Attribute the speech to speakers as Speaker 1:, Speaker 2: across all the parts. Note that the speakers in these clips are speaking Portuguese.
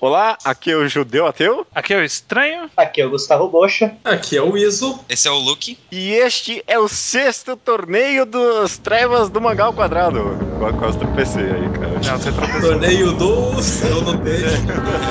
Speaker 1: Olá, aqui é o Judeu Ateu.
Speaker 2: Aqui é o Estranho.
Speaker 3: Aqui é o Gustavo Bocha.
Speaker 4: Aqui é o Iso.
Speaker 5: Esse é o Luke.
Speaker 1: E este é o sexto torneio dos Trevas do Mangal Quadrado. Qu- Quase tropecei aí, cara.
Speaker 2: Não, você tá tropeçou.
Speaker 4: Torneio do Céu no Peito.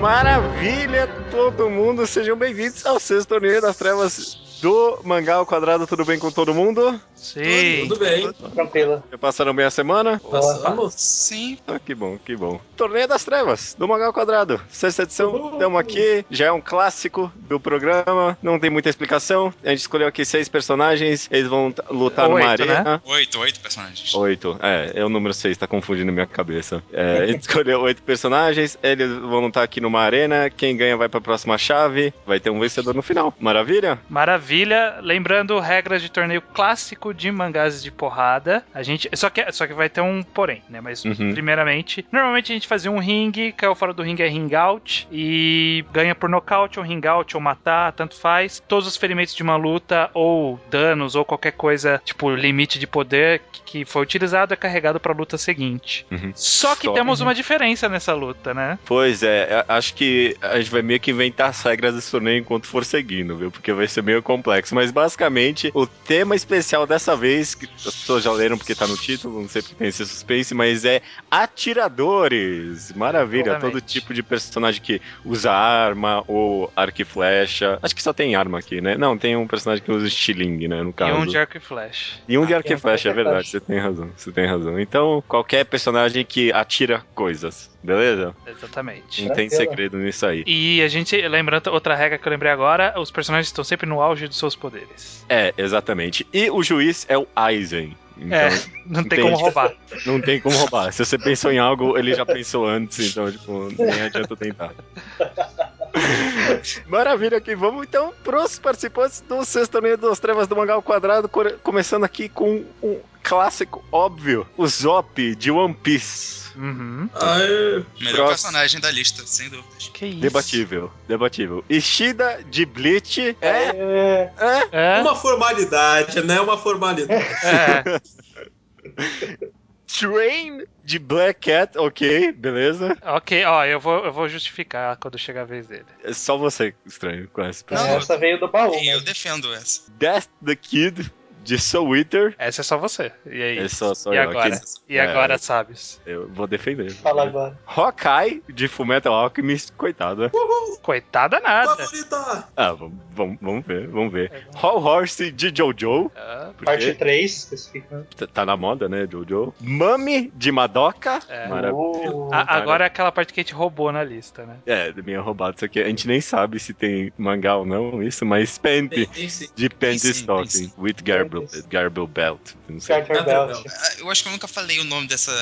Speaker 1: Maravilha, todo mundo. Sejam bem-vindos ao sexto torneio das Trevas do Mangal Quadrado. Tudo bem com todo mundo?
Speaker 2: Sim.
Speaker 4: Tudo bem,
Speaker 3: Tranquilo.
Speaker 1: Já passaram bem a semana?
Speaker 4: passamos.
Speaker 5: Sim.
Speaker 1: Ah, que bom, que bom. Torneio das Trevas, do Mangal Quadrado. Sexta edição, estamos aqui. Já é um clássico do programa, não tem muita explicação. A gente escolheu aqui seis personagens, eles vão t- lutar numa
Speaker 2: Oito, né?
Speaker 1: arena.
Speaker 5: Oito, oito personagens.
Speaker 1: Oito, é, é o número seis, tá confundindo minha cabeça. É, a gente escolheu oito personagens, eles vão lutar aqui numa arena. Quem ganha vai pra próxima chave, vai ter um vencedor no final. Maravilha?
Speaker 2: Maravilha. Lembrando regras de torneio clássico de mangás de porrada. A gente só que só que vai ter um porém, né? Mas
Speaker 1: Uhum.
Speaker 2: primeiramente, normalmente a gente fazia um ringue, caiu fora do ringue é ring out e ganha por nocaute ou ring out ou matar, tanto faz. Todos os ferimentos de uma luta ou danos ou qualquer coisa, tipo limite de poder que- que foi utilizado é carregado pra luta seguinte.
Speaker 1: Uhum.
Speaker 2: Só que
Speaker 1: Só.
Speaker 2: temos uma diferença nessa luta, né?
Speaker 1: Pois é, a- acho que a gente vai meio que inventar as regras desse torneio enquanto for seguindo, viu? Porque vai ser meio complexo. Mas basicamente, o tema especial dessa vez, que as pessoas já leram porque tá no título, não sei porque tem esse suspense, mas é Atiradores. Maravilha,
Speaker 2: Exatamente.
Speaker 1: todo tipo de personagem que usa arma ou arco e flecha. Acho que só tem arma aqui, né? Não, tem um personagem que usa estilingue, né? No caso.
Speaker 2: E um de arco e flecha.
Speaker 1: E um de
Speaker 3: Ah,
Speaker 1: arco
Speaker 3: tem
Speaker 1: e
Speaker 3: um
Speaker 1: flecha, é
Speaker 3: arco e
Speaker 1: verdade,
Speaker 3: flecha.
Speaker 1: você tem razão, você tem razão. Então, qualquer personagem que atira coisas, beleza?
Speaker 2: Exatamente.
Speaker 1: Não tem
Speaker 3: Tranquilo.
Speaker 1: segredo nisso aí.
Speaker 2: E a gente, lembrando outra regra que eu lembrei agora, os personagens estão sempre no auge dos seus poderes.
Speaker 1: É, exatamente. E o juiz é o Eisen. Então,
Speaker 2: é, não tem como
Speaker 1: entendi.
Speaker 2: roubar.
Speaker 1: não tem como roubar. Se você pensou em algo, ele já pensou antes, então, tipo, nem adianta tentar. Maravilha aqui. Vamos então pros participantes do sexto torneio das trevas do Mangal Quadrado, core- começando aqui com um clássico óbvio, o Zop de One Piece.
Speaker 2: Uhum.
Speaker 4: Ai,
Speaker 5: Melhor
Speaker 1: Próximo.
Speaker 5: personagem da lista, sem dúvidas.
Speaker 2: Que isso?
Speaker 1: Debatível, debatível. Ishida de Bleach é
Speaker 3: É,
Speaker 2: É,
Speaker 4: Uma formalidade, né? Uma formalidade.
Speaker 2: é.
Speaker 1: Train de Black Cat, ok, beleza.
Speaker 2: ok, ó, eu vou, eu vou justificar quando chegar a vez dele.
Speaker 1: É só você, estranho, com essa
Speaker 5: Não.
Speaker 3: essa veio do baú.
Speaker 5: E eu
Speaker 3: Né?
Speaker 5: defendo essa.
Speaker 1: Death the Kid de Soul Eater.
Speaker 2: Essa é só você. E aí?
Speaker 1: É só, só
Speaker 2: e
Speaker 1: eu
Speaker 2: agora?
Speaker 1: aqui.
Speaker 2: E
Speaker 1: É,
Speaker 2: agora, sabes?
Speaker 1: Eu vou defender.
Speaker 3: Fala agora.
Speaker 1: Hawkeye de Fullmetal Alchemist, coitada.
Speaker 3: Uh!
Speaker 2: Coitada nada.
Speaker 4: Favorita!
Speaker 1: Ah, vamos, vamos, vamos ver, vamos ver. Hall Horse de Jojo,
Speaker 2: Ah,
Speaker 3: Parte
Speaker 1: porque
Speaker 3: 3, especificamente.
Speaker 1: tá- tá na moda, né, Jojo. Mami de Madoka.
Speaker 2: É.
Speaker 1: Maravilha.
Speaker 3: Uh,
Speaker 2: a- agora é aquela parte que a gente roubou na lista, né?
Speaker 1: É, minha roubada isso aqui. A gente nem sabe se tem mangá ou não, isso, mas Panty. De Panty
Speaker 5: sim, tem
Speaker 1: Stocking,
Speaker 5: sim.
Speaker 1: with Garble, Garble Belt. Não sei.
Speaker 3: Carter Belt.
Speaker 5: Ah, Eu acho que eu nunca falei o nome dessa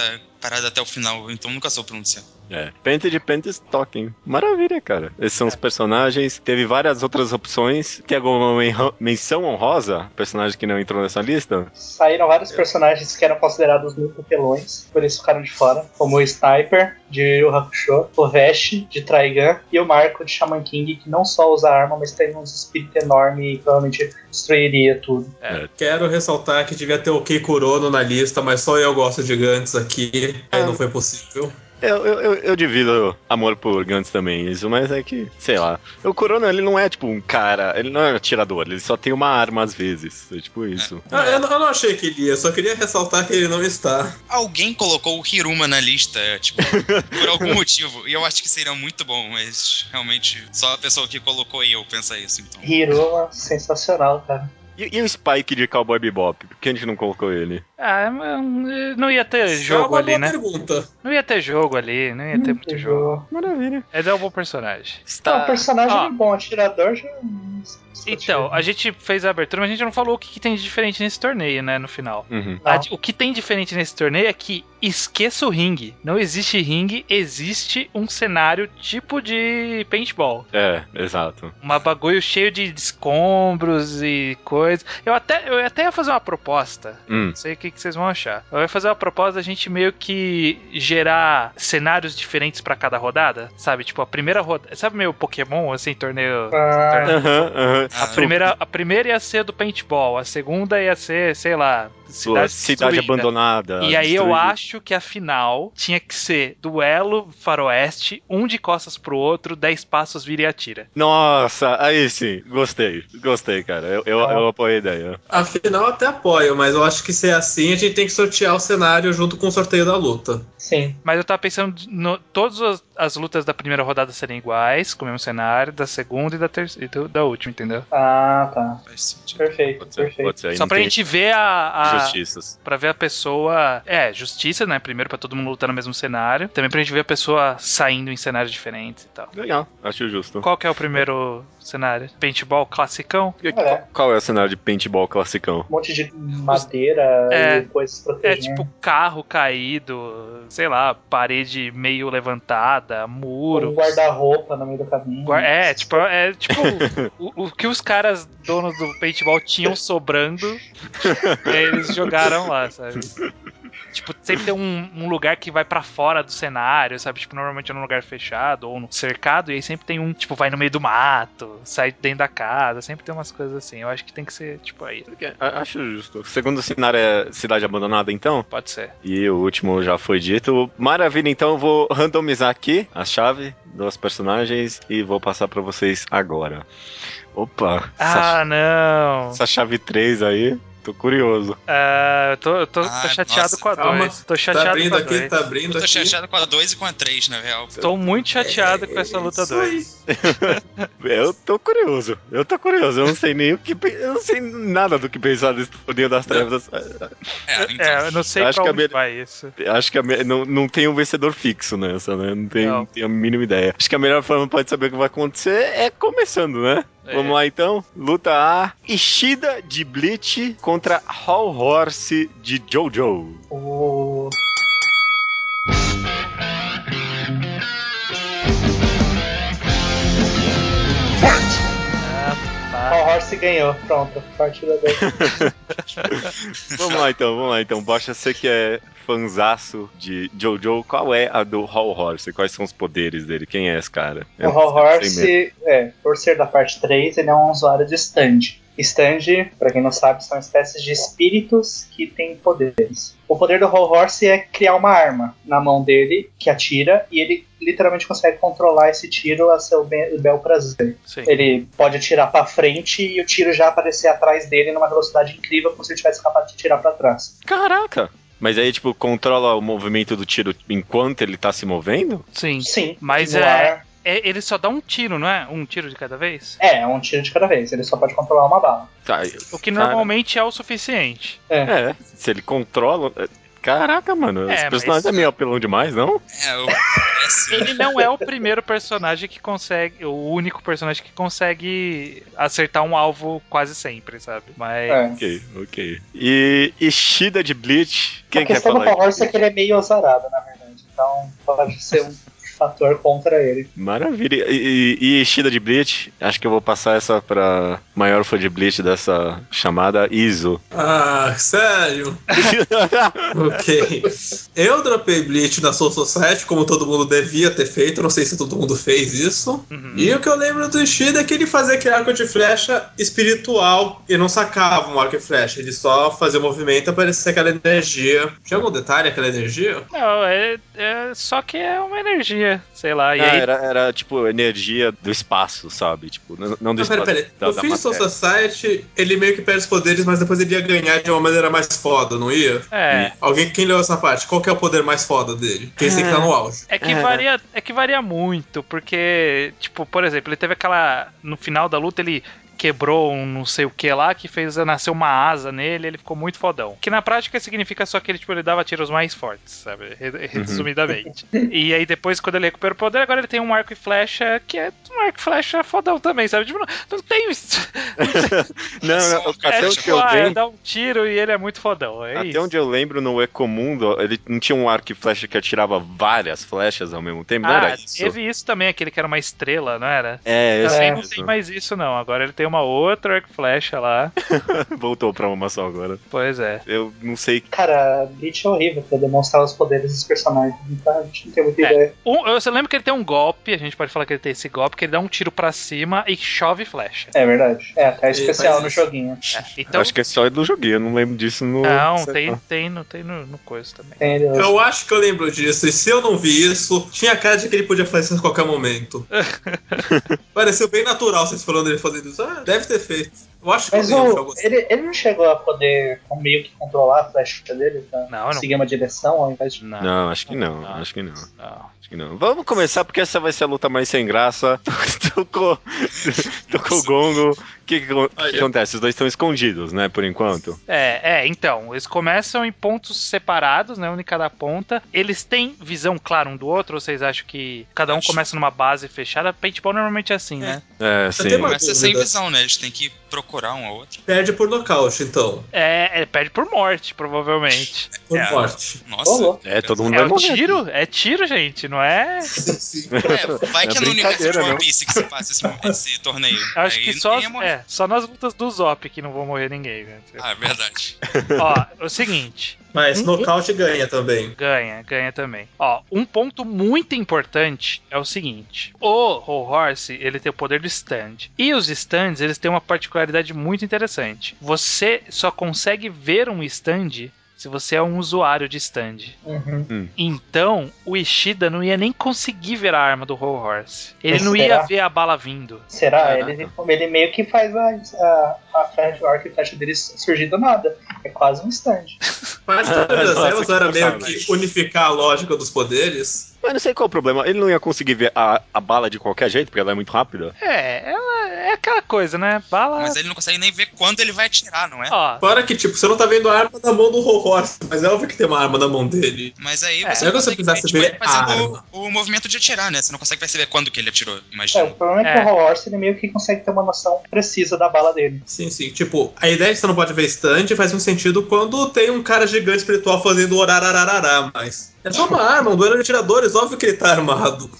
Speaker 5: parada até o final, então nunca sou pronunciar.
Speaker 1: É. Pente de Pente Stocking. Maravilha, cara. Esses são os personagens. Teve várias outras opções. Tem alguma men- menção honrosa? Personagem que não entrou nessa lista?
Speaker 3: Saíram vários personagens que eram considerados muito pelões, por isso ficaram de fora, como o Sniper, de Yu Yu Hakusho, o Vash, de Trigun, e o Marco, de Shaman King, que não só usa arma, mas tem uns espírito enorme e provavelmente destruiria tudo.
Speaker 4: Quero ressaltar que devia ter o Kikurono na lista, mas só eu gosto de Gantz aqui. Aí não foi possível.
Speaker 1: Eu, eu, eu, eu divido amor por Gantz também, isso, mas é que, sei lá. O Corona, ele não é tipo um cara, ele não é um atirador, ele só tem uma arma às vezes. É tipo isso.
Speaker 4: Ah, eu, não- eu não achei que ele ia, só queria ressaltar que ele não está.
Speaker 5: Alguém colocou o Hiruma na lista, tipo, por algum motivo. E eu acho que seria muito bom, mas realmente só a pessoa que colocou eu pensa isso, então.
Speaker 3: Hiruma, sensacional, cara.
Speaker 1: E, e o Spike de Cowboy Bebop? Por que a gente não colocou ele?
Speaker 2: Ah, mas não ia ter
Speaker 4: é
Speaker 2: jogo
Speaker 4: uma
Speaker 2: ali,
Speaker 4: boa
Speaker 2: né?
Speaker 4: pergunta.
Speaker 2: Não ia ter jogo ali, não ia ter muito jogo.
Speaker 1: Maravilha.
Speaker 2: Ele é um bom personagem.
Speaker 3: Não, o
Speaker 1: Está...
Speaker 3: personagem
Speaker 2: Ó.
Speaker 3: é bom, atirador já. Tá
Speaker 2: Então, a gente fez a abertura, mas a gente não falou o que, que tem de diferente nesse torneio, né, no final.
Speaker 1: Uhum.
Speaker 3: Não.
Speaker 2: A di- o que tem diferente nesse torneio é que esqueça o ringue. Não existe ringue, existe um cenário tipo de paintball.
Speaker 1: É, exato.
Speaker 2: Uma bagulho cheio de escombros e coisa. Eu até, eu até ia fazer uma proposta.
Speaker 1: Hum.
Speaker 2: Não sei o que, que vocês vão achar. Eu ia fazer uma proposta da gente meio que gerar cenários diferentes pra cada rodada. Sabe? Tipo, a primeira rodada. Sabe meio Pokémon, assim, torneio.
Speaker 3: Ah,
Speaker 1: Aham, aham.
Speaker 5: Ah,
Speaker 2: A primeira, a primeira ia ser do paintball, a segunda ia ser, sei lá,
Speaker 1: Sua
Speaker 2: cidade,
Speaker 1: cidade
Speaker 2: destruída.
Speaker 1: abandonada.
Speaker 2: E aí eu
Speaker 1: destruída.
Speaker 2: acho que a final tinha que ser duelo faroeste, um de costas pro outro, dez passos vira e atira.
Speaker 1: Nossa, aí sim, gostei. Gostei, cara. Eu,
Speaker 2: Tá
Speaker 1: eu, eu apoio a ideia.
Speaker 4: Afinal, até apoio, mas eu acho que se é assim, a gente tem que sortear o cenário junto com o sorteio da luta.
Speaker 3: sim.
Speaker 2: Mas eu tava pensando no todas as, as lutas da primeira rodada serem iguais, com o mesmo cenário, da segunda e da terceira e do- da última, entendeu?
Speaker 3: Ah, tá.
Speaker 5: Faz sentido.
Speaker 3: Perfeito,
Speaker 1: Pode ser,
Speaker 3: perfeito.
Speaker 1: pode ser. Aí
Speaker 2: Só
Speaker 1: não
Speaker 2: pra
Speaker 1: tem
Speaker 2: gente ver a, a,
Speaker 1: Injustiças.
Speaker 2: Pra ver a pessoa. É, justiça, né? Primeiro, pra todo mundo lutar no mesmo cenário. Também pra gente ver a pessoa saindo em cenários diferentes e tal.
Speaker 1: Legal, acho justo.
Speaker 2: Qual que é o primeiro cenário? Paintball classicão?
Speaker 1: E qual- Qual é o cenário de paintball classicão?
Speaker 3: Um monte de madeira
Speaker 2: É.
Speaker 3: e coisas
Speaker 2: É
Speaker 3: protegendo.
Speaker 2: tipo carro caído, sei lá, parede meio levantada, muro.
Speaker 3: um guarda-roupa no meio do caminho.
Speaker 2: Guar- É, tipo, é tipo o, o que os caras donos do paintball tinham sobrando, eles jogaram lá, sabe? Tipo, sempre tem um, um lugar que vai pra fora do cenário, sabe? Tipo, normalmente é num lugar fechado ou num cercado, e aí sempre tem um, tipo, vai no meio do mato, sai dentro da casa, sempre tem umas coisas assim. Eu acho que tem que ser, tipo, aí.
Speaker 1: A- Acho justo. O segundo cenário é cidade abandonada, então?
Speaker 2: Pode ser.
Speaker 1: E o último já foi dito. Maravilha, então eu vou randomizar aqui a chave dos personagens e vou passar pra vocês agora. Opa, essa,
Speaker 2: Ah, não!
Speaker 1: essa chave 3 aí, tô curioso.
Speaker 2: Ah, eu tô, eu tô, tô
Speaker 5: Ah,
Speaker 2: chateado
Speaker 5: nossa,
Speaker 2: com a
Speaker 4: calma.
Speaker 2: 2. Tô
Speaker 4: Tá
Speaker 2: chateado
Speaker 4: abrindo
Speaker 2: com a
Speaker 4: aqui,
Speaker 2: 2.
Speaker 4: tá abrindo
Speaker 5: Eu tô
Speaker 4: aqui.
Speaker 5: chateado com a 2 e com a 3, na real.
Speaker 2: Tô muito
Speaker 4: É,
Speaker 2: chateado com essa luta
Speaker 4: Isso
Speaker 2: 2.
Speaker 4: aí.
Speaker 1: Eu tô curioso, eu tô curioso. Eu não sei nem o que. pe- Eu não sei nada do que pensar desse torneio das trevas.
Speaker 5: É, então.
Speaker 2: É, eu não sei
Speaker 1: Acho
Speaker 2: pra
Speaker 1: que a
Speaker 2: onde
Speaker 1: minha-
Speaker 2: vai isso.
Speaker 1: Acho que a me- não, não tem um vencedor fixo nessa, né? Não tem,
Speaker 2: Não.
Speaker 1: não tenho a mínima ideia. Acho que a melhor forma pra gente saber o que vai acontecer é começando, né?
Speaker 2: É.
Speaker 1: Vamos lá então. Luta A: Ishida de Bleach contra Hall Horse de Jojo.
Speaker 3: O...
Speaker 2: Ah, É, tá,
Speaker 3: Paul Horse ganhou. Pronto, partida dele.
Speaker 1: Vamos lá então, vamos lá então. Baixa, você que é fanzaço de Jojo, qual é a do Hall Horse? Quais são os poderes dele? Quem é esse cara?
Speaker 3: O
Speaker 1: Eu
Speaker 3: Hall
Speaker 1: não sei mesmo.
Speaker 3: Horse, é, por ser da parte 3, ele é um usuário de stand. Stand, pra quem não sabe, são espécies de espíritos que têm poderes. O poder do Hall Horse é criar uma arma na mão dele que atira e ele literalmente consegue controlar esse tiro a seu be- bel prazer.
Speaker 2: sim.
Speaker 3: Ele pode atirar pra frente e o tiro já aparecer atrás dele numa velocidade incrível, como se ele tivesse capaz de tirar pra trás.
Speaker 1: Caraca! Mas aí, tipo, controla o movimento do tiro enquanto ele tá se movendo?
Speaker 2: Sim.
Speaker 3: Sim,
Speaker 2: Mas
Speaker 3: no
Speaker 2: é-
Speaker 3: ar-
Speaker 2: É, ele só dá um tiro, não é? Um tiro de cada vez?
Speaker 3: é um tiro de cada vez. Ele só pode controlar uma bala.
Speaker 1: Tá,
Speaker 2: O que
Speaker 1: Cara.
Speaker 2: normalmente é o suficiente.
Speaker 1: É, se ele controla. é, Caraca, mano,
Speaker 2: É,
Speaker 1: esse
Speaker 2: mas-
Speaker 1: personagem é meio apelão demais, não?
Speaker 5: É, eu... é assim.
Speaker 2: Ele não é o primeiro personagem que consegue, o único personagem que consegue acertar um alvo quase sempre, sabe? Mas.
Speaker 3: É.
Speaker 1: Ok, ok. E Ishida de Bleach, quem
Speaker 3: a
Speaker 1: quer
Speaker 3: questão do
Speaker 1: falar?
Speaker 3: Paul
Speaker 1: de
Speaker 3: Horse é que
Speaker 1: Bleach?
Speaker 3: ele é meio azarado, na verdade. Então pode ser um fator contra ele.
Speaker 1: Maravilha. E, e- e Ishida de Bleach, acho que eu vou passar essa pra maior fã de Bleach dessa chamada, Iso.
Speaker 4: Ah, sério? Ok. Eu dropei Bleach na Soul Society, como todo mundo devia ter feito, não sei se todo mundo fez isso.
Speaker 2: Uhum.
Speaker 4: E o que eu lembro do Ishida é que ele fazia aquele arco de flecha espiritual. Ele não sacava um arco e flecha, ele só fazia o movimento e aparecia aquela energia. Tinha algum detalhe aquela energia?
Speaker 2: Não, é, é- Só que é uma energia, sei lá. E
Speaker 1: Ah,
Speaker 2: aí.
Speaker 1: era, era, tipo energia do espaço, sabe? Tipo, não, não do
Speaker 4: Não, peraí,
Speaker 1: espaço.
Speaker 4: peraí.
Speaker 1: da-
Speaker 4: No
Speaker 1: da
Speaker 4: fim de Soul
Speaker 1: matéria.
Speaker 4: Society, ele meio que perde os poderes, mas depois ele ia ganhar de uma maneira mais foda, não ia?
Speaker 2: É.
Speaker 4: Alguém, quem leu essa parte? Qual que é o poder mais foda dele? Quem tem que estar tá no auge?
Speaker 2: É que,
Speaker 1: É.
Speaker 2: varia, é que varia muito, porque, tipo, por exemplo, ele teve aquela. No final da luta, ele quebrou um não sei o que lá, que fez nascer uma asa nele, ele ficou muito fodão. Que na prática significa só que ele, tipo, ele dava tiros mais fortes, sabe? Re-
Speaker 1: Uhum.
Speaker 2: Resumidamente. E aí depois, quando ele recupera o poder, agora ele tem um arco e flecha, que é um arco e flecha fodão também, sabe? Tipo, não, não tem.
Speaker 1: Não, não,
Speaker 5: Só-
Speaker 1: até
Speaker 2: é,
Speaker 1: onde
Speaker 2: tipo,
Speaker 1: eu
Speaker 2: ah,
Speaker 1: lembro.
Speaker 2: dá um tiro e ele é muito fodão. É
Speaker 1: Até
Speaker 2: isso.
Speaker 1: onde eu lembro, no Ecomundo, ele não tinha um arco e flecha que atirava várias flechas ao mesmo tempo, não
Speaker 2: ah,
Speaker 1: era isso?
Speaker 2: teve isso também, aquele que era uma estrela, não era?
Speaker 1: É, esse
Speaker 2: Também
Speaker 3: É.
Speaker 2: não tem
Speaker 1: mesmo.
Speaker 2: mais isso, não. Agora ele tem uma outra arco e flecha lá.
Speaker 1: Voltou pra uma só agora.
Speaker 2: Pois é.
Speaker 1: Eu não sei.
Speaker 3: Cara, Bleach é horrível pra demonstrar os poderes dos personagens, então a gente não tem muita
Speaker 2: É.
Speaker 3: ideia.
Speaker 2: Um, eu só lembro que ele tem um golpe, a gente pode falar que ele tem esse golpe, que ele dá um tiro pra cima e chove flecha.
Speaker 3: É verdade. É, até especial
Speaker 4: faz
Speaker 3: no
Speaker 4: isso.
Speaker 3: joguinho.
Speaker 2: Então,
Speaker 1: Acho que é só do joguinho, eu não lembro disso no.
Speaker 2: não,
Speaker 1: sei
Speaker 2: tem,
Speaker 1: lá.
Speaker 2: tem, no, tem no, no coisa também.
Speaker 3: Tem ele hoje.
Speaker 4: Eu acho que eu lembro disso, e se eu não vi isso, tinha a cara de que ele podia fazer isso a qualquer momento. Pareceu bem natural vocês falando ele fazendo isso. Ah, deve ter feito. Eu acho que
Speaker 3: Mas
Speaker 4: eu lembro de
Speaker 3: o,
Speaker 4: algo assim.
Speaker 3: ele, ele não chegou a poder meio que controlar a flecha dele pra
Speaker 2: Não, não.
Speaker 3: seguir uma direção ao invés de.
Speaker 2: Não,
Speaker 1: Não, acho que não,
Speaker 2: Não.
Speaker 1: acho que não.
Speaker 2: não.
Speaker 1: Acho que não. Vamos começar porque essa vai ser a luta mais sem graça. Tocou, tocou o gongo. O que, que, acon-
Speaker 4: Olha.
Speaker 1: que acontece? Os dois estão escondidos, né, por enquanto?
Speaker 2: É, é, então, eles começam em pontos separados, né? Um em cada ponta. Eles têm visão clara um do outro, ou vocês acham que cada um
Speaker 5: Acho.
Speaker 2: começa numa base fechada? Paintball normalmente é assim, né?
Speaker 1: É, sim.
Speaker 4: tenho uma-
Speaker 5: Começa sem
Speaker 4: dúvida.
Speaker 5: visão, né? Eles têm que procurar um ao outro.
Speaker 4: Perde por nocaute, então.
Speaker 2: É, é, perde por morte, provavelmente.
Speaker 4: Por
Speaker 5: É.
Speaker 4: morte.
Speaker 5: Nossa.
Speaker 3: Ô, louco.
Speaker 1: É, todo mundo
Speaker 2: É
Speaker 1: vai
Speaker 2: um
Speaker 1: morrer.
Speaker 2: tiro? É tiro, gente, não é?
Speaker 4: Sim, sim.
Speaker 5: É, vai que
Speaker 1: É
Speaker 5: é no universo de
Speaker 1: brincadeira,
Speaker 5: One
Speaker 1: não.
Speaker 5: Piece que se passa esse, esse torneio.
Speaker 2: Acho
Speaker 5: Aí
Speaker 2: que só,
Speaker 5: ninguém ia morrer.
Speaker 2: é, só nas lutas do Zop que não vão morrer ninguém, né?
Speaker 5: Ah, verdade.
Speaker 2: Ó, é o seguinte,
Speaker 4: Mas
Speaker 3: Uhum.
Speaker 4: nocaute ganha também.
Speaker 2: ganha, ganha também. Ó, um ponto muito importante é o seguinte: o Whole Horse, ele tem o poder do stand. E os stands, eles têm uma particularidade muito interessante. Você só consegue ver um stand se você é um usuário de stand.
Speaker 3: Uhum.
Speaker 2: Então, o Ishida não ia nem conseguir ver a arma do Whole Horse. Ele
Speaker 3: Mas
Speaker 2: não
Speaker 3: será?
Speaker 2: ia ver a bala vindo.
Speaker 3: Será?
Speaker 1: Caraca.
Speaker 3: Ele, ele meio que faz a, a, a flecha, o arco e flecha dele surgir do nada. É quase um stand.
Speaker 4: Parte das
Speaker 1: Nossa,
Speaker 4: elas
Speaker 1: que
Speaker 4: era meio
Speaker 1: sacanagem.
Speaker 4: que unificar a lógica dos poderes.
Speaker 1: Mas não sei qual é o problema. Ele não ia conseguir ver a, a bala de qualquer jeito, porque ela é muito rápida.
Speaker 2: É, ela é aquela coisa, né? Bala.
Speaker 5: Mas ele não consegue nem ver quando ele vai atirar, não é?
Speaker 2: Ó,
Speaker 4: Para que, tipo, você não tá vendo a arma na mão do horror, mas é óbvio que tem uma arma na mão dele.
Speaker 5: Mas aí
Speaker 2: É.
Speaker 5: você
Speaker 4: Não é que você
Speaker 5: consegue
Speaker 4: precisasse
Speaker 5: tipo,
Speaker 4: ver
Speaker 5: ele fazendo
Speaker 4: arma.
Speaker 5: o, o movimento de atirar, né? Você não consegue perceber quando que ele atirou,
Speaker 3: É,
Speaker 5: imagina.
Speaker 3: o problema é que
Speaker 2: É.
Speaker 3: o Horse ele meio que consegue ter uma noção precisa da bala dele.
Speaker 4: Sim, sim. Tipo, a ideia de que você não pode ver stand faz um sentido quando tem um cara gigante espiritual fazendo orarararará, mas. É só uma arma, um duelo de atiradores, óbvio que ele tá armado.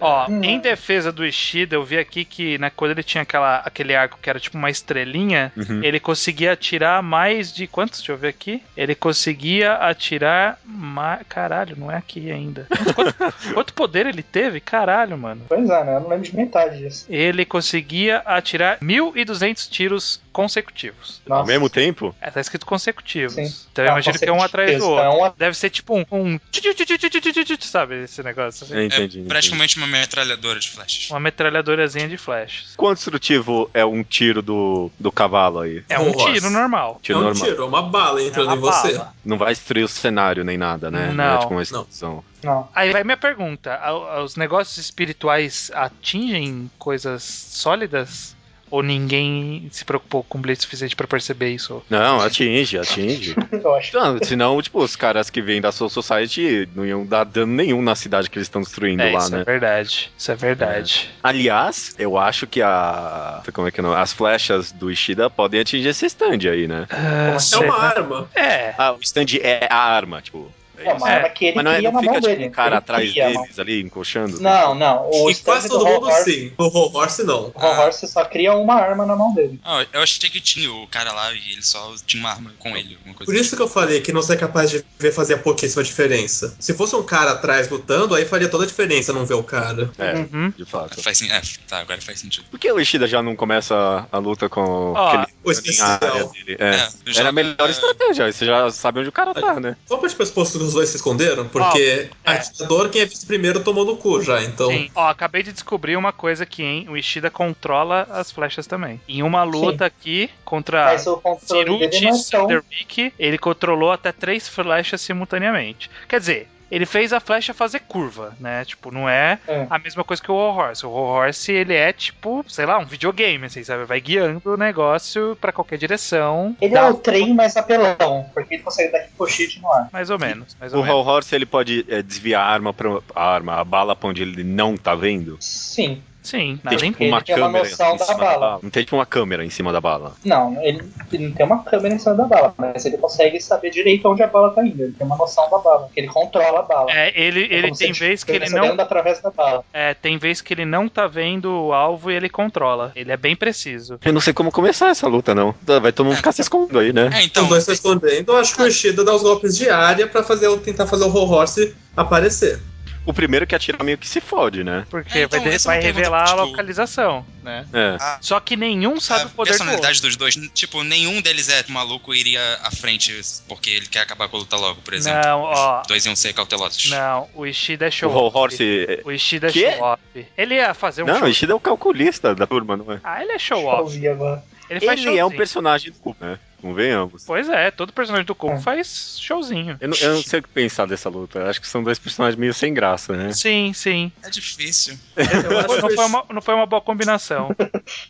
Speaker 2: Ó,
Speaker 3: Hum.
Speaker 2: em defesa do Ishida, eu vi aqui que né, quando ele tinha aquela, aquele arco que era tipo uma estrelinha,
Speaker 1: Uhum.
Speaker 2: ele conseguia atirar mais de. Quantos? Deixa eu ver aqui. Ele conseguia atirar. ma- Caralho, não é aqui ainda. Quanto, quanto poder ele teve? Caralho, mano.
Speaker 3: Pois é, né? Eu não lembro de metade disso.
Speaker 2: Ele conseguia atirar 1.200 tiros consecutivos.
Speaker 1: Ao
Speaker 3: Nossa.
Speaker 1: mesmo tempo?
Speaker 2: É, tá escrito consecutivos.
Speaker 3: Sim.
Speaker 2: Então eu
Speaker 3: Ah,
Speaker 2: imagino que é um atrás do
Speaker 3: consecutivos,
Speaker 2: outro.
Speaker 3: então é um-
Speaker 2: Deve ser tipo um. um tchu, tchu, tchu, tchu, tchu, tchu, tchu, tchu, Sabe esse negócio? assim?
Speaker 1: É, entendi. entendi.
Speaker 5: Praticamente uma metralhadora de flechas.
Speaker 2: Uma metralhadorazinha de flechas.
Speaker 1: Quão destrutivo é um tiro do, do cavalo aí?
Speaker 2: É um
Speaker 4: Nossa.
Speaker 2: tiro normal.
Speaker 1: Tiro
Speaker 4: é um
Speaker 1: normal.
Speaker 4: tiro, é uma bala
Speaker 1: Tipo,
Speaker 2: É
Speaker 4: entrando
Speaker 2: uma
Speaker 4: em você.
Speaker 2: bala.
Speaker 1: Não vai destruir o cenário nem nada, né?
Speaker 2: Não.
Speaker 1: é tipo uma extinção.
Speaker 3: então, Não.
Speaker 2: Aí vai minha pergunta: a- a- os negócios espirituais atingem coisas sólidas? Ou ninguém se preocupou com Blade o suficiente pra perceber isso?
Speaker 1: Não, atinge, atinge.
Speaker 3: Eu acho.
Speaker 1: Não, senão, tipo, os caras que vêm da Soul Society não iam dar dano nenhum na cidade que eles estão destruindo
Speaker 2: é,
Speaker 1: lá,
Speaker 2: isso
Speaker 1: né?
Speaker 2: é verdade. Isso é verdade.
Speaker 1: Aliás, eu acho que a. Como é que é o nome? As flechas do Ishida podem atingir esse stand aí, né?
Speaker 2: Ah,
Speaker 4: É
Speaker 2: sei
Speaker 4: uma
Speaker 2: lá.
Speaker 4: arma.
Speaker 2: É.
Speaker 1: Ah, o stand é a arma, tipo. é
Speaker 3: É
Speaker 1: isso.
Speaker 3: uma arma que ele
Speaker 1: Mas não, é-
Speaker 3: cria
Speaker 1: não
Speaker 3: na mão
Speaker 1: fica tipo
Speaker 3: dele.
Speaker 1: um cara
Speaker 3: Ele
Speaker 1: atrás
Speaker 3: cria a mão.
Speaker 1: deles ali, encoxando?
Speaker 3: Não, não. O
Speaker 4: e quase
Speaker 3: stand
Speaker 4: todo
Speaker 3: do
Speaker 4: mundo assim.
Speaker 3: Horse,
Speaker 4: sim. No horse não.
Speaker 3: O Horse só cria uma arma na mão dele.
Speaker 5: Ah, eu achei que tinha o cara lá e ele só tinha uma arma com ele, alguma coisa
Speaker 4: Por isso que eu falei que não ser capaz de ver fazia pouquíssima diferença. Se fosse um cara atrás lutando, aí faria toda a diferença não ver o cara.
Speaker 1: É,
Speaker 2: Uhum.
Speaker 1: de
Speaker 5: assim.
Speaker 1: fato.
Speaker 5: Faz sen- é, tá, agora faz sentido.
Speaker 1: Por que o Ishida já não começa a- a luta com
Speaker 2: Ó,
Speaker 1: aquele
Speaker 4: O
Speaker 1: na área
Speaker 4: especial.
Speaker 1: dele? É.
Speaker 5: É,
Speaker 1: Era
Speaker 5: já-
Speaker 1: a melhor
Speaker 5: é.
Speaker 1: estratégia, aí você já sabe onde o cara tá, né?
Speaker 4: Vamos partir para suposto que os dois se esconderam, porque
Speaker 2: Ó, é.
Speaker 4: atirador, quem é visto primeiro, tomou no cu já, então.
Speaker 2: Sim. Ó, acabei de descobrir uma coisa aqui, hein? O Ishida controla as flechas também. Em uma luta aqui contra.
Speaker 3: Mas o controle dele não
Speaker 2: Ciruti
Speaker 3: é tão.
Speaker 2: Sanderick, ele controlou até três flechas simultaneamente. Quer dizer, ele fez a flecha fazer curva, né? Tipo, não é,
Speaker 3: É.
Speaker 2: a mesma coisa que o War Horse. O War Horse, ele é tipo, sei lá, um videogame, assim, sabe? Vai guiando o negócio pra qualquer direção.
Speaker 3: Ele
Speaker 2: Dá-
Speaker 3: é o trem mais apelão, porque ele consegue dar ricochete no ar.
Speaker 2: Mais ou menos, mais
Speaker 1: O
Speaker 2: ou menos.
Speaker 1: Hall Horse ele pode é, desviar a arma, pra, a arma, a bala pra onde ele não tá vendo?
Speaker 3: Sim.
Speaker 2: Sim,
Speaker 1: Tem
Speaker 2: além
Speaker 1: tipo uma
Speaker 3: ele tem uma
Speaker 1: câmera em cima
Speaker 3: noção da
Speaker 1: da
Speaker 3: bala.
Speaker 1: bala. Não tem tipo uma câmera em cima da bala.
Speaker 3: Não, ele, ele não tem uma câmera em cima da bala, mas ele consegue saber direito onde a bala tá indo. Ele tem uma noção da bala, que ele controla a bala.
Speaker 2: É, ele,
Speaker 3: É
Speaker 2: ele
Speaker 3: como se
Speaker 2: tem vez que ele
Speaker 3: estivesse
Speaker 2: não
Speaker 3: olhando através da bala.
Speaker 2: é, tem vez que ele não tá vendo o alvo e ele controla. Ele é bem preciso.
Speaker 1: Eu não sei como começar essa luta, não. Tá, Vai todo mundo ficar se escondendo aí, né?
Speaker 5: É,
Speaker 4: Os
Speaker 5: então,
Speaker 4: dois se escondendo. Eu
Speaker 2: é.
Speaker 4: acho que o Ishida dá os golpes de área pra fazer, o- tentar fazer o Ho Horse aparecer.
Speaker 1: O primeiro que atira meio que se fode, né?
Speaker 2: Porque
Speaker 5: É, então,
Speaker 2: vai, de-
Speaker 5: essa é uma
Speaker 2: vai
Speaker 5: pergunta,
Speaker 2: revelar a
Speaker 5: tipo-
Speaker 2: localização, né?
Speaker 1: É.
Speaker 5: Ah.
Speaker 2: Só que nenhum sabe
Speaker 5: a
Speaker 2: o poder do outro.
Speaker 5: personalidade dos dois, tipo, nenhum deles é maluco e iria à frente porque ele quer acabar com a luta logo, por exemplo.
Speaker 2: Não, ó.
Speaker 5: Os dois iam ser cautelosos.
Speaker 2: Não, o Ishida é
Speaker 1: O
Speaker 2: show
Speaker 1: Hall Horse. é-
Speaker 2: O Ishida é
Speaker 1: Quê?
Speaker 2: show off. Ele ia fazer um
Speaker 1: Não, o
Speaker 2: show.
Speaker 1: Ishida é o calculista da turma, não é?
Speaker 2: Ah, ele é
Speaker 3: Deixa
Speaker 2: show
Speaker 3: eu
Speaker 2: off.
Speaker 3: ouvir agora.
Speaker 2: Ele faz
Speaker 1: Ele é um
Speaker 2: showzinho.
Speaker 1: personagem do Cubo, né? Convenhamos.
Speaker 2: Pois é, todo personagem do Cubo
Speaker 3: É.
Speaker 2: faz showzinho.
Speaker 1: Eu não, eu não sei o que pensar dessa luta. Eu Acho que são dois personagens meio sem graça, né?
Speaker 2: Sim, sim.
Speaker 5: É difícil.
Speaker 4: Eu acho
Speaker 2: Não
Speaker 4: que o
Speaker 2: foi uma, não foi uma boa combinação.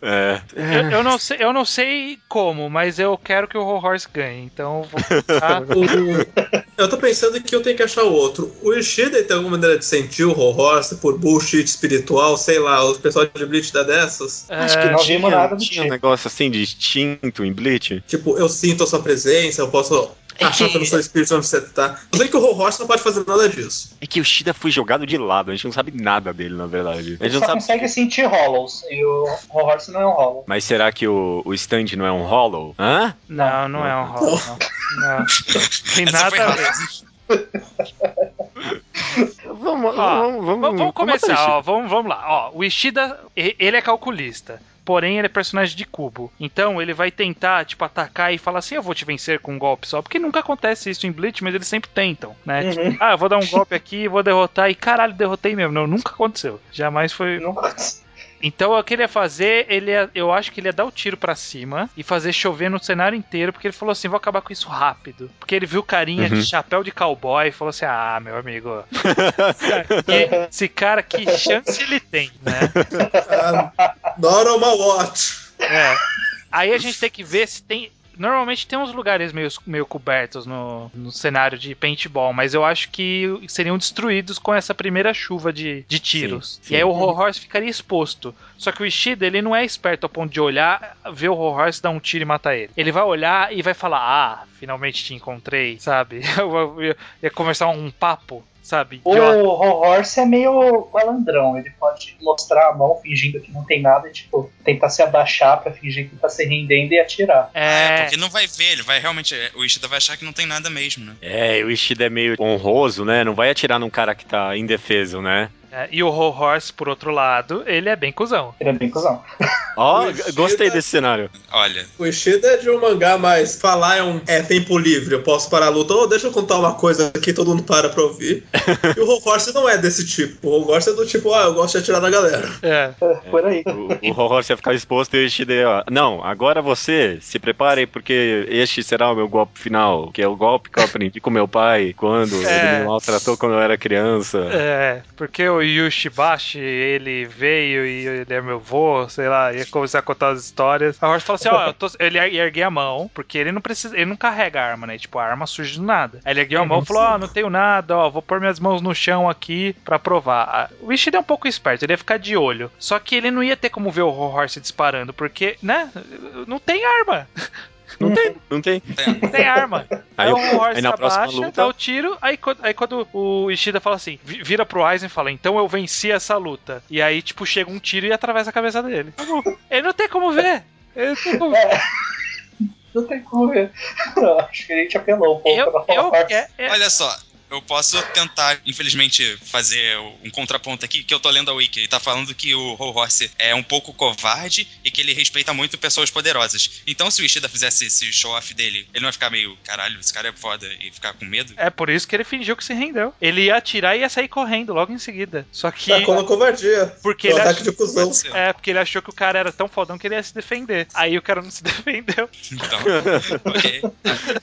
Speaker 1: É.
Speaker 2: Eu, eu não sei, eu não sei como, mas eu quero que o Ho Horse ganhe. Então eu vou colocar
Speaker 4: O- Eu tô pensando que eu tenho que achar o outro. O Ishida ele tem alguma maneira de sentir o horror se por bullshit espiritual, sei lá, o pessoal de Blitz dá dessas.
Speaker 1: Acho que
Speaker 3: não vimos nada do
Speaker 1: tinha um
Speaker 3: tipo.
Speaker 1: negócio assim de instinto em Bleach.
Speaker 4: Tipo, eu sinto a sua presença, eu posso
Speaker 1: É
Speaker 4: achar
Speaker 1: que-
Speaker 4: pelo seu espírito onde você tá. Eu sei que o horror não pode fazer nada disso.
Speaker 1: É que o Shida foi jogado de lado, a gente não sabe nada dele, na verdade. A gente
Speaker 3: Ele só
Speaker 1: não sabe.
Speaker 3: consegue sentir hollows. E o Horse não é um hollow.
Speaker 1: Mas será que o, o stand não é um hollow? Hã?
Speaker 2: Não, não é um rolo, não. Não. Tem
Speaker 5: Essa foi
Speaker 2: nada a ver.
Speaker 5: rápida.
Speaker 1: Ah, Vamos,
Speaker 2: vamos- Vamos, vamos começar,
Speaker 1: ó.
Speaker 2: ó, vamos, vamos lá. Ó, o Ishida, e- ele é calculista. Porém, ele é personagem de cubo. Então, ele vai tentar, tipo, atacar e falar assim: eu vou te vencer com um golpe só. Porque nunca acontece isso em Blitz, mas eles sempre tentam, né?
Speaker 3: Uhum.
Speaker 2: Tipo, ah, eu vou dar um golpe aqui, vou derrotar. E caralho, derrotei mesmo. Não, nunca aconteceu. Jamais foi.
Speaker 3: Nunca.
Speaker 2: Então, o que ele ia fazer, ele ia- eu acho que ele ia dar o tiro pra cima e fazer chover no cenário inteiro, porque ele falou assim: vou acabar com isso rápido. Porque ele viu o carinha
Speaker 1: Uhum.
Speaker 2: de chapéu de cowboy e falou assim: ah, meu amigo, que- esse cara, que chance ele tem, né?
Speaker 4: Ah, normal watch.
Speaker 2: É. Aí a gente tem que ver se tem. Normalmente tem uns lugares meio, meio cobertos no, no cenário de paintball, mas eu acho que seriam destruídos com essa primeira chuva de, de tiros.
Speaker 1: sim.
Speaker 2: E aí o Ho Horse ficaria exposto. Só que o Ishida, ele não é esperto ao ponto de olhar, ver o Ho Horse dar um tiro e matar ele. Ele vai olhar e vai falar: Ah, finalmente te encontrei, sabe? Ia conversar um papo, sabe?
Speaker 3: O Horse é meio malandrão. Ele pode mostrar a mão fingindo que não tem nada e, tipo, tentar se abaixar pra fingir que tá se rendendo e atirar.
Speaker 5: É,
Speaker 2: É,
Speaker 5: porque não vai ver, ele vai realmente. é, O Ishida vai achar que não tem nada mesmo, né?
Speaker 1: É, o Ishida é meio honroso, né? Não vai atirar num cara que tá indefeso, né?
Speaker 2: é, e o Ho Horse, por outro lado, ele é bem cuzão.
Speaker 3: Ele é bem cuzão.
Speaker 1: Ó,
Speaker 4: O Ishida-
Speaker 1: gostei desse cenário.
Speaker 5: Olha,
Speaker 4: O Ishida é de um mangá, mas falar é um é tempo livre, eu posso parar a luta. Ou deixa eu contar uma coisa aqui, todo mundo para pra ouvir. e o Horse não é desse tipo. O Horse é do tipo, ah, eu gosto de atirar na galera.
Speaker 2: É.
Speaker 3: Por aí.
Speaker 1: O, o Horror ia ficar exposto e o Ishida ia, ó. Não, agora você se prepare, porque este será o meu golpe final, que é o golpe que eu aprendi com meu pai quando
Speaker 2: É.
Speaker 1: ele me maltratou quando eu era criança.
Speaker 2: É, porque o Yushibashi, ele veio e ele é meu vô, sei lá, ia começar a contar as histórias. A Horst falou assim, ó, eu tô- ele er- erguei a mão, porque ele não precisa, ele não carrega a arma, né? Tipo, a arma surge do nada. Aí ele ergueu a mão e falou, ó, não tenho nada, ó, vou pôr minhas mãos no chão aqui pra provar. Ah, O Ishida é um pouco esperto, ele ia ficar de olho. Só que ele não ia ter como ver o Horst disparando, porque, né, não tem arma,
Speaker 1: Não tem, não tem.
Speaker 2: não tem arma. Aí,
Speaker 1: Aí,
Speaker 2: o
Speaker 1: eu-
Speaker 2: Horst
Speaker 1: aí na próxima
Speaker 2: É um abaixa, dá o
Speaker 1: luta.
Speaker 2: tiro, aí, quando- aí quando o Ishida fala assim, vi- vira pro Aizen e fala, então eu venci essa luta. E aí, tipo, chega um tiro e atravessa a cabeça dele. Acabou. Ele não tem como ver. Ele não tem como ver.
Speaker 3: Não tem como ver. Eu acho que a gente apelou um pouco
Speaker 2: Eu,
Speaker 3: pra
Speaker 2: eu,
Speaker 3: Horse.
Speaker 2: é- é-
Speaker 5: olha só. Eu posso tentar, infelizmente, fazer um contraponto aqui, que eu tô lendo a Wiki. E tá falando que o Ho Horse é um pouco covarde e que ele respeita muito pessoas poderosas. Então, se o Ishida fizesse esse show-off dele, ele não ia ficar meio, caralho, esse cara é foda e ficar com medo?
Speaker 2: é por isso que ele fingiu que se rendeu. Ele ia atirar e ia sair correndo logo em seguida. Só que.
Speaker 4: Tá como covardia.
Speaker 2: Porque
Speaker 4: É um
Speaker 2: ele
Speaker 4: ataque
Speaker 2: achou,
Speaker 4: de cuzão.
Speaker 5: Pode ser.
Speaker 2: é, porque ele achou que o cara era tão fodão que ele ia se defender. Aí o cara não se defendeu.
Speaker 5: Então, ok.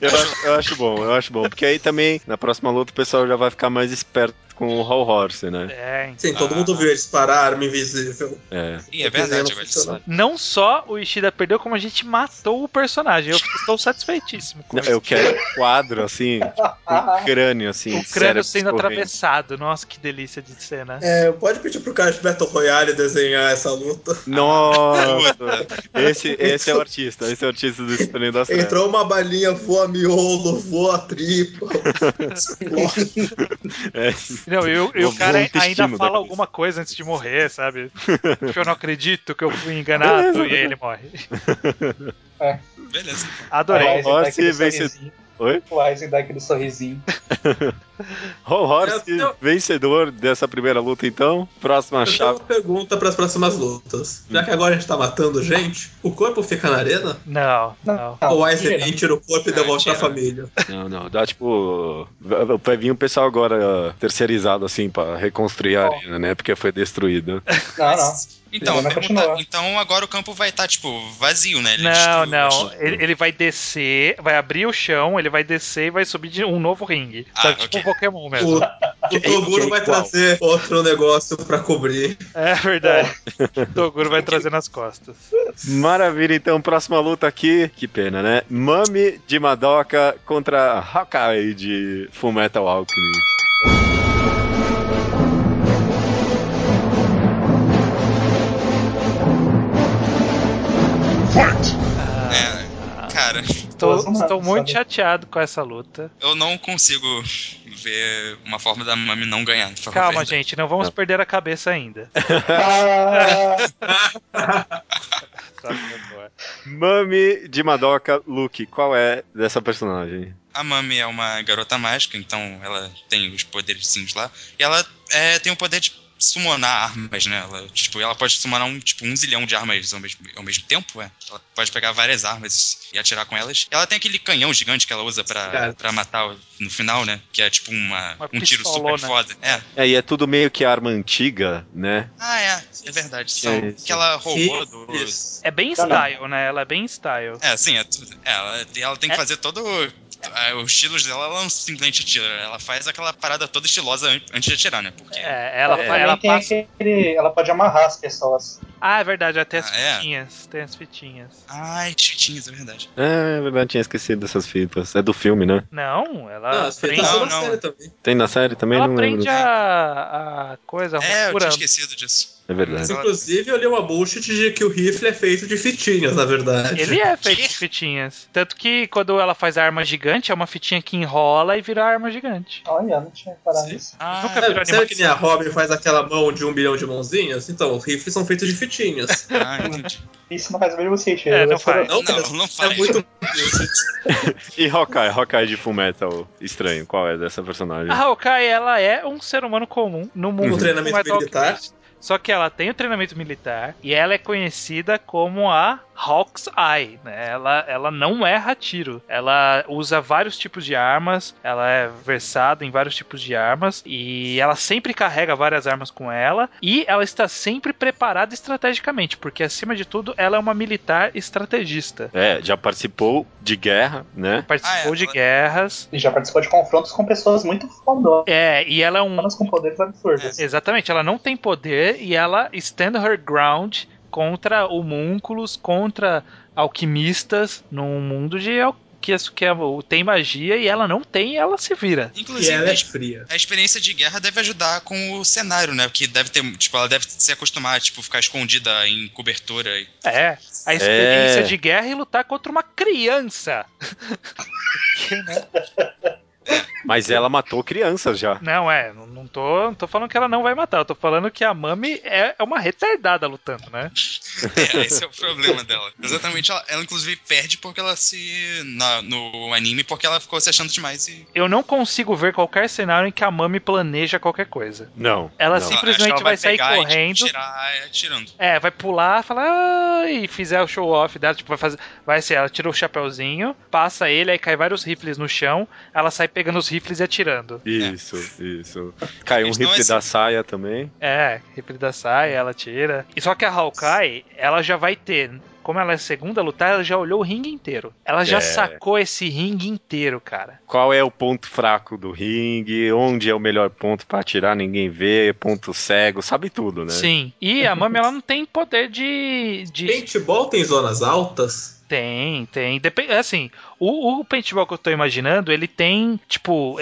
Speaker 1: Eu acho, eu acho bom, eu acho bom. Porque aí também, na próxima luta, o pessoal já vai ficar mais esperto com o Hall Horse, né?
Speaker 2: É, então.
Speaker 4: Sim, todo
Speaker 5: Ah.
Speaker 4: mundo viu eles parar, arma invisível.
Speaker 1: É.
Speaker 5: Ih, é
Speaker 4: Porque
Speaker 5: verdade,
Speaker 4: não
Speaker 5: velho.
Speaker 4: funciona.
Speaker 2: Não só o Ishida perdeu, como a gente matou o personagem. Eu estou satisfeitíssimo com
Speaker 1: Não,
Speaker 2: isso.
Speaker 1: Eu quero um quadro, assim, um crânio, assim.
Speaker 2: O crânio
Speaker 1: cérebro
Speaker 2: sendo
Speaker 1: escorrendo.
Speaker 2: atravessado. Nossa, que delícia de cena.
Speaker 4: É, pode pedir pro cara de Battle Royale desenhar essa luta.
Speaker 1: Nossa! esse, esse é o artista, esse é o artista do Estranho das
Speaker 3: É.
Speaker 1: Trevas.
Speaker 4: Entrou uma balinha, voa miolo, voa tripa. explode.
Speaker 1: É.
Speaker 2: Não, eu, eu, o
Speaker 1: Vou- vou
Speaker 2: cara
Speaker 1: um
Speaker 2: ainda
Speaker 1: intestino
Speaker 2: fala
Speaker 1: da
Speaker 2: alguma coisa antes de morrer, sabe? Tipo, eu não acredito que eu fui enganado e aí ele morre.
Speaker 5: Beleza.
Speaker 2: Adorei.
Speaker 1: Hall Horse
Speaker 3: aquele
Speaker 1: vence-
Speaker 3: sorrisinho.
Speaker 1: Oi?
Speaker 3: O Aizen dá aquele sorrisinho.
Speaker 1: Hall Horse,
Speaker 4: Eu- eu-
Speaker 1: vencedor dessa primeira luta, então. Próxima
Speaker 4: Eu tenho
Speaker 1: chave.
Speaker 4: uma pergunta pras próximas lutas. Já que agora a gente tá matando gente, o corpo fica na arena?
Speaker 2: Não, não.
Speaker 3: Não,
Speaker 4: Ou o
Speaker 3: tira.
Speaker 4: Aizen tira o corpo e
Speaker 5: Ah,
Speaker 4: devolve pra
Speaker 5: tira.
Speaker 4: família?
Speaker 1: Não, não, dá tipo. Vai vir um pessoal agora uh, terceirizado, assim, pra reconstruir a
Speaker 3: Ó.
Speaker 1: arena, né? Porque foi destruída.
Speaker 3: Ah, Não, não.
Speaker 5: Então,
Speaker 3: Ele vai
Speaker 5: a pergunta-
Speaker 3: continuar.
Speaker 5: então agora o campo vai estar, tipo, vazio, né? Ele
Speaker 2: Não,
Speaker 5: destruiu,
Speaker 2: não.
Speaker 5: acho.
Speaker 2: Ele, ele vai descer, vai abrir o chão, ele vai descer e vai subir de um novo ringue.
Speaker 5: Ah,
Speaker 2: sabe? Tipo
Speaker 5: ok.
Speaker 2: um Pokémon mesmo.
Speaker 4: O, o Toguro
Speaker 1: que
Speaker 4: vai
Speaker 1: é igual.
Speaker 4: trazer outro negócio pra cobrir.
Speaker 2: É verdade. O Toguro vai trazer nas costas.
Speaker 1: Maravilha, então, próxima luta aqui. Que pena, né? Mami de Madoka contra Hawkeye de Fullmetal Alchemist.
Speaker 2: Ah,
Speaker 5: É, cara,
Speaker 2: estou,
Speaker 3: Duas mãos,
Speaker 2: estou muito
Speaker 3: sabe?
Speaker 2: chateado com essa luta.
Speaker 5: eu não consigo ver uma forma da Mami não ganhar. pra falar a
Speaker 2: Calma,
Speaker 5: verdade.
Speaker 2: gente, não vamos perder a cabeça ainda.
Speaker 3: Ah,
Speaker 1: Mami de Madoka, Luke, qual é dessa personagem?
Speaker 5: A Mami é uma garota mágica, então ela tem os poderzinhos lá. E ela é, tem o poder de summonar armas, né? Ela, tipo, ela pode summonar um, tipo, um zilhão de armas ao mesmo, ao mesmo tempo, é. Ela pode pegar várias armas e atirar com elas. Ela tem aquele canhão gigante que ela usa pra,
Speaker 4: Cara.
Speaker 5: pra matar o- no final, né? Que é tipo uma,
Speaker 2: Uma
Speaker 5: um tiro
Speaker 2: pistolona.
Speaker 5: super foda. É.
Speaker 1: É, e é tudo meio que arma antiga, né?
Speaker 5: Ah, é. É verdade. São,
Speaker 1: É isso.
Speaker 5: que ela roubou
Speaker 4: Que
Speaker 5: do...
Speaker 4: isso.
Speaker 2: É bem
Speaker 1: Tá
Speaker 3: Caramba.
Speaker 2: style, né? Ela é bem style.
Speaker 5: É, sim. É tudo. é, ela, ela tem que
Speaker 2: É.
Speaker 5: fazer todo... ah, Os tiros dela, ela não simplesmente atira. Ela faz aquela parada toda estilosa an- antes de atirar, né? Porque...
Speaker 2: É, ela,
Speaker 1: É.
Speaker 2: ela,
Speaker 3: também tem
Speaker 2: passa.
Speaker 3: aquele. Ela pode amarrar as pessoas.
Speaker 2: Ah, é verdade, ela tem as
Speaker 5: Ah, é?
Speaker 2: fitinhas. Tem as fitinhas.
Speaker 5: Ai, chitinhas, é verdade.
Speaker 1: É, é verdade, tinha esquecido dessas fitas. É do filme, né?
Speaker 2: Não, ela
Speaker 4: Ah, as
Speaker 2: prende,
Speaker 4: fitas são
Speaker 5: Não,
Speaker 4: da
Speaker 5: não.
Speaker 4: série também.
Speaker 1: Tem na série também?
Speaker 2: ela
Speaker 1: não
Speaker 2: prende
Speaker 1: lembro.
Speaker 2: a, a
Speaker 4: Tá
Speaker 2: coisa
Speaker 5: É, eu
Speaker 2: roscura.
Speaker 5: tinha esquecido disso.
Speaker 1: É
Speaker 4: Mas,
Speaker 1: verdade.
Speaker 4: inclusive, eu li uma bullshit de que o rifle é feito de fitinhas, na verdade.
Speaker 2: Ele é feito
Speaker 5: Quê?
Speaker 2: de fitinhas. Tanto que quando ela faz a arma gigante, é uma fitinha que enrola e vira a arma gigante.
Speaker 3: Olha, não tinha reparado nisso.
Speaker 5: Ah,
Speaker 2: Nunca
Speaker 4: Sabe,
Speaker 2: virou
Speaker 4: sabe que nem a
Speaker 2: animação.
Speaker 4: Robin faz aquela mão de um bilhão de mãozinhas? Então, os rifles são feitos de fitinhas.
Speaker 5: ah, entendi.
Speaker 3: Isso não faz o mesmo sentido.
Speaker 2: É, não
Speaker 3: Eu sou-
Speaker 2: faz.
Speaker 5: Não,
Speaker 4: Não,
Speaker 5: não,
Speaker 4: cara,
Speaker 5: faz.
Speaker 4: É muito.
Speaker 1: E Hawkeye, Hawkeye de Fullmetal, estranho. Qual é dessa personagem?
Speaker 2: A Hawkeye, ela é um ser humano comum no mundo.
Speaker 4: Um treinamento
Speaker 2: Fullmetal
Speaker 4: militar.
Speaker 2: Alchemist. Só que ela tem o treinamento militar e ela é conhecida como a Hawk's Eye, né? Ela, ela não erra tiro. Ela usa vários tipos de armas, ela é versada em vários tipos de armas e ela sempre carrega várias armas com ela e ela está sempre preparada estrategicamente, porque acima de tudo ela é uma militar estrategista.
Speaker 1: É, já participou de guerra, né?
Speaker 2: Participou
Speaker 5: Ah, é,
Speaker 2: de
Speaker 5: ela-
Speaker 2: guerras.
Speaker 3: E já participou de confrontos com pessoas muito fodonas,
Speaker 2: É, e ela é um
Speaker 3: com poderes
Speaker 2: É,
Speaker 3: absurdos.
Speaker 2: Exatamente, ela não tem poder e ela stand her ground contra homúnculos, contra alquimistas, num mundo de al- que, as- que é- tem magia e ela não tem e ela se vira.
Speaker 4: E
Speaker 5: Inclusive,
Speaker 4: ela
Speaker 5: a
Speaker 4: é
Speaker 5: exp-
Speaker 4: fria.
Speaker 5: a experiência de guerra deve ajudar com o cenário, né? Porque deve ter, tipo, ela deve se acostumar, tipo, ficar escondida em cobertura. e-
Speaker 2: É, a experiência
Speaker 1: É.
Speaker 2: de guerra e lutar contra uma criança. Que, né?
Speaker 1: Mas ela matou crianças já.
Speaker 2: Não, é, não- não tô, não tô falando que ela não vai matar, eu tô falando que a Mami é, é uma retardada lutando, né?
Speaker 5: É, esse é o problema dela. Exatamente, ela, ela, inclusive perde porque ela se. na- no anime, porque ela ficou se achando demais e.
Speaker 2: Eu não consigo ver qualquer cenário em que a Mami planeja qualquer coisa.
Speaker 1: Não.
Speaker 2: Ela
Speaker 1: não.
Speaker 5: Então,
Speaker 2: sim- Simplesmente
Speaker 5: Acho que ela
Speaker 2: vai sair
Speaker 5: pegar e, tipo,
Speaker 2: correndo.
Speaker 5: tirar, é, atirando.
Speaker 2: É, vai pular, falar e fizer o show off dela, tipo, vai fazer, vai ser, ela tira o chapéuzinho, passa ele, aí cai vários rifles no chão, ela sai pegando os rifles e atirando.
Speaker 1: Isso, isso. Caiu um
Speaker 5: Mas não é
Speaker 1: rifle
Speaker 5: assim.
Speaker 1: da saia também.
Speaker 2: É, rifle da saia, ela tira. E só que a Hawkeye, ela já vai ter. Como ela é a segunda a lutar, ela já olhou o ringue inteiro. Ela já
Speaker 1: É.
Speaker 2: sacou esse ringue inteiro, cara.
Speaker 1: Qual é o ponto fraco do ringue? Onde é o melhor ponto pra atirar? Ninguém vê. Ponto cego, sabe tudo, né?
Speaker 2: Sim. E a Mami, ela não tem poder de. de...
Speaker 4: Paintball tem zonas altas?
Speaker 2: Tem, tem. Depen- Assim, o, o paintball que eu tô imaginando, ele tem, tipo,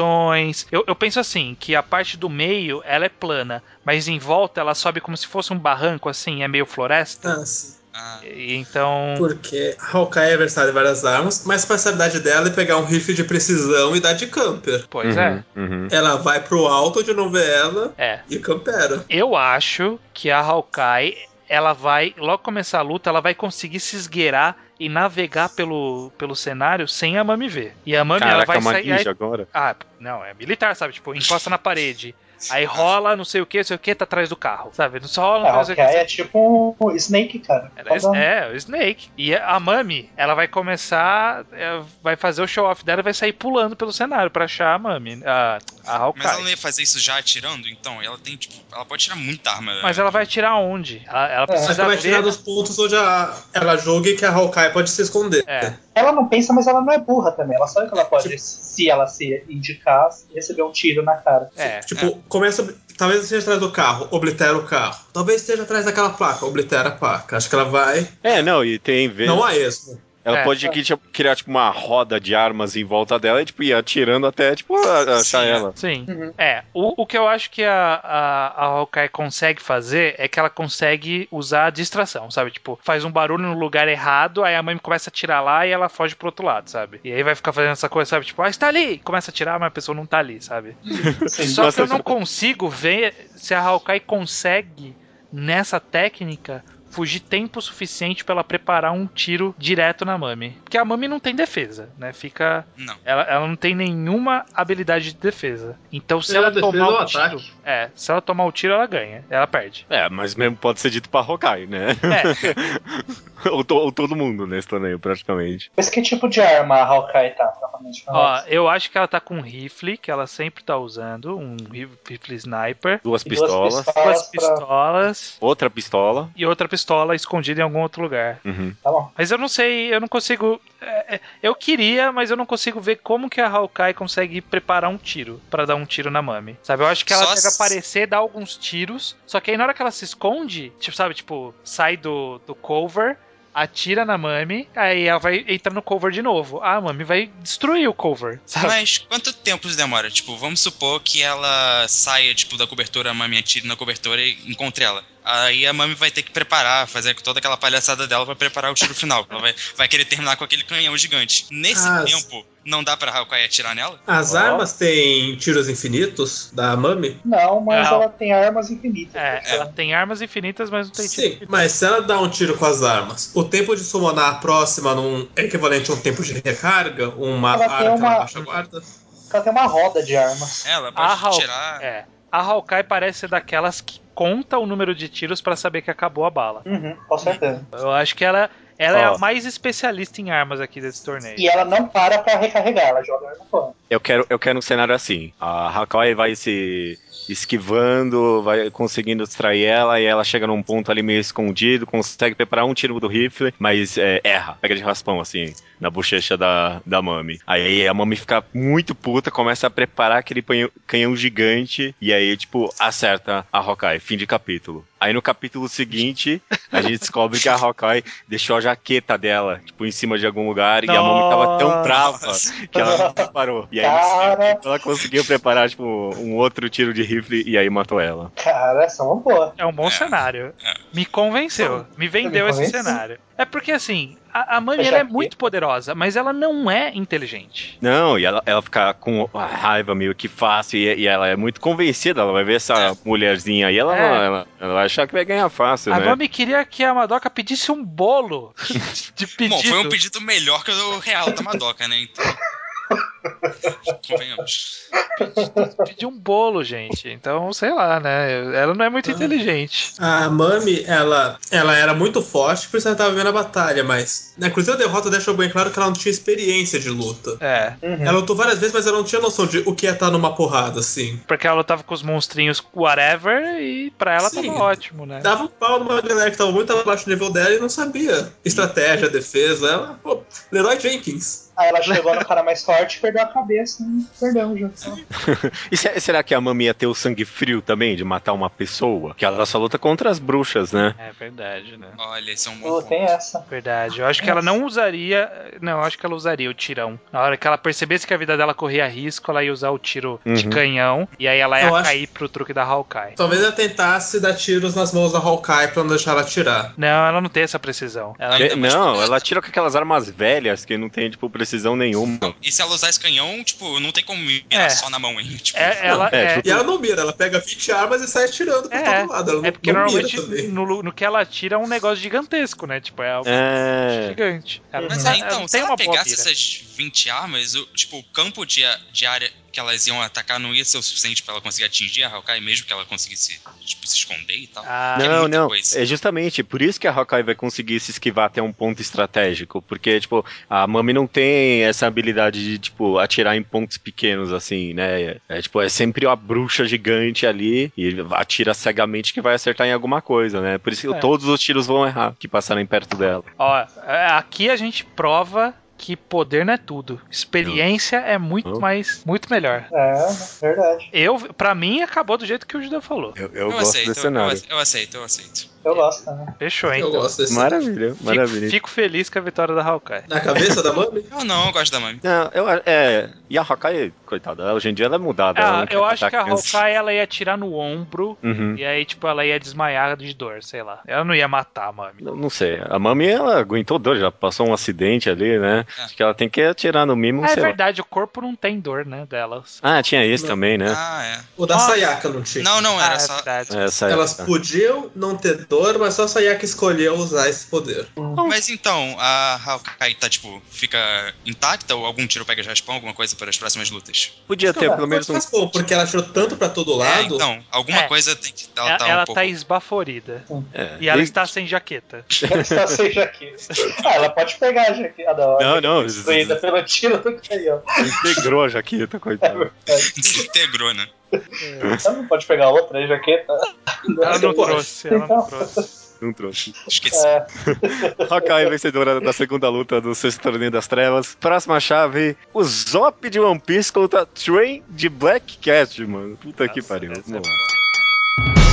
Speaker 2: elevações. Eu, eu penso assim, que a parte do meio, ela é plana. Mas em volta, ela sobe como se fosse um barranco, assim, é meio floresta.
Speaker 4: Ah, sim.
Speaker 5: Ah,
Speaker 2: E, então.
Speaker 4: Porque a Hawkeye é versada em várias armas, mas a parcialidade dela é pegar um rifle de precisão e dar de camper.
Speaker 2: Pois
Speaker 1: Uhum,
Speaker 2: é.
Speaker 1: uhum.
Speaker 4: Ela vai pro alto onde não vê ela
Speaker 2: É.
Speaker 4: e campera.
Speaker 2: Eu acho que a Hawkeye, ela vai, logo que começar a luta, ela vai conseguir se esgueirar e navegar pelo, pelo cenário sem a Mami ver. E a Mami, ela
Speaker 1: Caraca,
Speaker 2: vai
Speaker 1: uma
Speaker 2: sair.
Speaker 1: ninja agora.
Speaker 2: Ah, não, é militar, sabe? Tipo, encosta na parede. Aí rola, não sei o que, não sei o que, tá atrás do carro, sabe? Não só rola,
Speaker 3: A
Speaker 2: não sei o que.
Speaker 3: Hawkeye é tipo um Snake, cara.
Speaker 2: Ela é,
Speaker 3: Tá dando.
Speaker 2: é, o Snake. E a Mami, ela vai começar, é, vai fazer o show-off dela e vai sair pulando pelo cenário pra achar a Mami, a, a Hawkeye.
Speaker 5: mas ela não ia fazer isso já atirando, então? Ela tem, tipo, ela pode tirar muita arma. né?
Speaker 2: Mas ela vai atirar onde? Ela, ela
Speaker 4: Mas
Speaker 2: precisa
Speaker 4: ela vai tirar
Speaker 2: ver...
Speaker 4: dos pontos onde a- ela joga e que a Hawkeye pode se esconder.
Speaker 2: É.
Speaker 3: Ela não pensa, mas ela não é burra também. Ela sabe que ela
Speaker 2: tipo-
Speaker 3: pode, se ela se indicar, receber um tiro na cara.
Speaker 2: É.
Speaker 4: Tipo, começa. Talvez esteja atrás do carro, oblitera o carro. Talvez esteja atrás daquela placa, oblitera a placa. Acho que ela vai.
Speaker 1: É, não, e tem vezes.
Speaker 4: Não a esmo.
Speaker 1: Ela
Speaker 2: É.
Speaker 1: pode que- tipo, criar, tipo, uma roda de armas em volta dela e, tipo, ir atirando até, tipo, a- achar
Speaker 5: Sim, é.
Speaker 1: ela.
Speaker 2: Sim.
Speaker 3: Uhum.
Speaker 2: É, o, o que eu acho que a, a, a Hawkeye consegue fazer é que ela consegue usar a distração, sabe? Tipo, faz um barulho no lugar errado, aí a mãe começa a tirar lá e ela foge pro outro lado, sabe? E aí vai ficar fazendo essa coisa, sabe? Tipo, ah, está ali! Começa a tirar, mas a pessoa não tá ali, sabe?
Speaker 3: Uhum. Sim.
Speaker 2: Só que
Speaker 1: Nossa,
Speaker 2: eu não
Speaker 1: essa-
Speaker 2: consigo ver se a Hawkeye consegue, nessa técnica, fugir tempo suficiente pra ela preparar um tiro direto na Mami. Porque a Mami não tem defesa, né? Fica
Speaker 5: Não.
Speaker 2: ela, ela não tem nenhuma habilidade de defesa. Então, se
Speaker 6: Ela
Speaker 2: ela,
Speaker 6: defesa
Speaker 2: tomar
Speaker 6: ou
Speaker 2: o
Speaker 6: ataque?
Speaker 2: tiro. É, se ela tomar o tiro, ela ganha. Ela perde.
Speaker 1: É, mas mesmo pode ser dito pra Hawkeye, né?
Speaker 2: É,
Speaker 1: ou, to- ou todo mundo nesse torneio, praticamente.
Speaker 3: Mas que tipo de arma a Hawkeye tá? Provavelmente pra
Speaker 2: ó,
Speaker 3: nós?
Speaker 2: eu acho que ela tá com um rifle, que ela sempre tá usando, um rif- rifle sniper,
Speaker 1: Duas
Speaker 3: E duas
Speaker 1: pistolas,
Speaker 2: duas
Speaker 3: pra-
Speaker 2: pistolas
Speaker 1: outra pistola.
Speaker 2: e outra pistola escondida em algum outro lugar.
Speaker 1: Uhum.
Speaker 3: Tá bom.
Speaker 2: Mas eu não sei, eu não consigo. é, é, eu queria, mas eu não consigo ver como que a Hawkeye consegue preparar um tiro pra dar um tiro na Mami. Sabe? Eu acho que ela
Speaker 5: Só
Speaker 2: chega a
Speaker 5: se-
Speaker 2: aparecer, dá alguns tiros. Só que aí na hora que ela se esconde, tipo, sabe, tipo, sai do, do cover. Atira na Mami, aí ela vai entrar no cover de novo. Ah, a Mami vai destruir o cover, sabe?
Speaker 5: Mas quanto tempo isso demora? Tipo, vamos supor que ela saia, tipo, da cobertura, a Mami atire na cobertura e encontre ela. Aí a Mami vai ter que preparar, fazer toda aquela palhaçada dela pra preparar o tiro final. Ela vai, vai querer terminar com aquele canhão gigante. Nesse
Speaker 4: Ah,
Speaker 5: tempo, não dá pra Hawkeye atirar nela?
Speaker 4: As
Speaker 2: Ó.
Speaker 4: armas têm tiros infinitos da Mami?
Speaker 3: Não, mas
Speaker 2: Não.
Speaker 3: ela tem armas infinitas.
Speaker 2: É, ela tem armas infinitas, mas não tem tiro.
Speaker 4: Sim, mas se ela dá um tiro com as armas, o tempo de summonar a próxima não é equivalente a um tempo de recarga? Uma
Speaker 3: Ela tem
Speaker 4: arma que ela
Speaker 3: uma-
Speaker 4: baixa a guarda?
Speaker 3: Ela tem uma roda de armas.
Speaker 5: Ela
Speaker 2: A
Speaker 5: pode
Speaker 2: Hawkeye-
Speaker 5: tirar.
Speaker 2: É. A Hawkeye parece ser daquelas que conta o número de tiros pra saber que acabou a bala.
Speaker 3: Uhum, com certeza.
Speaker 2: Eu acho que ela, ela é
Speaker 1: Ó.
Speaker 2: a mais especialista em armas aqui desse torneio.
Speaker 3: E é ela não para pra recarregar, ela joga a arma fora.
Speaker 1: Eu quero, eu quero um cenário assim. A Hawkeye vai se esquivando, vai conseguindo distrair ela e ela chega num ponto ali meio escondido, consegue preparar um tiro do rifle, mas é, erra, pega de raspão assim na bochecha da, da Mami. Aí a Mami fica muito puta, começa a preparar aquele panho- canhão gigante e aí tipo acerta a Hawkeye, fim de capítulo. Aí no capítulo seguinte, a gente descobre que a Hawkeye deixou a jaqueta dela, tipo, em cima de algum lugar, e a Mami tava tão
Speaker 2: Nossa.
Speaker 1: brava que ela não preparou. E aí,
Speaker 3: Cara.
Speaker 1: no seguinte, ela conseguiu preparar, tipo, um outro tiro de rifle e aí matou ela.
Speaker 3: Cara, essa é uma boa.
Speaker 2: É um bom cenário. Me convenceu. Me vendeu
Speaker 3: Me
Speaker 2: esse
Speaker 3: convenceu.
Speaker 2: cenário. É porque assim, a, a Mami
Speaker 3: Eu já
Speaker 2: ela é
Speaker 3: vi.
Speaker 2: muito poderosa, mas ela não é inteligente.
Speaker 1: Não, e ela, ela fica com a raiva meio que fácil e, e ela é muito convencida. Ela vai ver essa mulherzinha aí, ela,
Speaker 2: É.
Speaker 1: ela, ela vai achar que vai ganhar fácil,
Speaker 2: a
Speaker 1: né?
Speaker 2: Mami queria que a Madoka pedisse um bolo de pedido.
Speaker 5: um Bom, foi um pedido melhor que o real da Madoka, né? Então, Convenhamos.
Speaker 2: Pediu um bolo, gente. Então, sei lá, né? Ela não é muito inteligente.
Speaker 4: A Mami, ela, ela era muito forte, por isso ela tava vendo a batalha, mas. né, Inclusive a derrota deixou bem claro que ela não tinha experiência de luta.
Speaker 2: É.
Speaker 3: Uhum.
Speaker 4: Ela lutou várias vezes, mas ela não tinha noção de o que é estar numa porrada, assim.
Speaker 2: Porque ela lutava com os monstrinhos, whatever, e pra ela
Speaker 4: Sim.
Speaker 2: tava ótimo, né?
Speaker 4: Dava um pau numa galera que tava muito abaixo do nível dela e não sabia. Estratégia, defesa, ela. Pô, Leroy Jenkins.
Speaker 3: Aí ela chegou no cara mais forte e perdeu a cabeça. Hum, Perdão, já.
Speaker 1: E se- será que a Mami ia ter o sangue frio também de matar uma pessoa? Que ela só luta contra as bruxas, né?
Speaker 2: É verdade, né?
Speaker 5: Olha, esse é um bom
Speaker 3: Pô,
Speaker 5: ponto.
Speaker 3: tem essa.
Speaker 2: Verdade. Eu acho que ela não usaria. Não, eu acho que ela usaria o tirão. Na hora que ela percebesse que a vida dela corria risco, ela ia usar o tiro de
Speaker 1: Uhum.
Speaker 2: canhão. E aí ela ia
Speaker 4: Eu acho-
Speaker 2: cair pro truque da Hawkeye.
Speaker 4: Talvez ela tentasse dar tiros nas mãos da Hawkeye pra não deixar ela atirar.
Speaker 2: Não, ela não tem essa precisão. Ela
Speaker 5: Ainda
Speaker 1: É,
Speaker 5: mais
Speaker 1: não,
Speaker 5: cuidado.
Speaker 1: ela tira com aquelas armas velhas que não tem, tipo, precisão nenhuma.
Speaker 5: E se ela usar esse canhão, tipo, não tem como mirar
Speaker 2: É.
Speaker 5: só na mão, hein? Tipo,
Speaker 2: É, ela
Speaker 1: é,
Speaker 2: é,
Speaker 1: tipo,
Speaker 4: E ela não mira, ela pega 20 armas e sai atirando por
Speaker 2: É,
Speaker 4: todo lado. Ela
Speaker 2: é
Speaker 4: não,
Speaker 2: porque
Speaker 4: não mira
Speaker 2: normalmente
Speaker 4: também.
Speaker 2: no, lu- no que ela atira é um negócio gigantesco, né? Tipo, é algo
Speaker 1: É.
Speaker 2: gigante. Ela
Speaker 5: Mas
Speaker 2: não-
Speaker 5: é,
Speaker 2: ela não
Speaker 5: então, se
Speaker 2: tem
Speaker 5: ela
Speaker 2: uma boa
Speaker 5: pegasse
Speaker 2: mira.
Speaker 5: essas 20 armas, o, tipo, o campo de, de área que elas iam atacar não ia ser o suficiente pra ela conseguir atingir a Hawkeye, mesmo que ela conseguisse, tipo, se esconder e tal.
Speaker 2: Ah,
Speaker 5: é
Speaker 1: Não,
Speaker 5: muita
Speaker 1: não.
Speaker 5: coisa.
Speaker 1: É justamente por isso que a Hawkeye vai conseguir se esquivar até um ponto estratégico. Porque, tipo, a Mami não tem essa habilidade de, tipo, atirar em pontos pequenos, assim, né? É, tipo, é sempre uma bruxa gigante ali e atira cegamente que vai acertar em alguma coisa, né? Por isso que
Speaker 2: É.
Speaker 1: todos os tiros vão errar que passarem perto dela.
Speaker 2: Ó, é, aqui a gente prova que poder não é tudo. Experiência é muito
Speaker 1: Não.
Speaker 2: mais, muito melhor.
Speaker 3: É, verdade.
Speaker 2: Eu, para mim, acabou do jeito que o Judeu falou.
Speaker 1: Eu,
Speaker 5: Eu,
Speaker 1: gosto
Speaker 5: aceito,
Speaker 1: desse
Speaker 5: eu, eu
Speaker 1: cenário.
Speaker 5: ace- eu aceito, eu aceito.
Speaker 3: Eu gosto né? também.
Speaker 2: Fechou, então.
Speaker 5: é,
Speaker 2: hein?
Speaker 4: Eu
Speaker 5: então.
Speaker 4: gosto desse. tipo.
Speaker 1: Maravilha,
Speaker 2: Fico,
Speaker 1: maravilha.
Speaker 2: fico feliz com a vitória da Hawkeye.
Speaker 4: Na cabeça da Mami?
Speaker 5: Eu não, eu gosto da Mami.
Speaker 1: Não, eu, é, e a Hawkeye, coitada, ela- hoje em dia ela é mudada. ela
Speaker 2: Ah,
Speaker 1: não quer
Speaker 2: eu acho
Speaker 1: matar
Speaker 2: que a
Speaker 1: criança.
Speaker 2: Hawkeye ela ia atirar no ombro
Speaker 1: Uhum.
Speaker 2: e aí, tipo, ela ia desmaiar de dor, sei lá. Ela não ia matar a Mami.
Speaker 1: Não, não sei. A Mami, ela aguentou dor, já passou um acidente ali, né?
Speaker 5: É.
Speaker 1: Acho que ela tem que atirar no mínimo,
Speaker 2: Ah, é
Speaker 1: sei lá.
Speaker 2: verdade, o corpo não tem dor, né, delas.
Speaker 1: Ah, tinha isso também, né?
Speaker 5: Ah,
Speaker 4: O da
Speaker 2: Ah.
Speaker 4: Sayaka não
Speaker 5: é.
Speaker 4: tinha.
Speaker 5: Não, não, era
Speaker 2: ah,
Speaker 5: só.
Speaker 2: é verdade.
Speaker 1: Essa
Speaker 4: Elas
Speaker 1: época.
Speaker 4: podiam não ter dor, mas só a Sayaka escolheu usar esse poder.
Speaker 5: Mas então, a Hawkeye tá, tipo, fica intacta ou algum tiro pega já spawn, alguma coisa para as próximas lutas?
Speaker 1: Podia ter pelo menos um.
Speaker 4: Mas, pô, porque ela atirou tanto pra todo lado.
Speaker 5: É, então, alguma
Speaker 2: É.
Speaker 5: coisa tem que. Ela,
Speaker 2: Ela,
Speaker 5: tá um
Speaker 2: ela
Speaker 5: pouco.
Speaker 2: tá esbaforida.
Speaker 1: é.
Speaker 2: E ela
Speaker 1: E-
Speaker 2: está sem jaqueta.
Speaker 3: Ela está sem jaqueta. Ah, ela pode pegar a jaqueta da
Speaker 1: Não,
Speaker 3: hora.
Speaker 1: não,
Speaker 3: Destruída pelo tiro do canhão.
Speaker 1: integrou a jaqueta, coitada.
Speaker 5: Desintegrou, né?
Speaker 3: Ela não pode pegar outra tá? jaqueta.
Speaker 2: Ela não
Speaker 4: pode.
Speaker 2: trouxe, ela não trouxe.
Speaker 1: Não trouxe.
Speaker 5: Esqueci.
Speaker 3: É.
Speaker 1: Hawkeye vencedora da segunda luta do sexto torneio das trevas. Próxima chave: o Zop de One Piece contra Train de Black Cat, mano. Puta que
Speaker 2: Nossa,
Speaker 1: pariu.
Speaker 2: essa
Speaker 1: Vamos
Speaker 2: é
Speaker 1: lá.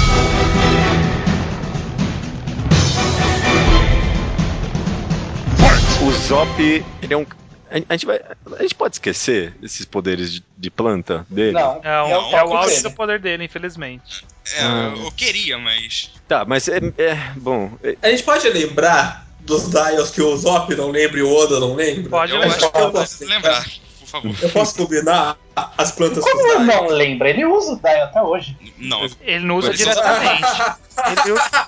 Speaker 1: O Zop, ele é um. A a gente, vai, a gente pode esquecer esses poderes de, de planta dele?
Speaker 3: Não,
Speaker 2: Não,
Speaker 5: Não,
Speaker 2: é o
Speaker 5: não
Speaker 2: auge
Speaker 5: trouxe.
Speaker 2: do poder dele, infelizmente.
Speaker 5: É, eu, eu queria, mas.
Speaker 1: Tá, mas é. é, bom, é-
Speaker 4: A gente pode lembrar dos dials que o Zop não lembra e o Oda não lembra?
Speaker 2: Pode
Speaker 5: eu
Speaker 2: lembrar.
Speaker 5: acho que eu posso
Speaker 4: lembrar.
Speaker 5: lembrar, por favor.
Speaker 4: Eu posso combinar as plantas com os
Speaker 3: Como
Speaker 4: dials?
Speaker 3: não lembra? Ele usa o Dai até hoje.
Speaker 5: Não,
Speaker 2: Ele não usa
Speaker 1: é.
Speaker 5: Mas-
Speaker 2: diretamente.
Speaker 1: Ele-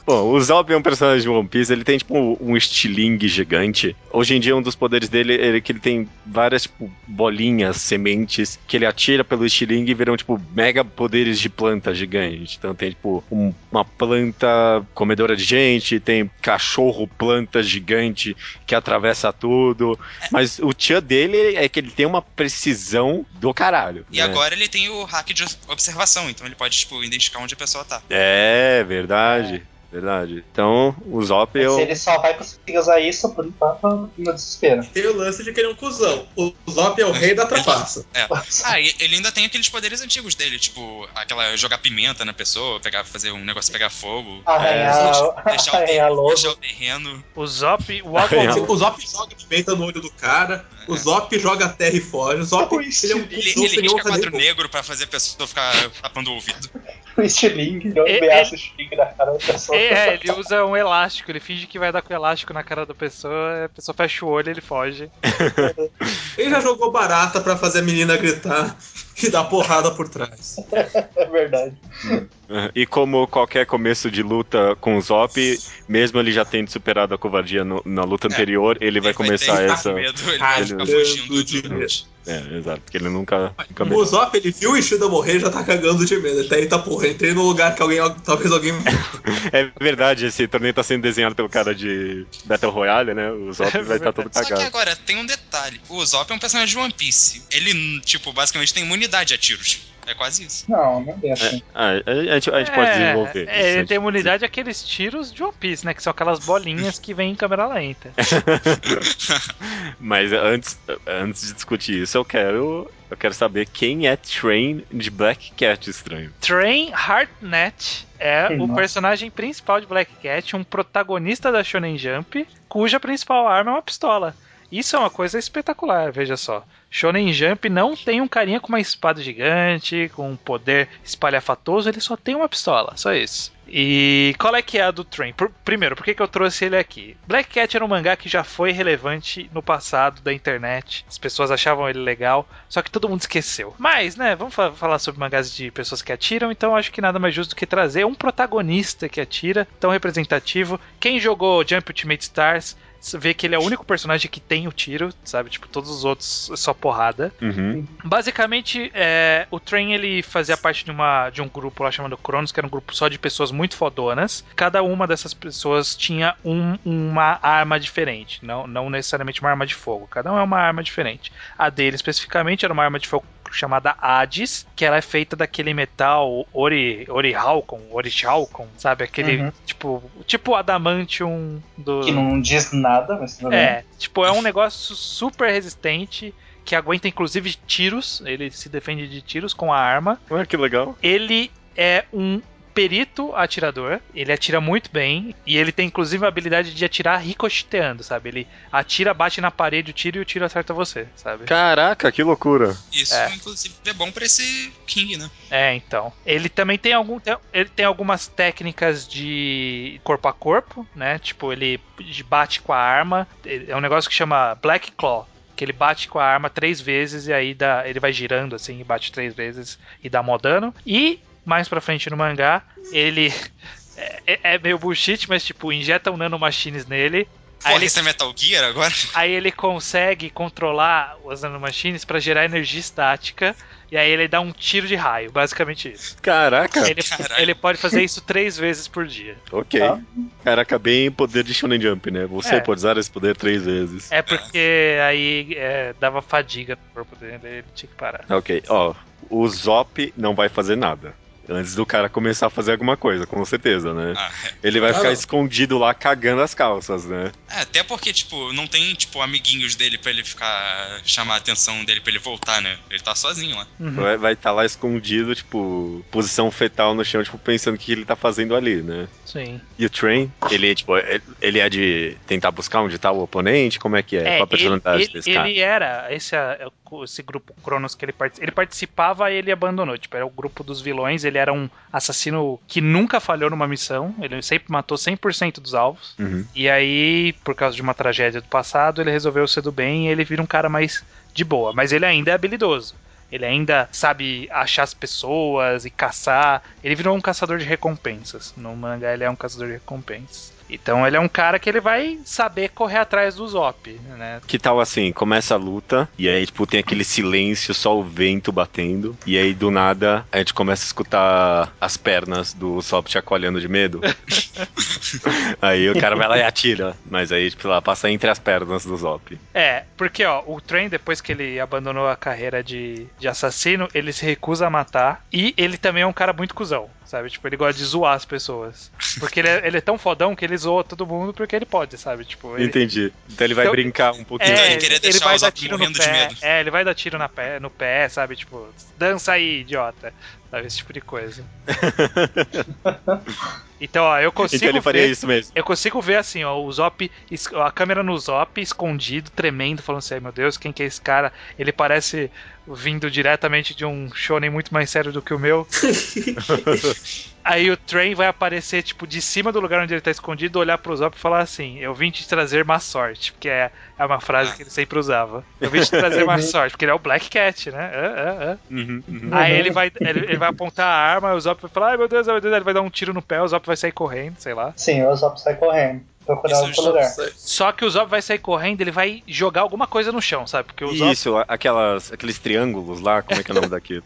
Speaker 1: Bom, o Zop é um personagem de One Piece, ele tem tipo um estilingue gigante. Hoje em dia, um dos poderes dele é que ele tem várias tipo, bolinhas, sementes, que ele atira pelo estilingue e viram tipo mega poderes de planta gigante. Então tem tipo um- uma planta comedora de gente, tem cachorro planta gigante que atravessa tudo.
Speaker 5: É.
Speaker 1: Mas o tchan dele é que ele tem uma precisão do caralho.
Speaker 5: E
Speaker 1: né?
Speaker 5: agora ele tem o hack de observação, então ele pode, tipo, identificar onde a pessoa tá.
Speaker 1: É, verdade. Verdade. Então, o Zop eu.
Speaker 3: Se ele só vai conseguir usar isso por enquanto no desespero.
Speaker 4: Tem o lance de que ele é um cuzão. O Zop é o rei da trapaça.
Speaker 5: Ah, e ele ainda tem aqueles poderes antigos dele, tipo, aquela jogar pimenta na pessoa, pegar, fazer um negócio pegar fogo.
Speaker 3: Arranhar,
Speaker 5: É, deixar, o
Speaker 3: arranhar
Speaker 5: terreno,
Speaker 3: lobo.
Speaker 5: deixar o terreno.
Speaker 2: O Zop, o
Speaker 1: Arranhar.
Speaker 2: Agon,
Speaker 4: tipo, O Zop joga pimenta no olho do cara,
Speaker 5: É.
Speaker 4: o Zop joga terra e foge. O Zop ele é um
Speaker 5: Tá Ele,
Speaker 4: cuzão
Speaker 5: ele
Speaker 4: sem
Speaker 5: risca
Speaker 4: honra
Speaker 5: quadro
Speaker 4: nenhuma.
Speaker 5: negro pra fazer a pessoa ficar tapando o ouvido.
Speaker 3: O estilingue, eu
Speaker 5: É,
Speaker 2: Ele-
Speaker 3: ameaço o estilingue na cara da pessoa.
Speaker 2: É, ele usa um elástico, ele finge que vai dar com o elástico na cara da pessoa, a pessoa fecha o olho e ele foge.
Speaker 4: Ele já jogou barata pra fazer a menina gritar e dar porrada por trás.
Speaker 3: É verdade.
Speaker 1: E como qualquer começo de luta com o Zop, mesmo ele já tendo superado a covardia no- na luta
Speaker 5: É.
Speaker 1: anterior, ele vai começar
Speaker 5: ter
Speaker 1: essa.
Speaker 5: Medo, ele
Speaker 4: Ah,
Speaker 5: vai ficar
Speaker 4: Deus
Speaker 5: fugindo de
Speaker 4: do
Speaker 5: noite.
Speaker 1: É, exato, porque ele nunca. nunca
Speaker 4: O Zop, ele viu o Ishida morrer e já tá cagando de medo. Até aí tá, porra, entrei num lugar que alguém, talvez alguém...
Speaker 1: É verdade, esse torneio tá sendo desenhado pelo cara de Battle Royale, né? O Zop
Speaker 2: É
Speaker 1: vai estar todo
Speaker 5: Só que
Speaker 1: cagado.
Speaker 5: agora tem um detalhe: o Zop é um personagem de One Piece. Ele, tipo, basicamente tem imunidade a tiros. É quase isso.
Speaker 3: Não, não é assim.
Speaker 1: Ah, a, a gente, a gente pode desenvolver.
Speaker 2: É,
Speaker 1: isso, a
Speaker 2: ele
Speaker 1: gente-
Speaker 2: tem imunidade àqueles tiros de One Piece, né? Que são aquelas bolinhas que vêm em câmera lenta.
Speaker 1: Mas antes, antes de discutir isso, eu quero. Eu quero saber quem é Train de Black Cat estranho.
Speaker 2: Train Hartnett é
Speaker 3: Hum,
Speaker 2: o
Speaker 3: nossa.
Speaker 2: personagem principal de Black Cat, um protagonista da Shonen Jump, cuja principal arma é uma pistola. Isso é uma coisa espetacular, veja só. Shonen Jump não tem um carinha com uma espada gigante, com um poder espalhafatoso, ele só tem uma pistola, só isso. E qual é que é a do Train? Por- primeiro, por que, que eu trouxe ele aqui? Black Cat era um mangá que já foi relevante no passado da internet, as pessoas achavam ele legal, só que todo mundo esqueceu. Mas, né, vamos fa- falar sobre mangás de pessoas que atiram, então acho que nada mais justo do que trazer um protagonista que atira, tão representativo. Quem jogou Jump Ultimate Stars vê que ele é o único personagem que tem o tiro, sabe? Tipo, todos os outros é só porrada.
Speaker 1: Uhum.
Speaker 2: Basicamente, é, o Train ele fazia parte de, uma, de um grupo lá chamado Cronos, que era um grupo só de pessoas muito fodonas. Cada uma dessas pessoas tinha um- uma arma diferente, não, não necessariamente uma arma de fogo. Cada um é uma arma diferente. A dele especificamente era uma arma de fogo chamada Hades, que ela é feita daquele metal Ori, Orichalcon, Orichalcon, sabe? Aquele
Speaker 3: Uhum.
Speaker 2: tipo, tipo adamantium do
Speaker 3: Que não diz nada, mas tudo bem.
Speaker 2: é, tipo, é um negócio super resistente que aguenta inclusive tiros, ele se defende de tiros com a arma.
Speaker 1: Olha que legal.
Speaker 2: Ele é um perito atirador, ele atira muito bem e ele tem inclusive a habilidade de atirar ricocheteando, sabe? Ele atira, bate na parede o tiro e o tiro acerta você, sabe?
Speaker 1: Caraca, que loucura.
Speaker 5: Isso,
Speaker 2: É.
Speaker 5: inclusive, é bom pra esse King, né?
Speaker 2: É, então. Ele também tem algum tem- ele tem algumas técnicas de corpo a corpo, né? Tipo, ele de- bate com a arma, ele- é um negócio que chama Black Claw, que ele bate com a arma três vezes e aí dá, ele vai girando assim, e bate três vezes e dá mó dano. E mais pra frente no mangá, ele é, é- é meio bullshit, mas tipo, injetam nanomachines nele. Aí
Speaker 5: Porra,
Speaker 2: ele
Speaker 5: isso é Metal Gear agora?
Speaker 2: Aí ele consegue controlar as nanomachines pra gerar energia estática. E aí ele dá um tiro de raio, basicamente isso.
Speaker 1: Caraca,
Speaker 2: Ele,
Speaker 5: Caralho.
Speaker 2: ele pode fazer isso três vezes por dia.
Speaker 1: ok.
Speaker 3: Tá.
Speaker 1: Caraca, bem poder de Shonen Jump, né? Você
Speaker 2: É.
Speaker 1: pode usar esse poder três vezes.
Speaker 2: É porque aí é, dava fadiga no corpo dele, ele tinha que parar.
Speaker 1: Tá, Ok, ó. O Zop não vai fazer nada. Antes do cara começar a fazer alguma coisa, com certeza, né?
Speaker 5: Ah, é.
Speaker 1: Ele vai
Speaker 4: Ah,
Speaker 1: ficar
Speaker 4: não.
Speaker 1: escondido lá cagando as calças, né?
Speaker 5: É, até porque, tipo, não tem, tipo, amiguinhos dele pra ele ficar. chamar a atenção dele pra ele voltar, né? Ele tá sozinho lá.
Speaker 2: Uhum.
Speaker 1: Vai estar lá escondido, tipo, posição fetal no chão, tipo, pensando o que ele tá fazendo ali, né?
Speaker 2: Sim.
Speaker 1: E o Train, ele, tipo, ele- ele é de tentar buscar onde tá o oponente? Como é que é? Qual a personalidade
Speaker 2: ele,
Speaker 1: desse
Speaker 2: ele-
Speaker 1: cara?
Speaker 2: ele era esse, é, a- esse grupo Cronos que ele, participava. ele participava e ele abandonou. Tipo, era o grupo dos vilões. Ele era um assassino que nunca falhou numa missão. Ele sempre matou 100% dos alvos.
Speaker 1: Uhum.
Speaker 2: E aí, por causa de uma tragédia do passado, ele resolveu ser do bem e ele vira um cara mais de boa. Mas ele ainda é habilidoso. Ele ainda sabe achar as pessoas e caçar. Ele virou um caçador de recompensas. No mangá, ele é um caçador de recompensas. Então, ele é um cara que ele vai saber correr atrás do Zop, né?
Speaker 1: Que tal assim, começa a luta, e aí, tipo, tem aquele silêncio, só o vento batendo, e aí do nada a gente começa a escutar as pernas do Sop chacoalhando de medo. aí o cara vai lá e atira, mas aí, tipo, lá, passa entre as pernas do Zop.
Speaker 2: É, porque, ó, o Train, depois que ele abandonou a carreira de, de assassino, ele se recusa a matar. E ele também é um cara muito cuzão, sabe? Tipo, ele gosta de zoar as pessoas. Porque ele é, ele é tão fodão que ele zoa todo mundo porque ele pode, sabe? Tipo, ele.
Speaker 1: Entendi. Então ele vai
Speaker 2: Então-
Speaker 1: brincar um pouquinho.
Speaker 5: Então
Speaker 2: É,
Speaker 5: ele
Speaker 2: ele,
Speaker 5: queria deixar
Speaker 2: vai
Speaker 5: os
Speaker 2: dar
Speaker 5: outros
Speaker 2: tiro no
Speaker 5: morrendo de
Speaker 2: pé.
Speaker 5: medo.
Speaker 2: É, ele vai dar tiro na pé, no pé, sabe? Tipo, dança aí, idiota. Sabe? Esse tipo de coisa. então, ó, eu consigo.
Speaker 1: Então ele faria
Speaker 2: ver-
Speaker 1: isso mesmo.
Speaker 2: eu consigo ver assim, ó, o Zop, es- a câmera no Zop, escondido, tremendo, falando assim, "Ai, meu Deus, quem que é esse cara? Ele parece vindo diretamente de um shonen muito mais sério do que o meu. Aí o Train vai aparecer, tipo, de cima do lugar onde ele tá escondido, olhar pro Zop e falar assim: Eu vim te trazer má sorte. Porque é, é uma frase que ele sempre usava. Eu vim te trazer má sorte, porque ele é o Black Cat, né? Ah, ah, ah.
Speaker 1: Uhum, uhum.
Speaker 2: Aí ele vai, ele, ele vai apontar a arma, aí o Zop vai falar: Ai meu Deus, ai meu Deus, aí ele vai dar um tiro no pé, o Zop vai sair correndo, sei lá.
Speaker 3: Sim, o Zop sai correndo. Procurar
Speaker 5: Isso é
Speaker 3: outro
Speaker 5: eu já
Speaker 3: lugar.
Speaker 2: Só que o Zop vai sair correndo, ele vai jogar alguma coisa no chão, sabe? Porque o Zop
Speaker 1: Isso, aquelas, aqueles triângulos lá, como é que é o nome daquilo?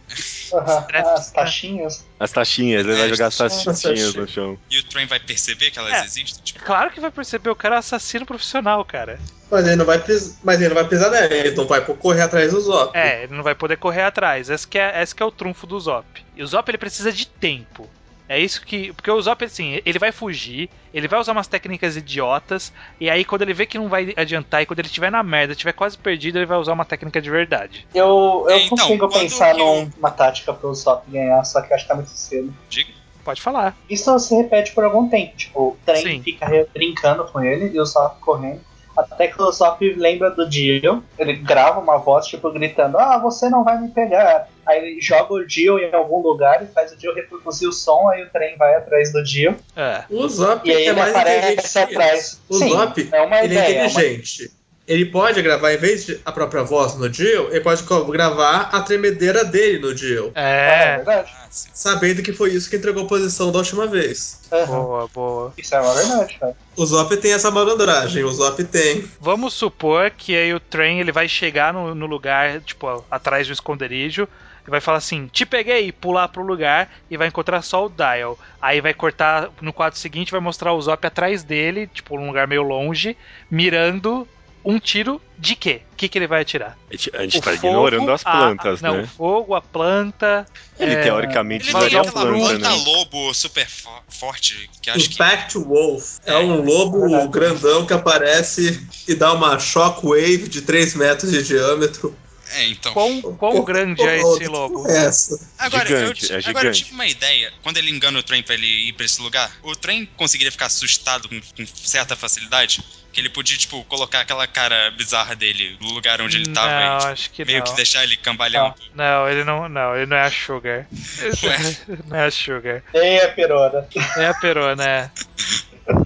Speaker 3: Aham, ah,
Speaker 2: Estresse,
Speaker 5: é.
Speaker 3: As taxinhas.
Speaker 1: As taxinhas, ele vai jogar as
Speaker 4: As
Speaker 1: taxinhas
Speaker 4: taxinhas.
Speaker 1: no chão.
Speaker 5: E o Train vai perceber que elas
Speaker 2: É.
Speaker 5: existem? Tipo,
Speaker 2: Claro que vai perceber, o cara é assassino profissional, cara.
Speaker 4: Mas ele não vai precisar. Mas ele não vai precisar dela, ele não vai correr atrás do Zop.
Speaker 2: É, ele não vai poder correr atrás. Esse que é, esse que é o trunfo do Zop. E o Zop ele precisa de tempo. É isso que. Porque o Zop, assim, ele vai fugir, ele vai usar umas técnicas idiotas, e aí quando ele vê que não vai adiantar, e quando ele tiver na merda, tiver quase perdido, ele vai usar uma técnica de verdade.
Speaker 3: Eu, eu
Speaker 5: Então,
Speaker 3: consigo
Speaker 5: quando
Speaker 3: pensar
Speaker 5: que o-
Speaker 3: numa tática pro Zop ganhar, só que eu acho que tá muito cedo.
Speaker 5: diga.
Speaker 2: Pode falar.
Speaker 3: Isso não se repete por algum tempo. Tipo, o trem
Speaker 2: Sim.
Speaker 3: fica re- brincando com ele e o Zop correndo. Até que o Zop lembra do Dio. Ele grava uma voz, tipo, gritando: Ah, você não vai me pegar. Aí ele joga o Dio em algum lugar e faz o Dio reproduzir o som. Aí o trem vai atrás do Dio.
Speaker 2: É.
Speaker 4: O Zop
Speaker 3: E aí
Speaker 4: é
Speaker 3: ele
Speaker 4: mais inteligente.
Speaker 3: aparece
Speaker 4: que eles.
Speaker 3: atrás.
Speaker 4: O
Speaker 3: Sim,
Speaker 4: Zop,
Speaker 3: é uma
Speaker 4: ele
Speaker 3: ideia.
Speaker 4: é
Speaker 3: é uma-
Speaker 4: inteligente. Ele pode gravar, em vez de a própria voz no Jill, ele pode co- gravar a tremedeira dele no Jill.
Speaker 3: É
Speaker 2: É.
Speaker 3: verdade.
Speaker 5: Ah, sim.
Speaker 4: Sabendo que foi isso que entregou posição da última vez.
Speaker 3: Aham.
Speaker 2: Boa, boa.
Speaker 3: Isso é uma verdade, cara.
Speaker 4: O Zop tem essa malandragem, o Zop tem.
Speaker 2: Vamos supor que aí o trem ele vai chegar no, no lugar, tipo, atrás do esconderijo, e vai falar assim: te peguei, e pular pro lugar e vai encontrar só o Dial. Aí vai cortar no quadro seguinte, vai mostrar o Zop atrás dele, tipo, num lugar meio longe, mirando um tiro de quê? O que, que ele vai atirar?
Speaker 1: A gente, a gente
Speaker 2: O
Speaker 1: tá
Speaker 2: fogo,
Speaker 1: ignorando as
Speaker 2: a- a-
Speaker 1: plantas,
Speaker 2: não, o
Speaker 1: né?
Speaker 2: fogo, a planta.
Speaker 1: Ele
Speaker 2: é,
Speaker 1: teoricamente
Speaker 5: Ele
Speaker 2: vai
Speaker 5: tem
Speaker 1: usaria
Speaker 2: dar
Speaker 1: a
Speaker 2: um
Speaker 5: aquela
Speaker 1: planta,
Speaker 5: planta
Speaker 1: né?
Speaker 5: lobo super fo- forte, que acho que
Speaker 4: Impact Wolf. É um lobo
Speaker 3: Verdade.
Speaker 4: grandão que aparece e dá uma shockwave de 3 metros de diâmetro.
Speaker 5: É, então.
Speaker 2: Quão, quão grande é
Speaker 4: Porra,
Speaker 2: esse
Speaker 4: que
Speaker 2: lobo?
Speaker 4: porra é essa?
Speaker 5: Agora, eu,
Speaker 1: Gigante,
Speaker 5: ti-
Speaker 1: é
Speaker 5: agora eu
Speaker 1: gigante.
Speaker 5: tive uma ideia. Quando ele engana o trem pra ele ir pra esse lugar, o trem conseguiria ficar assustado com, com certa facilidade. Que ele podia, tipo, colocar aquela cara bizarra dele no lugar onde ele tava
Speaker 2: não,
Speaker 5: e tipo,
Speaker 2: acho que
Speaker 5: meio
Speaker 2: não.
Speaker 5: que deixar ele cambalhar um pouco.
Speaker 2: Não, ele não, não, ele não é a Sugar. não é a Sugar.
Speaker 3: Ei, a perona.
Speaker 2: É a perona, é.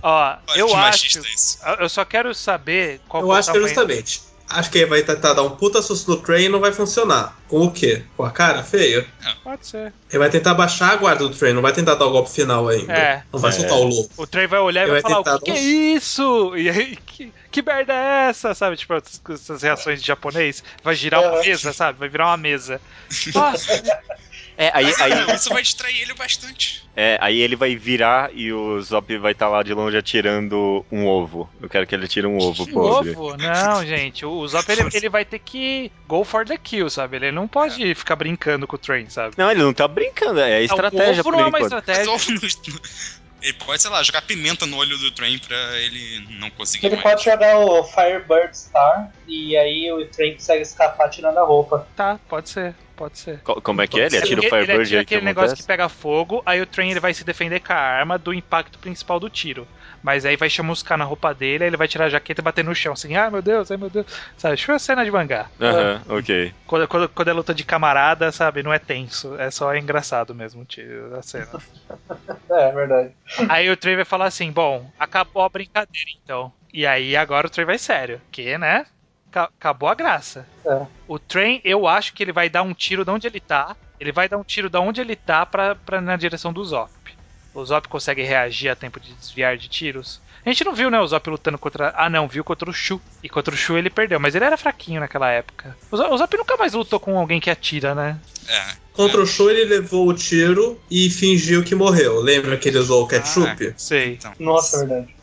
Speaker 2: Ó,
Speaker 5: Olha que
Speaker 2: eu acho.
Speaker 5: machista isso.
Speaker 2: Eu só quero saber qual
Speaker 4: Eu
Speaker 2: foi o
Speaker 4: acho que é
Speaker 2: tamanho-
Speaker 4: justamente. Acho que ele vai tentar dar um puta susto no Train e não vai funcionar. Com o quê? Com a cara feia?
Speaker 2: Pode ser.
Speaker 4: Ele vai tentar baixar a guarda do Train, não vai tentar dar o golpe final ainda.
Speaker 2: É.
Speaker 4: Não vai
Speaker 1: É.
Speaker 4: soltar o lobo.
Speaker 2: O Trey vai olhar e
Speaker 4: Ele
Speaker 2: vai
Speaker 4: vai
Speaker 2: falar:
Speaker 4: tentar
Speaker 2: o que, que
Speaker 4: dar
Speaker 2: é
Speaker 4: um-
Speaker 2: isso? E aí, que, que merda é essa? Sabe? Tipo, essas- essas reações de japonês. Vai girar uma
Speaker 4: É.
Speaker 3: Aham.
Speaker 2: mesa, sabe? Vai virar uma mesa. Nossa,
Speaker 1: É, aí, aí,
Speaker 5: Não, isso vai distrair ele bastante.
Speaker 1: é, aí ele vai virar e o Zop vai estar lá de longe atirando um ovo. Eu quero que ele atire um ovo,
Speaker 2: de
Speaker 1: pobre.
Speaker 2: novo? Não, gente. O Zop ele, ele vai ter que go for the kill, sabe? Ele não
Speaker 5: É.
Speaker 2: pode ficar brincando com o Trey, sabe?
Speaker 1: Não, ele não tá brincando, é estratégia
Speaker 2: o ovo
Speaker 1: por
Speaker 2: não é uma
Speaker 1: enquanto.
Speaker 5: Mas
Speaker 2: estratégia.
Speaker 5: ou no- ele pode, sei lá, jogar pimenta no olho do trem pra ele não conseguir
Speaker 3: Ele
Speaker 5: mais.
Speaker 3: pode jogar o Firebird Star e aí o trem consegue escapar tirando a roupa.
Speaker 2: Tá, pode ser, pode ser.
Speaker 1: Co- Como é que é? Ele
Speaker 2: É
Speaker 1: atira o
Speaker 2: porque ele
Speaker 1: Firebird
Speaker 2: atira
Speaker 1: aí que
Speaker 2: aquele negócio que
Speaker 1: acontece?
Speaker 2: pega fogo, aí o Train ele vai se defender com a arma do impacto principal do tiro. Mas aí vai chamuscar na roupa dele, aí ele vai tirar a jaqueta e bater no chão, assim, ah, meu Deus, ai meu Deus. Sabe, deixa eu cena de mangá.
Speaker 1: Aham, ok.
Speaker 2: Quando, quando, quando é luta de camarada, sabe, não é tenso, é só engraçado mesmo o tiro da cena.
Speaker 3: É, é verdade.
Speaker 2: aí o Train vai falar assim, bom, acabou a brincadeira então. E aí agora o Train vai sério, que, né, ca- acabou a graça.
Speaker 3: É.
Speaker 2: O Train, eu acho que ele vai dar um tiro de onde ele tá. Ele vai dar um tiro de onde ele tá pra, pra, na direção do Zop. O Zop consegue reagir a tempo de desviar de tiros. A gente não viu, né, o Zop lutando contra. Ah, não, viu contra o Shu. E contra o Shu ele perdeu, mas ele era fraquinho naquela época. O Zop, o Zop nunca mais lutou com alguém que atira, né?
Speaker 5: É.
Speaker 4: Contra o show ele levou o tiro e fingiu que morreu. Lembra que ele usou o
Speaker 2: Ah, é.
Speaker 4: ketchup?
Speaker 2: Sei.
Speaker 3: Nossa, é verdade.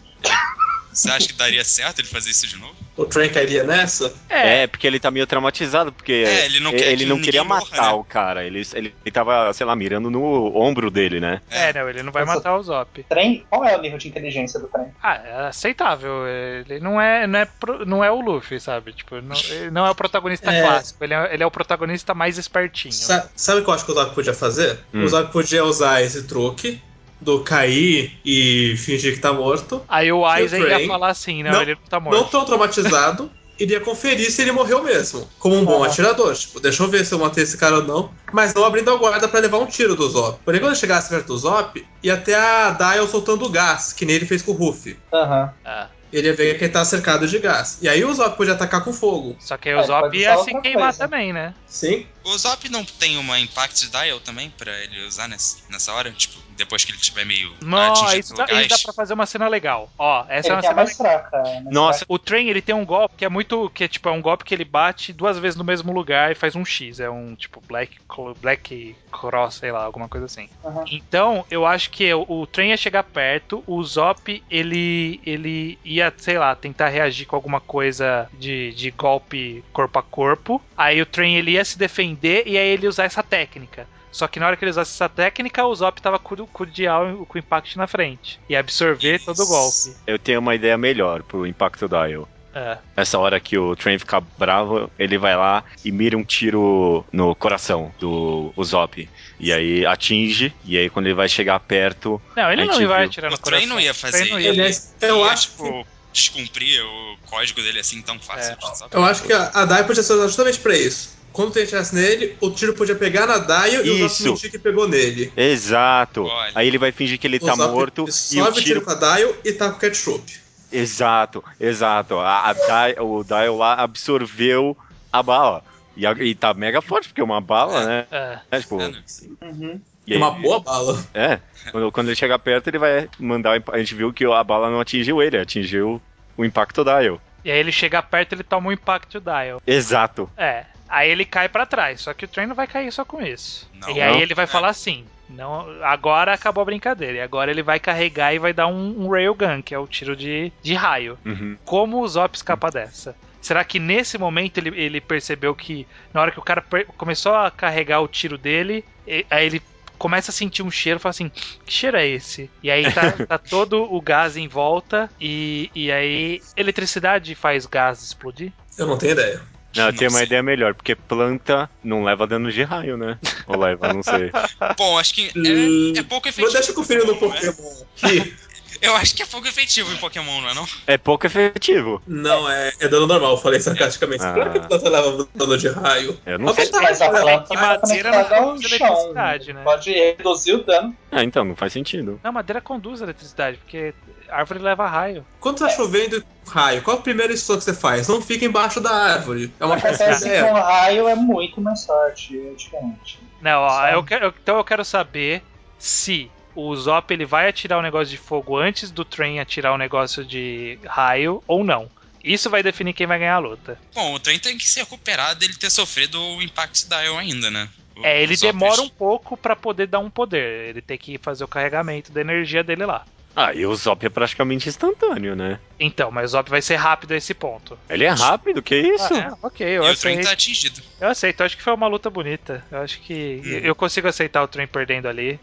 Speaker 5: Você acha que daria certo ele fazer isso de novo?
Speaker 4: O Train cairia nessa?
Speaker 2: É,
Speaker 1: É. porque ele tá meio traumatizado, porque
Speaker 5: É, ele não quer que
Speaker 1: queria
Speaker 5: ninguém morra,
Speaker 1: matar
Speaker 5: né?
Speaker 1: o cara. Ele, ele, ele tava, sei lá, mirando no ombro dele, né?
Speaker 2: é, não, ele não vai
Speaker 3: Nossa.
Speaker 2: matar o Zop.
Speaker 3: Trem? Qual é o nível de inteligência do trem?
Speaker 2: Ah, é aceitável. Ele não é, não é, pro- não é o Luffy, sabe? Tipo, não, ele não é o protagonista
Speaker 4: É.
Speaker 2: clássico. Ele é, ele é o protagonista mais espertinho.
Speaker 4: Sa- sabe o que eu acho que o Zop podia fazer?
Speaker 1: Hum.
Speaker 4: O Zop podia usar esse truque do cair e fingir que tá morto.
Speaker 2: Aí o Aizen ia
Speaker 4: Train.
Speaker 2: falar assim, não,
Speaker 4: Não,
Speaker 2: ele não tá
Speaker 4: Não
Speaker 2: morto.
Speaker 4: tão traumatizado. iria conferir se ele morreu mesmo, como um bom
Speaker 3: Ah.
Speaker 4: atirador. Tipo, deixa eu ver se eu matei esse cara ou não, mas não abrindo a guarda pra levar um tiro do Zop. Porém, quando eu chegasse perto do Zop, ia até a Dial soltando gás, que nem ele fez com o Ruffy.
Speaker 3: Aham.
Speaker 2: Ah,
Speaker 4: Ele ia ver que ele tá cercado de gás. E aí o Zop podia atacar com fogo.
Speaker 2: só que aí
Speaker 3: É,
Speaker 2: o Zop
Speaker 3: pode
Speaker 2: ia
Speaker 3: usar
Speaker 2: se
Speaker 3: outra
Speaker 2: queimar
Speaker 3: coisa.
Speaker 2: também, né?
Speaker 4: Sim.
Speaker 5: O Zop não tem uma impact dial também pra ele usar nessa, nessa hora? Tipo, depois que ele tiver meio
Speaker 2: Não,
Speaker 5: atingido
Speaker 2: isso
Speaker 5: pelo
Speaker 2: dá, isso dá
Speaker 5: gás.
Speaker 2: pra fazer uma cena legal. Ó, essa é
Speaker 3: Ele
Speaker 2: uma
Speaker 3: que é a
Speaker 2: cena
Speaker 3: mais
Speaker 2: legal.
Speaker 3: fraca. a mais
Speaker 1: Nossa,
Speaker 2: O Train, ele tem um golpe que é muito. Que é, tipo, é um golpe que ele bate duas vezes no mesmo lugar e faz um X. É um tipo Black, Cl- Black Cross, sei lá, alguma coisa assim.
Speaker 3: Aham.
Speaker 2: Então, eu acho que o, o Train ia chegar perto, o Zop, ele. ele ia, sei lá, tentar reagir com alguma coisa de, de golpe corpo a corpo. Aí o Train ele ia se defender e aí ele ia usar essa técnica. Só que na hora que ele usasse essa técnica, o Zop tava com o- com o Dial com o Impact na frente. E absorver todo o golpe.
Speaker 1: eu tenho uma ideia melhor pro Impacto Dial.
Speaker 2: É.
Speaker 1: Nessa hora que o Train fica bravo, ele vai lá e mira um tiro no coração do Usopp. E aí atinge, e aí quando ele vai chegar perto,
Speaker 2: Não, ele
Speaker 1: A
Speaker 2: não
Speaker 1: gente
Speaker 2: vai
Speaker 1: viu.
Speaker 2: atirar no
Speaker 5: O
Speaker 2: coração.
Speaker 5: trem não ia fazer
Speaker 2: O trem não ia.
Speaker 5: isso.
Speaker 4: Aliás, eu
Speaker 5: Ia,
Speaker 4: acho que
Speaker 5: tipo, descumprir o código dele assim tão
Speaker 2: É.
Speaker 5: fácil. sabe?
Speaker 4: Eu acho que a, a Dai podia ser usada justamente pra isso. Quando tem chance nele, o tiro podia pegar na Daio e o Zop
Speaker 1: Isso.
Speaker 4: mentir que pegou nele.
Speaker 1: exato.
Speaker 5: Olha.
Speaker 1: Aí ele vai fingir que ele
Speaker 4: O
Speaker 1: tá
Speaker 4: Zop
Speaker 1: morto e
Speaker 4: Sobe
Speaker 1: o
Speaker 4: o tiro
Speaker 1: tiro
Speaker 4: com a Daio e tá com o ketchup.
Speaker 1: Exato, exato. A, a Dai- o Dial lá absorveu a bala. E, a- e tá mega forte, porque é uma bala, né?
Speaker 2: É.
Speaker 1: É, tipo,
Speaker 5: É, né?
Speaker 3: Uhum.
Speaker 1: e aí-
Speaker 4: Uma boa bala.
Speaker 1: é. Quando, quando ele chegar perto, ele vai mandar. o imp- A gente viu que a bala não atingiu ele, atingiu o impacto Dial.
Speaker 2: E aí ele chega perto, ele toma um impact dial.
Speaker 1: Exato.
Speaker 2: É. Aí ele cai pra trás, só que o trem não vai cair só com isso.
Speaker 5: Não.
Speaker 2: e aí
Speaker 1: Não.
Speaker 2: ele vai
Speaker 5: É.
Speaker 2: falar assim: não, agora acabou a brincadeira. E agora ele vai carregar e vai dar um, um railgun, que é o tiro de, de raio.
Speaker 1: Uhum.
Speaker 2: Como o Zop escapa dessa? Será que nesse momento ele, ele percebeu que na hora que o cara per- começou a carregar o tiro dele, e- aí ele começa a sentir um cheiro, fala assim, que cheiro é esse? E aí tá, tá todo o gás em volta e, e aí eletricidade faz gás explodir?
Speaker 4: Eu não tenho ideia.
Speaker 1: Não, eu
Speaker 5: Não
Speaker 1: tenho uma
Speaker 5: sei.
Speaker 1: ideia melhor, porque planta não leva dano de raio, né? Ou leva, não sei.
Speaker 5: Bom, acho que
Speaker 4: Hum.
Speaker 5: é, é pouco
Speaker 4: Mas
Speaker 5: efetivo.
Speaker 4: deixa eu conferir no
Speaker 5: Pokémon, né?
Speaker 4: Pokémon. Que
Speaker 5: Eu acho que é pouco efetivo em Pokémon, não é não?
Speaker 1: É pouco efetivo.
Speaker 4: não é, é dano normal, eu falei sarcasticamente.
Speaker 1: Ah.
Speaker 4: Claro que a planta leva dano de raio.
Speaker 1: Eu não sei.
Speaker 4: Tá,
Speaker 3: Mas a
Speaker 4: mas
Speaker 3: planta
Speaker 2: que
Speaker 3: tá
Speaker 2: madeira
Speaker 3: conectada
Speaker 2: não
Speaker 3: ao
Speaker 2: produz
Speaker 3: chão.
Speaker 2: eletricidade, né?
Speaker 3: Pode reduzir o dano.
Speaker 1: Ah, então, não faz sentido.
Speaker 2: Não, madeira conduz eletricidade, porque árvore leva raio.
Speaker 4: Quando tá chovendo e raio, qual é o primeiro instrução que você faz? Não fica embaixo da árvore. É uma
Speaker 3: Acontece que
Speaker 4: ideia.
Speaker 3: com raio é muito mais forte, é diferente.
Speaker 2: Não, ó,
Speaker 3: Sabe?
Speaker 2: eu quero- eu- então eu quero saber se o Zop ele vai atirar o negócio de fogo antes do trem atirar o negócio de raio ou não. Isso vai definir quem vai ganhar a luta.
Speaker 5: Bom, o trem tem que se recuperar dele ter sofrido o Impact Dial ainda, né? O-
Speaker 2: É, ele
Speaker 5: os outros.
Speaker 2: demora um pouco pra poder dar um poder. Ele tem que fazer o carregamento da energia dele lá.
Speaker 1: Ah, e o Zop é praticamente instantâneo, né?
Speaker 2: Então, mas o Zop vai ser rápido a esse ponto.
Speaker 1: Ele é rápido, que isso?
Speaker 2: Ah, é, ok,
Speaker 5: E
Speaker 2: eu
Speaker 5: o trem
Speaker 2: aceito.
Speaker 5: tá atingido.
Speaker 2: Eu aceito, eu acho que foi uma luta bonita. Eu acho que
Speaker 5: Hum.
Speaker 2: eu consigo aceitar o trem perdendo ali.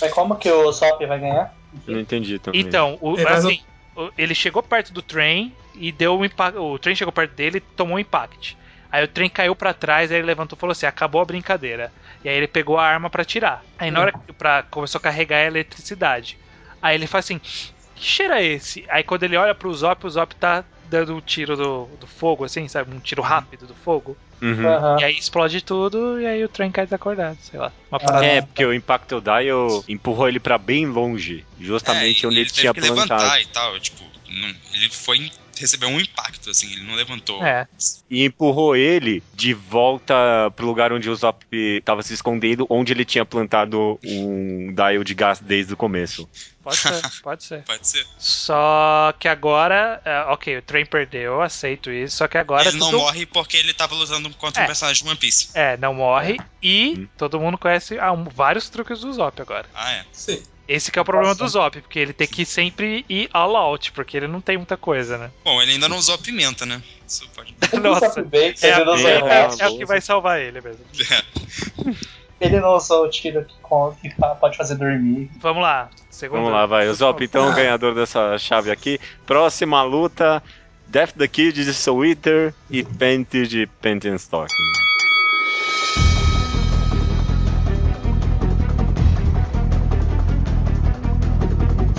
Speaker 3: Mas como que o Sop vai ganhar?
Speaker 5: é.
Speaker 1: Não entendi também.
Speaker 2: Então, o-
Speaker 4: Ele faz
Speaker 2: assim, o- ele chegou perto do trem e deu um impacto. O trem chegou perto dele e tomou um impact. Aí o trem caiu pra trás, aí ele levantou e falou assim: acabou a brincadeira. E aí ele pegou a arma pra tirar. Aí na hora que pra, começou a carregar a eletricidade. Aí ele faz assim: que cheiro é esse? Aí quando ele olha pro Zop, o Zop tá dando um tiro do, do fogo, assim, sabe? Um tiro rápido do fogo.
Speaker 1: Uhum.
Speaker 5: ah,
Speaker 3: Aham.
Speaker 2: E aí explode tudo e aí o trem cai desacordado, sei lá. Uma parada. assim.
Speaker 1: É, porque o Impacto Dial empurrou ele pra bem longe, justamente
Speaker 5: É,
Speaker 1: onde
Speaker 5: e
Speaker 1: ele,
Speaker 5: teve
Speaker 1: tinha
Speaker 5: que
Speaker 1: plantado.
Speaker 5: levantar e tal, tipo, não- ele foi recebeu um impacto assim, ele não levantou.
Speaker 2: É.
Speaker 1: E empurrou ele de volta pro lugar onde o Zop tava se escondendo, onde ele tinha plantado um dial de gás desde o começo.
Speaker 2: Pode ser, pode ser.
Speaker 5: Pode ser.
Speaker 2: Só que agora, é, ok, o trem perdeu, eu aceito isso. Só que agora
Speaker 5: ele não
Speaker 2: tudo-
Speaker 5: morre porque ele tava lutando contra
Speaker 2: É.
Speaker 5: um personagem de One Piece.
Speaker 2: É, não morre. E
Speaker 1: Uhum.
Speaker 2: todo mundo conhece ah, um- vários truques do Zop agora.
Speaker 5: Ah, é.
Speaker 4: Sim.
Speaker 2: Esse que é o problema
Speaker 3: Nossa.
Speaker 2: do Zop, porque ele tem que sempre ir all out, porque ele não tem muita coisa, né?
Speaker 5: Bbom, ele ainda não usou a pimenta, né? Isso pode.
Speaker 2: Nossa.
Speaker 3: O Sop veio,
Speaker 2: É,
Speaker 3: ele, não né? usou,
Speaker 1: é,
Speaker 3: o
Speaker 1: é.
Speaker 3: hack,
Speaker 2: É o que vai salvar ele mesmo.
Speaker 3: ele não usou o tiro que, com- que fa- pode fazer dormir.
Speaker 2: Vamos lá, segundo.
Speaker 1: Vamos lá, vai. O Zop, então, o ganhador dessa chave aqui. Próxima luta: Death the Kid de Soul Eater e Panty de Panty Stock.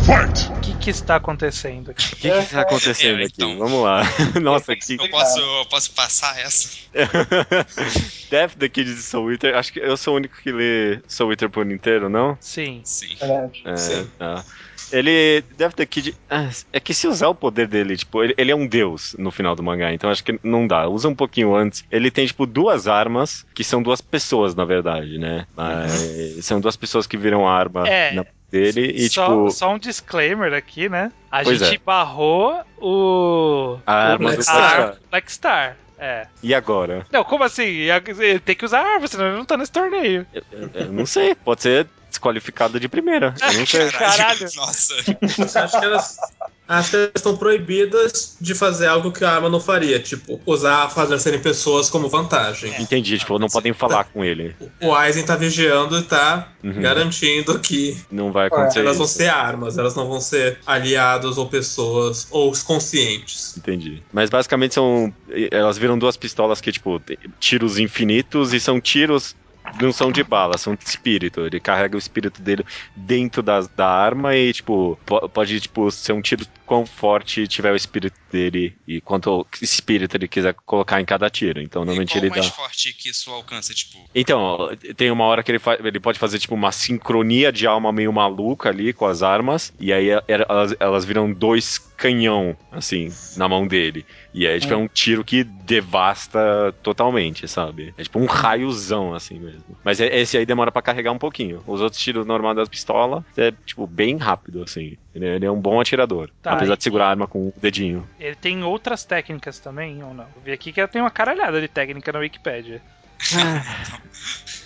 Speaker 6: Fight!
Speaker 7: Que
Speaker 2: que está acontecendo?
Speaker 1: O que, que está acontecendo
Speaker 5: É,
Speaker 1: aqui?
Speaker 5: então.
Speaker 1: Vamos lá. Nossa, que.
Speaker 5: Eu posso, eu posso passar essa?
Speaker 1: Death the Kids de Soul Eater. Acho que eu sou o único que lê Soul Eater por inteiro, não?
Speaker 2: Sim.
Speaker 5: Sim.
Speaker 3: Verdade.
Speaker 1: É,
Speaker 4: Sim.
Speaker 1: tá. Ele, Death the Kid. ah, É que se usar o poder dele, tipo, ele, ele é um deus no final do mangá, então acho que não dá. Usa um pouquinho antes. Ele tem, tipo, duas armas, que são duas pessoas, na verdade, né? Mas são duas pessoas que viram a arma
Speaker 2: É.
Speaker 1: na- dele e,
Speaker 2: só,
Speaker 1: tipo.
Speaker 2: só um disclaimer aqui, né? A
Speaker 1: Pois
Speaker 2: gente
Speaker 1: é.
Speaker 2: barrou o.
Speaker 1: A arma
Speaker 4: do
Speaker 2: Black
Speaker 4: Black
Speaker 2: Star. Black Star. É.
Speaker 1: E agora?
Speaker 2: Não, como assim? Ele tem que usar a arma, senão ele não tá nesse torneio.
Speaker 1: Eu, eu É, não sei. Pode ser desqualificado de primeira. Eu não sei.
Speaker 2: Caralho.
Speaker 5: Nossa.
Speaker 4: Acho que elas. Acho que elas estão proibidas de fazer algo que a arma não faria, tipo, usar fazer serem pessoas como vantagem.
Speaker 1: Entendi, tipo, não podem falar com ele.
Speaker 4: O Aizen tá vigiando e tá
Speaker 1: Uhum.
Speaker 4: garantindo que
Speaker 1: Não vai acontecer.
Speaker 4: elas vão
Speaker 1: isso.
Speaker 4: ser armas, elas não vão ser aliados ou pessoas ou os conscientes.
Speaker 1: Entendi. Mas basicamente são. Elas viram duas pistolas que, tipo, tem tiros infinitos e são tiros. Não são de bala, são de espírito. Ele carrega o espírito dele dentro da, da arma e, tipo, po- pode, tipo, ser um tiro quão forte tiver o espírito dele e quanto espírito ele quiser colocar em cada tiro. Então, normalmente
Speaker 5: e qual
Speaker 1: ele
Speaker 5: o mais
Speaker 1: dá.
Speaker 5: forte que isso alcança, tipo.
Speaker 1: Então, tem uma hora que ele, fa- ele pode fazer, tipo, uma sincronia de alma meio maluca ali com as armas. E aí e- elas, elas viram dois canhão, assim, na mão dele. E aí, tipo, é um tiro que devasta totalmente, sabe? É tipo um raiozão, assim mesmo. Mas é- esse aí demora pra carregar um pouquinho. Os outros tiros normais das pistolas é, tipo, bem rápido, assim. Ele, ele é um bom atirador.
Speaker 2: Tá,
Speaker 1: apesar
Speaker 2: e-
Speaker 1: de segurar a arma com o dedinho.
Speaker 2: Ele tem outras técnicas também, ou não? Eu vi aqui que ela tem uma caralhada de técnica na Wikipedia.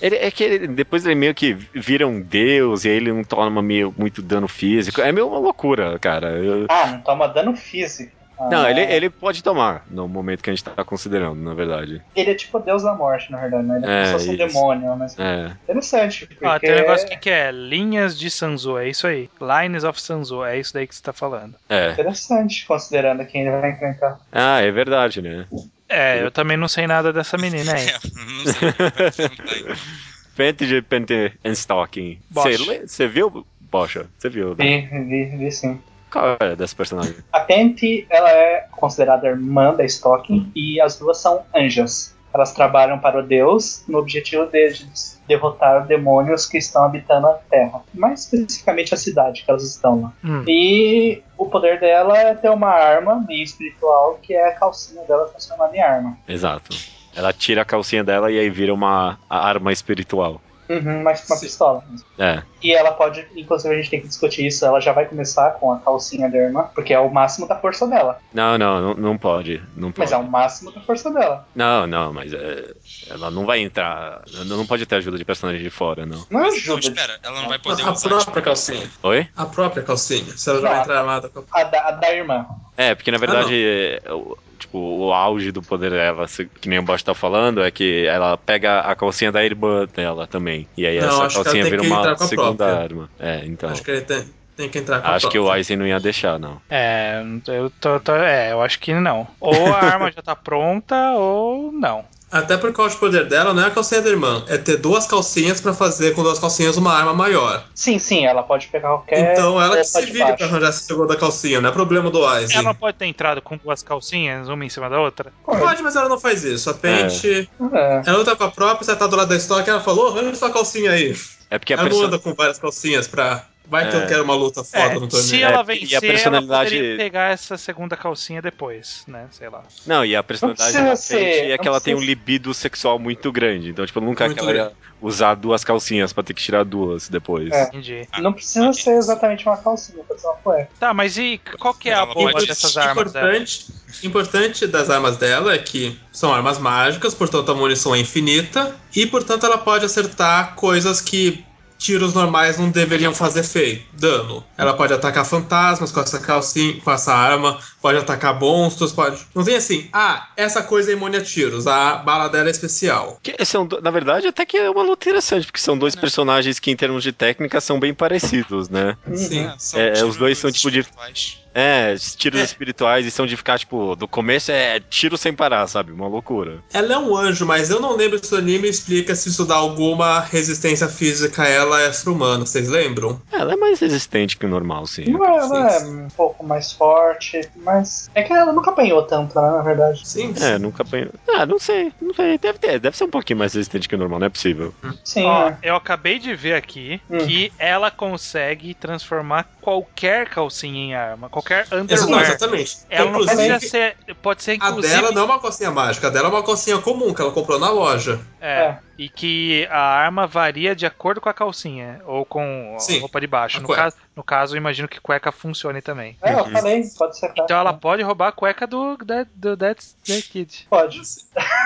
Speaker 1: Ele, é que ele- depois ele meio que vira um deus e aí ele não toma meio, muito dano físico. É meio uma loucura, cara. Eu-
Speaker 3: Ah, não toma dano físico. Ah,
Speaker 1: não, ele, ele pode tomar no momento que a gente tá considerando, na verdade.
Speaker 3: Ele é tipo Deus da Morte, na verdade, né? Ele
Speaker 1: É,
Speaker 3: é, como se fosse um
Speaker 1: isso.
Speaker 3: demônio, mas
Speaker 1: É.
Speaker 3: interessante. Porque...
Speaker 2: Ah, tem um negócio aqui que é linhas de Sanzo, é isso aí. Lines of Sanzo, é isso daí que você tá falando.
Speaker 1: É.
Speaker 3: Interessante, considerando quem ele vai enfrentar.
Speaker 1: Ah, é verdade, né?
Speaker 2: É, eu também não sei nada dessa menina aí.
Speaker 5: É, não sei. Não tem.
Speaker 1: Fantasy Pente and Stalking.
Speaker 2: Bocha.
Speaker 1: Você viu, Bocha? Você viu, né?
Speaker 3: Vi, vi, vi sim.
Speaker 1: Qual é dessa personagem?
Speaker 3: A Pente, ela é considerada irmã da Stocking e as duas são anjas. Elas trabalham para o Deus no objetivo de de derrotar demônios que estão habitando a Terra. Mais especificamente a cidade que elas estão lá.
Speaker 2: Hum.
Speaker 3: E o poder dela é ter uma arma meio espiritual que é a calcinha dela transformada em arma.
Speaker 1: Exato. Ela tira a calcinha dela e aí vira uma a- arma espiritual.
Speaker 3: Uhum, mas com uma
Speaker 4: Sim.
Speaker 3: pistola.
Speaker 1: É.
Speaker 3: E ela pode, inclusive a gente tem que discutir isso, ela já vai começar com a calcinha da irmã, porque é o máximo da força dela.
Speaker 1: Não, não, não, não pode. Não pode.
Speaker 3: Mas é o máximo da força dela.
Speaker 1: Não, não, mas é, ela não vai entrar. Não não pode ter ajuda de personagem de fora, não.
Speaker 3: Não
Speaker 5: Mas, então,
Speaker 3: ajuda.
Speaker 5: espera, ela não vai poder
Speaker 4: A
Speaker 5: usar.
Speaker 4: própria
Speaker 5: Tipo,
Speaker 4: calcinha.
Speaker 1: Oi?
Speaker 4: A própria calcinha. Se ela já vai
Speaker 3: Não.
Speaker 4: entrar lá da calcinha.
Speaker 3: A da, a da irmã.
Speaker 1: É, porque na
Speaker 4: Ah, não.
Speaker 1: verdade, é, o- tipo, o auge do poder dela, se- que nem o Bosch tá falando, é que ela pega a calcinha da irmã dela também. E aí
Speaker 4: Não, acho
Speaker 1: essa
Speaker 4: que ela
Speaker 1: calcinha
Speaker 4: tem
Speaker 1: vira
Speaker 4: que entrar com
Speaker 1: uma
Speaker 4: a
Speaker 1: segunda
Speaker 4: própria.
Speaker 1: arma. É, então.
Speaker 4: Acho que ele tem, tem que entrar com
Speaker 1: Acho
Speaker 4: a
Speaker 1: que o
Speaker 4: própria.
Speaker 1: Aizen não ia deixar, não.
Speaker 2: É, eu tô, tô- é, eu acho que não. Ou a arma já tá pronta, ou não.
Speaker 4: Até por causa do poder dela, não é a calcinha da irmã. É ter duas calcinhas pra fazer com duas calcinhas uma arma maior.
Speaker 3: Sim, sim, ela pode pegar qualquer.
Speaker 4: então ela
Speaker 3: roupa
Speaker 4: que se
Speaker 3: de
Speaker 4: vire
Speaker 3: baixo.
Speaker 4: pra arranjar essa segunda calcinha, não é problema do Aizen.
Speaker 2: Ela não pode ter entrado com duas calcinhas, uma em cima da outra?
Speaker 4: Pode, mas ela não faz isso. A Pente.
Speaker 3: É.
Speaker 4: Ela luta com a própria, você tá do lado da estoque, ela falou, arranja sua calcinha aí.
Speaker 1: É porque a
Speaker 4: ela não
Speaker 1: pessoa.
Speaker 4: anda com várias calcinhas pra. Vai que
Speaker 1: É.
Speaker 4: eu quero uma luta foda
Speaker 2: É,
Speaker 4: no
Speaker 2: se
Speaker 4: torneio.
Speaker 1: É,
Speaker 2: ela
Speaker 1: e a
Speaker 2: vencer, ela
Speaker 1: personalidade-
Speaker 2: poderia pegar essa segunda calcinha depois, né? Sei lá.
Speaker 1: Não, e a personalidade
Speaker 3: Não
Speaker 1: da
Speaker 3: precisa ser,
Speaker 1: Fate é
Speaker 3: não
Speaker 1: que ela tem um
Speaker 3: precisa-
Speaker 1: libido sexual muito grande. Então, tipo, nunca
Speaker 4: Muito
Speaker 1: que ela ia usar duas calcinhas pra ter que tirar duas depois.
Speaker 3: É.
Speaker 2: Entendi.
Speaker 3: Não precisa ser exatamente uma calcinha, é. pode ser uma cueca.
Speaker 2: Tá, mas e qual que é a
Speaker 5: Ela
Speaker 2: boa
Speaker 5: pode-
Speaker 2: dessas armas dela?
Speaker 4: importante, importante das armas dela é que são armas mágicas, portanto a munição é infinita e portanto ela pode acertar coisas que tiros normais não deveriam fazer feio, dano. Ela pode atacar fantasmas com essa calcinha, com essa arma, pode atacar monstros, pode. Não tem assim, ah, essa coisa é imune a tiros, a bala dela é especial.
Speaker 1: Que são, do- na verdade, até que é uma luta interessante, porque são dois personagens que, em termos de técnica, são bem parecidos, né?
Speaker 4: Sim.
Speaker 5: são
Speaker 1: É, os dois
Speaker 5: tiros
Speaker 1: são tipo de-
Speaker 5: espirituais.
Speaker 1: É, esses tiros
Speaker 4: É.
Speaker 1: espirituais e são de ficar, tipo, do começo é tiro sem parar, sabe? Uma loucura.
Speaker 4: Ela é um anjo, mas eu não lembro se o anime explica se isso dá alguma resistência física a ela extra-humana. Vocês lembram?
Speaker 1: Ela é mais resistente que o normal, sim.
Speaker 3: Não é, ela é um pouco mais forte, mas. É que ela nunca apanhou tanto, né, na verdade.
Speaker 4: Sim.
Speaker 1: É, nunca apanhou. Ah, não sei, não sei. Deve ter, deve ser um pouquinho mais resistente que o normal, não é possível.
Speaker 3: Sim,
Speaker 2: Ó,
Speaker 3: né?
Speaker 2: eu acabei de ver aqui
Speaker 3: Hum.
Speaker 2: que ela consegue transformar qualquer calcinha em arma, qualquer
Speaker 4: Exa- não,
Speaker 2: underwear.
Speaker 4: É
Speaker 2: É
Speaker 4: exatamente.
Speaker 2: Ela não precisa
Speaker 4: Inclusive,
Speaker 2: ser. Pode ser
Speaker 4: a
Speaker 2: assim, inclusive.
Speaker 4: dela não é uma calcinha mágica, a dela é uma calcinha comum que ela comprou na loja.
Speaker 2: É,
Speaker 3: É.
Speaker 2: E que a arma varia de acordo com a calcinha. Ou com a
Speaker 4: Sim,
Speaker 2: roupa de baixo.
Speaker 4: a
Speaker 2: No
Speaker 4: cueca.
Speaker 2: caso, no caso, eu imagino que cueca funcione também.
Speaker 3: É, eu falei, pode ser.
Speaker 2: Então ela pode roubar a cueca do, da, do Dead Snake Kid.
Speaker 3: pode.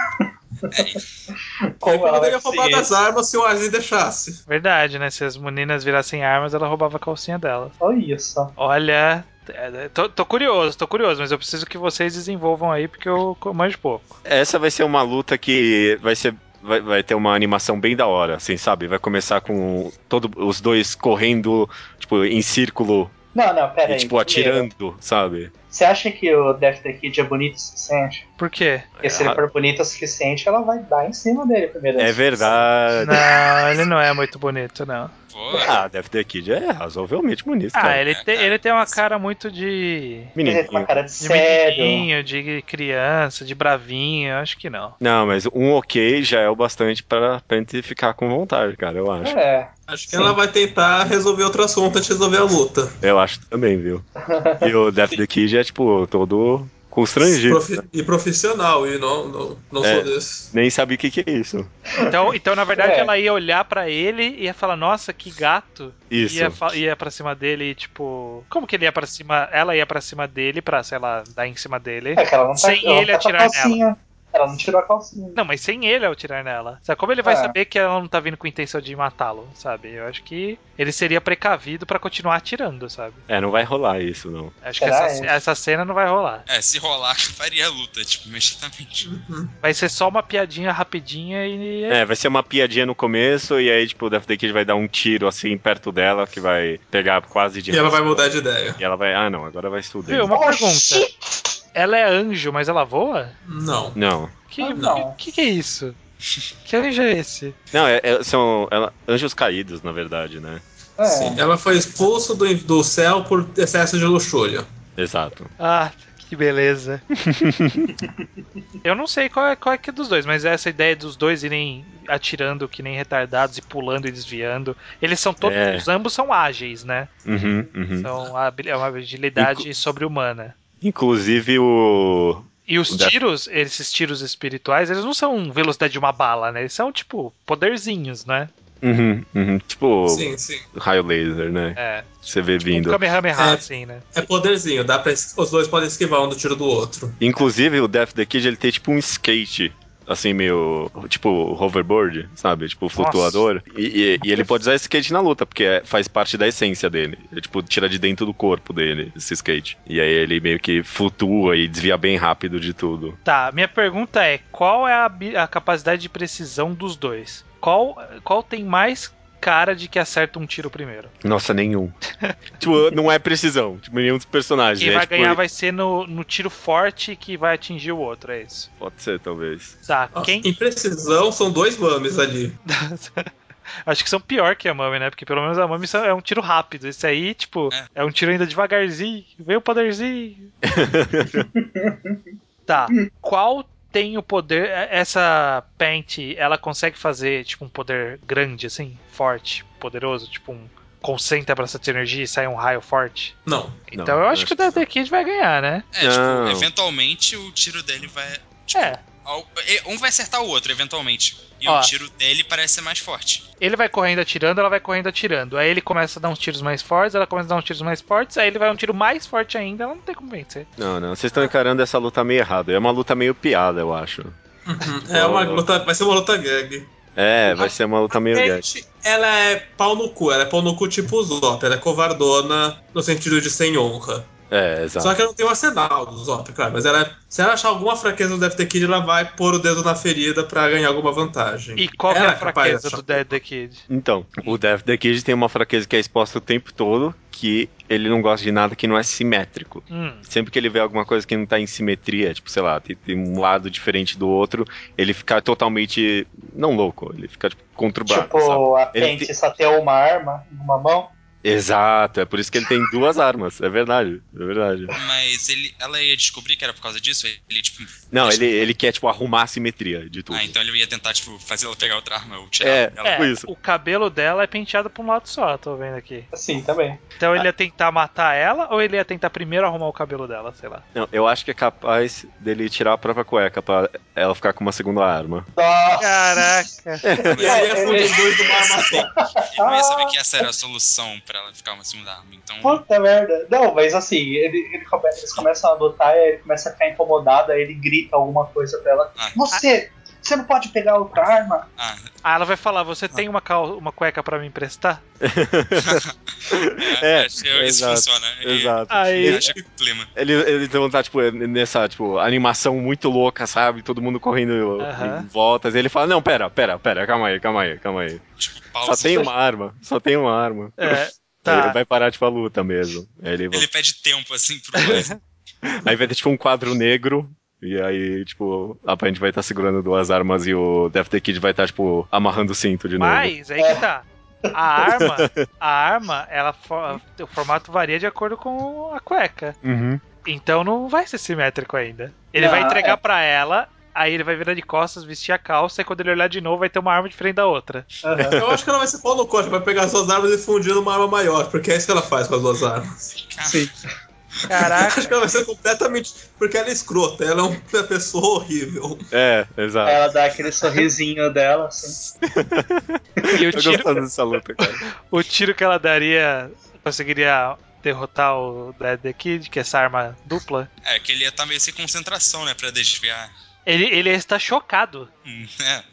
Speaker 3: Como
Speaker 4: Ele
Speaker 3: ela é? vai
Speaker 4: poderia roubar
Speaker 3: conseguir?
Speaker 4: das armas se o Arley deixasse.
Speaker 2: Verdade, né? Se as meninas virassem armas, ela roubava a calcinha dela.
Speaker 3: Olha só.
Speaker 2: Olha. é, é, Tô, tô curioso, tô curioso, mas eu preciso que vocês desenvolvam aí, porque eu co- manjo pouco.
Speaker 1: Essa vai ser uma luta que vai ser. Vai, vai ter uma animação bem da hora, assim, sabe? Vai começar com todo, os dois correndo, tipo, em círculo
Speaker 3: Não, não, pera
Speaker 1: e,
Speaker 3: aí.
Speaker 1: tipo,
Speaker 3: primeiro,
Speaker 1: atirando, sabe?
Speaker 3: Você acha que o Death the Kid é bonito o suficiente?
Speaker 2: Por quê?
Speaker 3: Porque se ele for bonito o suficiente, ela vai dar em cima dele primeiro.
Speaker 1: É verdade.
Speaker 2: Não, ele não é muito bonito, não.
Speaker 5: Pô,
Speaker 1: Ah, Death the Kid é razoavelmente bonito,
Speaker 2: Ah,
Speaker 1: cara.
Speaker 2: ele, te- ele tem uma cara muito de.
Speaker 4: É
Speaker 3: Ele tem
Speaker 1: Menininho.
Speaker 3: uma cara de
Speaker 2: De
Speaker 3: sério.
Speaker 2: menininho, de criança, de bravinho, acho que não.
Speaker 1: Não, mas um ok já é o bastante pra, pra gente ficar com vontade, cara, eu acho.
Speaker 3: É.
Speaker 4: Acho que
Speaker 3: Sim.
Speaker 4: ela vai tentar resolver outro assunto antes de resolver a luta.
Speaker 1: Eu acho também, viu? E o Death the Kid é, tipo, todo constrangido.
Speaker 4: Profi- E profissional, e não, não, não
Speaker 1: É.
Speaker 4: sou desse.
Speaker 1: Nem sabe o que, que é isso.
Speaker 2: Então, então na verdade,
Speaker 3: É.
Speaker 2: ela ia olhar pra ele e ia falar, nossa, que gato.
Speaker 1: Isso.
Speaker 2: Ia, fa- ia pra cima dele e, tipo. Como que ele ia pra cima? Ela ia pra cima dele pra, sei lá, dar em cima dele.
Speaker 3: É que ela não tá,
Speaker 2: Sem
Speaker 3: ela não
Speaker 2: ele
Speaker 3: tá com a
Speaker 2: atirar nela.
Speaker 3: calcinha. Ela não tirou a calcinha.
Speaker 2: Não, mas sem ele ao tirar nela. Sabe como ele vai
Speaker 3: É.
Speaker 2: saber que ela não tá vindo com intenção de matá-lo, sabe? Eu acho que ele seria precavido pra continuar atirando, sabe?
Speaker 1: É, não vai rolar isso, não.
Speaker 2: Acho que
Speaker 3: Será?
Speaker 2: essa, essa cena não vai rolar.
Speaker 5: É, se rolar, faria a luta, tipo, imediatamente.
Speaker 2: Vai ser só uma piadinha rapidinha e
Speaker 1: É, vai ser uma piadinha no começo e aí, tipo, o Death the Kid vai dar um tiro, assim, perto dela, que vai pegar quase de
Speaker 4: E ela vai
Speaker 1: raspão.
Speaker 4: mudar de ideia.
Speaker 1: E ela vai, ah, não, agora vai estudar.
Speaker 2: Viu, uma pergunta.
Speaker 3: Oxi!
Speaker 2: Ela é anjo, mas ela voa?
Speaker 4: Não.
Speaker 1: Não.
Speaker 2: Que,
Speaker 3: Ah, não.
Speaker 2: que, que é isso? Que anjo é esse?
Speaker 1: Não, é- é- são ela- anjos caídos, na verdade, né?
Speaker 3: É.
Speaker 4: Sim. Ela foi expulsa do, do céu por excesso de luxúria.
Speaker 1: Exato.
Speaker 2: Ah, que beleza. Eu não sei qual é, qual é que é dos dois, mas essa ideia dos dois irem atirando que nem retardados e pulando e desviando. Eles são todos.
Speaker 1: É.
Speaker 2: Os ambos são ágeis, né?
Speaker 1: Uhum, uhum.
Speaker 2: São habi- é uma agilidade sobre-humana.
Speaker 1: Inclusive o.
Speaker 2: E os
Speaker 1: O Death-
Speaker 2: tiros, esses tiros espirituais, eles não são velocidade de uma bala, né? Eles são, tipo, poderzinhos, né?
Speaker 1: Uhum, uhum. Tipo,
Speaker 4: Sim, sim.
Speaker 1: raio laser, né?
Speaker 2: É.
Speaker 1: Você vê
Speaker 2: Um
Speaker 1: vindo.
Speaker 2: Kamehameha,
Speaker 4: É.
Speaker 2: assim, né?
Speaker 4: É poderzinho, dá pra, es- os dois podem esquivar um do tiro do outro.
Speaker 1: Inclusive, o Death the Kid, ele tem tipo um skate, assim, meio. Tipo, hoverboard, sabe? Tipo, flutuador. E, e- e ele pode usar esse skate na luta, porque é- faz parte da essência dele. Ele, tipo, tira de dentro do corpo dele esse skate. E aí ele meio que flutua e desvia bem rápido de tudo.
Speaker 2: Tá, minha pergunta é: qual é a, habi- a capacidade de precisão dos dois? Qual, qual tem mais cara de que acerta um tiro primeiro?
Speaker 1: Nossa, nenhum. tipo, não é precisão. Tipo, nenhum dos personagens.
Speaker 2: Quem
Speaker 1: é,
Speaker 2: vai
Speaker 1: tipo,
Speaker 2: ganhar vai ser no, no tiro forte que vai atingir o outro, é isso.
Speaker 1: Pode ser, talvez.
Speaker 2: Tá,
Speaker 4: Nossa,
Speaker 2: quem.
Speaker 4: Em precisão, são dois mames ali.
Speaker 2: Acho que são pior que a Mami, né? Porque pelo menos a Mami são- é um tiro rápido. Esse aí, tipo, é, um tiro ainda devagarzinho. Vem o poderzinho. tá. Qual tem o poder. é, Essa Paint, ela consegue fazer, tipo, um poder grande, assim? Forte, poderoso? Tipo, um. Concentra pra essa energia e sai um raio forte.
Speaker 4: Não.
Speaker 1: Não,
Speaker 2: então eu acho que o Death Kid vai ganhar, né?
Speaker 5: É,
Speaker 1: Não.
Speaker 5: tipo, eventualmente o tiro dele vai. Tipo,
Speaker 2: É.
Speaker 5: al- e- Um vai acertar o outro, eventualmente. E
Speaker 2: Ó.
Speaker 5: o tiro dele parece ser mais forte.
Speaker 2: Ele vai correndo atirando, ela vai correndo atirando. Aí ele começa a dar uns tiros mais fortes, ela começa a dar uns tiros mais fortes, aí ele vai um tiro mais forte ainda, ela não tem como vencer.
Speaker 1: Não, não. Vocês estão encarando essa luta meio errada. É uma luta meio piada, eu acho.
Speaker 4: Uhum. É uma luta, vai ser uma luta gag.
Speaker 1: É, vai ser uma luta meio
Speaker 4: Cat,
Speaker 1: gag.
Speaker 4: ela é pau no cu, ela é pau no cu tipo Zop, ela é covardona no sentido de sem honra.
Speaker 1: É, exato.
Speaker 4: Só que ela não tem o arsenal dos Zop, claro. Mas ela, se ela achar alguma fraqueza do Deft Kid, ela vai pôr o dedo na ferida pra ganhar alguma vantagem.
Speaker 2: E qual que é
Speaker 4: Ela
Speaker 2: a
Speaker 4: capaz de
Speaker 2: fraqueza
Speaker 4: achar.
Speaker 2: do Dead the Kid?
Speaker 1: Então, o Death the Kid tem uma fraqueza que é exposta o tempo todo, que ele não gosta de nada que não é simétrico.
Speaker 2: Hum.
Speaker 1: Sempre que ele vê alguma coisa que não tá em simetria, tipo, sei lá, tem, tem um lado diferente do outro, ele fica totalmente, não louco, ele fica, tipo, conturbado, sabe?
Speaker 3: tipo, a
Speaker 1: Ele
Speaker 3: Pente
Speaker 1: tem-
Speaker 3: só tem uma arma em uma mão.
Speaker 1: Exato, é por isso que ele tem duas armas, é verdade, é verdade.
Speaker 5: Mas ele, ela ia descobrir que era por causa disso? Ele, tipo.
Speaker 1: Não, ele, ele quer, tipo, arrumar a simetria de tudo.
Speaker 5: Ah, então ele ia tentar, tipo, fazer ela pegar outra arma ou tirar
Speaker 1: É,
Speaker 5: ela.
Speaker 1: tipo isso.
Speaker 2: O cabelo dela é penteado pra um lado só, tô vendo aqui.
Speaker 3: Assim, também.
Speaker 2: Então
Speaker 1: Ah.
Speaker 2: ele ia tentar matar ela ou ele ia tentar primeiro arrumar o cabelo dela, sei lá.
Speaker 1: Não, eu acho que é capaz dele tirar a própria cueca pra ela ficar com uma segunda arma.
Speaker 3: Nossa!
Speaker 2: Caraca.
Speaker 5: Mas
Speaker 4: E aí é
Speaker 5: ele,
Speaker 4: fundir os dois numa arma só.
Speaker 5: ele não ia saber que essa era a solução pra ela ficar uma segunda arma. Então.
Speaker 3: Puta merda. Não, mas assim, ele, ele come- eles começam a adotar, aí ele começa a ficar incomodado, aí ele grita alguma coisa pra ela.
Speaker 5: Ah.
Speaker 3: Você! Você não pode pegar outra arma?
Speaker 5: Ah,
Speaker 2: Ah, ela vai falar: Você tem uma, cal- uma cueca pra me emprestar?
Speaker 5: é,
Speaker 1: É,
Speaker 5: acho que isso
Speaker 1: exato,
Speaker 5: funciona. E-
Speaker 1: Exato.
Speaker 2: Aí-
Speaker 5: e É. Acho que é o clima.
Speaker 1: Ele, ele tem vontade, tipo, nessa, tipo, animação muito louca, sabe? Todo mundo correndo
Speaker 2: Aham.
Speaker 1: em voltas. E ele fala, não, pera, pera, pera, calma aí, calma aí, calma aí.
Speaker 5: Tipo,
Speaker 1: Só
Speaker 5: pausa.
Speaker 1: tem Tá uma arma, só tem uma arma.
Speaker 2: É.
Speaker 1: Ele
Speaker 2: Tá.
Speaker 1: vai parar, tipo, a luta mesmo. Aí, ele-
Speaker 5: Ele pede tempo, assim, pro coisa.
Speaker 1: aí vai ter, tipo, um quadro negro. E aí, tipo, aparentemente vai estar segurando duas armas e o Death the Kid vai estar, tipo, amarrando o cinto de novo.
Speaker 2: Mas aí que tá. A arma, a arma, ela fo- o formato varia de acordo com a cueca.
Speaker 1: Uhum.
Speaker 2: Então não vai ser simétrico ainda. Ele
Speaker 3: Não,
Speaker 2: vai entregar
Speaker 3: é.
Speaker 2: pra ela, aí ele vai virar de costas, vestir a calça, e quando ele olhar de novo vai ter uma arma diferente da outra.
Speaker 3: Aham.
Speaker 4: Eu acho que ela vai se pôr no corte, vai pegar as duas armas e fundir numa arma maior, porque é isso que ela faz com as duas armas.
Speaker 3: Sim.
Speaker 2: Caraca.
Speaker 4: Acho que ela vai ser completamente. Porque ela é escrota, ela é uma pessoa horrível.
Speaker 1: É, exato.
Speaker 3: Aí ela dá aquele sorrisinho dela, assim.
Speaker 2: E o
Speaker 1: Eu
Speaker 2: tiro,
Speaker 1: gostando dessa luta, cara.
Speaker 2: o tiro que ela daria conseguiria derrotar o Dead the Kid, que é essa arma dupla.
Speaker 5: É, que ele ia estar meio sem concentração, né, pra desviar.
Speaker 2: Ele, ele está chocado.
Speaker 5: Hum,